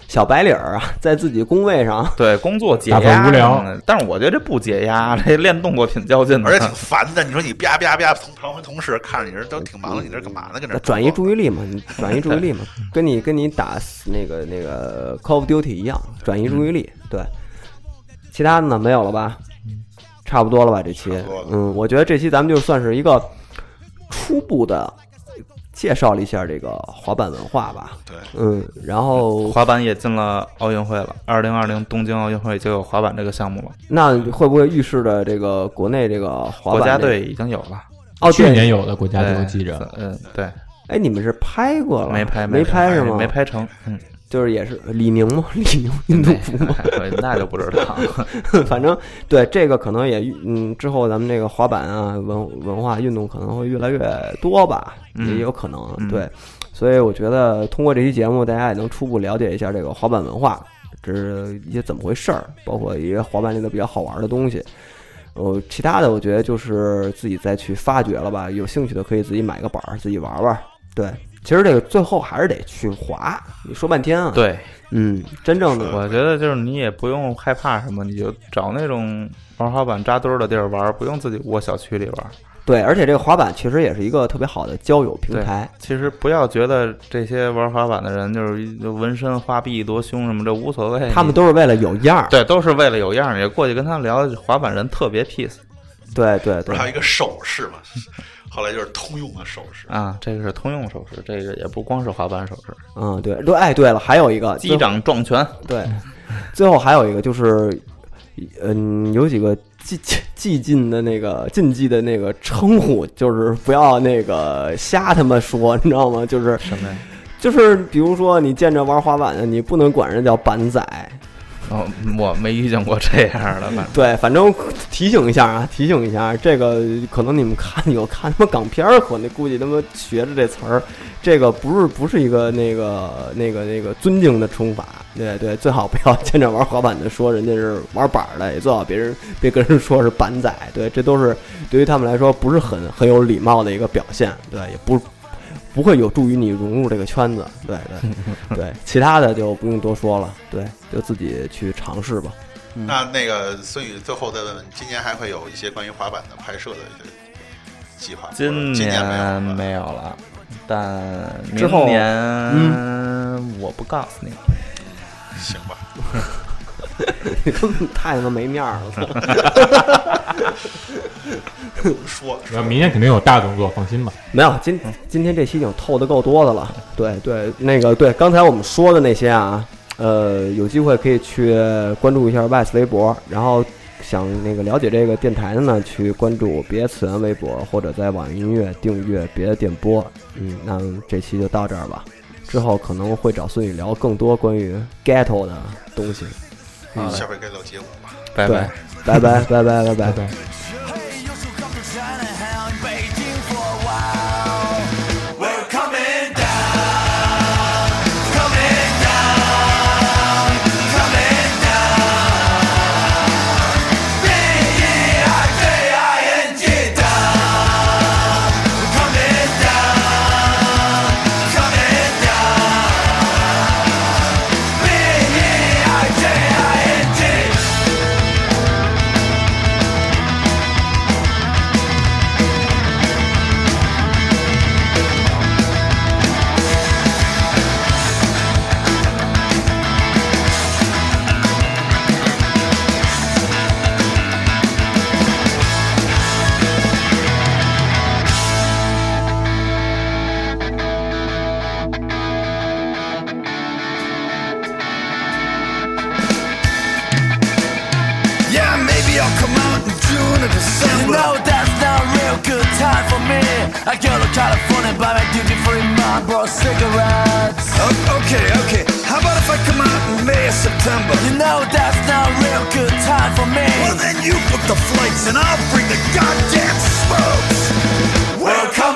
小白领儿啊，在自己工位上对工作解打发压无聊什么的，但是我觉得这不解压， *laughs* 这练动作挺较劲的，而且挺烦的。你说你啪啪啪，从旁边同事看着你，人都挺忙的，你这干嘛呢？跟这转移意，注意力嘛，你转移注意力 *laughs* 嘛，跟你跟你打那个那个 Call of Duty 一样，转移注意力。嗯对，其他的呢没有了吧？差不多了吧？这期差不多了，嗯，我觉得这期咱们就算是一个初步的介绍了一下这个滑板文化吧。对，嗯，然后滑板也进了奥运会了，二零二零东京奥运会就有滑板这个项目了，那会不会预示着这个国内这个滑板国家这个队已经有了。哦，去年有有的国家队我记着，对，嗯，对，哎，你们是拍过了？没拍，没拍是吗？没，拍成，嗯，就是也是李宁吗？李宁运动服吗？ *laughs* 哎那就不 *laughs* 知道了。反正对这个可能也嗯，之后咱们这个滑板啊文文化运动可能会越来越多吧，嗯也有可能、嗯对，所以我觉得通过这期节目，大家也能初步了解一下这个滑板文化，这是一些怎么回事儿，包括一些滑板里的比较好玩的东西。呃，其他的我觉得就是自己再去发掘了吧，有兴趣的可以自己买个板儿自己玩玩。对，其实这个最后还是得去滑，你说半天啊，，对，嗯，真正的我觉得就是你也不用害怕什么，你就找那种玩滑板扎堆儿的地儿玩，不用自己窝小区里玩。对，而且这个滑板其实也是一个特别好的交友平对台。其实不要觉得这些玩滑板的人就是一就纹身、画壁多凶什么，这无所谓。他们都是为了有样儿，哎对都是为了有样儿，你过去跟他聊，滑板人特别 peace 对对不对是还有一个手势嘛？后来就是通用的手势，啊，这个是通用手势，这个也不光是滑板手势，嗯对对，哎对了，还有一个击，掌撞拳。最后对，最后还有一个就是，嗯，有几个既既进的那个禁忌的那个称呼，就是不要那个瞎他妈说，你知道吗？就是什么呀？就是，比如说你见着玩滑板的，你不能管人叫板仔，哦，我没遇见过这样的，反正对，反正提醒一下啊，提醒一下，这个可能你们看有看他妈港片儿，可那估计他妈学着这词儿，这个不是不是一个那个那个那个尊敬的称法，对对，最好不要见着玩滑板的说人家是玩板儿的，也最好别人别跟人说是板仔，对，这都是对于他们来说不是很很有礼貌的一个表现，对，也不不会有助于你融入这个圈子，对对对，其他的就不用多说了，对，就自己去尝试吧。嗯那那个孙宇最后再问问，今年还会有一些关于滑板的拍摄的一些计划吗？今今年年没有没有了，但之明后年我不告诉你。了，行吧？你根本 *laughs* 太他妈没面儿了！操也不说，然后明年肯定有大动作，放心吧。没有，今今天这期已经透的够多的了。对对，那个对，刚才我们说的那些啊，呃，有机会可以去关注一下 Wes 微博，然后想那个了解这个电台的呢，去关注别的次元微博或者在网易音乐订阅别的电波。嗯，那这期就到这儿吧，之后可能会找孙宇聊更多关于 ghetto 的东西。嗯下回该聊街舞吧。拜对拜拜。，拜，拜拜，拜拜拜。拜。 Hey, you should come to Chinatown, Beijing for a while. We're coming down, coming down, coming down. B-E-I-J-I-N-G down, coming down, coming down. B-E-I-J-I-N-G. Yeah, maybe I'll come out in June or December. You know that's not a real good time for me. I go to California buy my duty free Marlboro cigarettes. O- okay, okay. How about if I come out in May or September? You know that's not a real good time for me. Well, then you book the flights and I'll bring the goddamn smokes. We're coming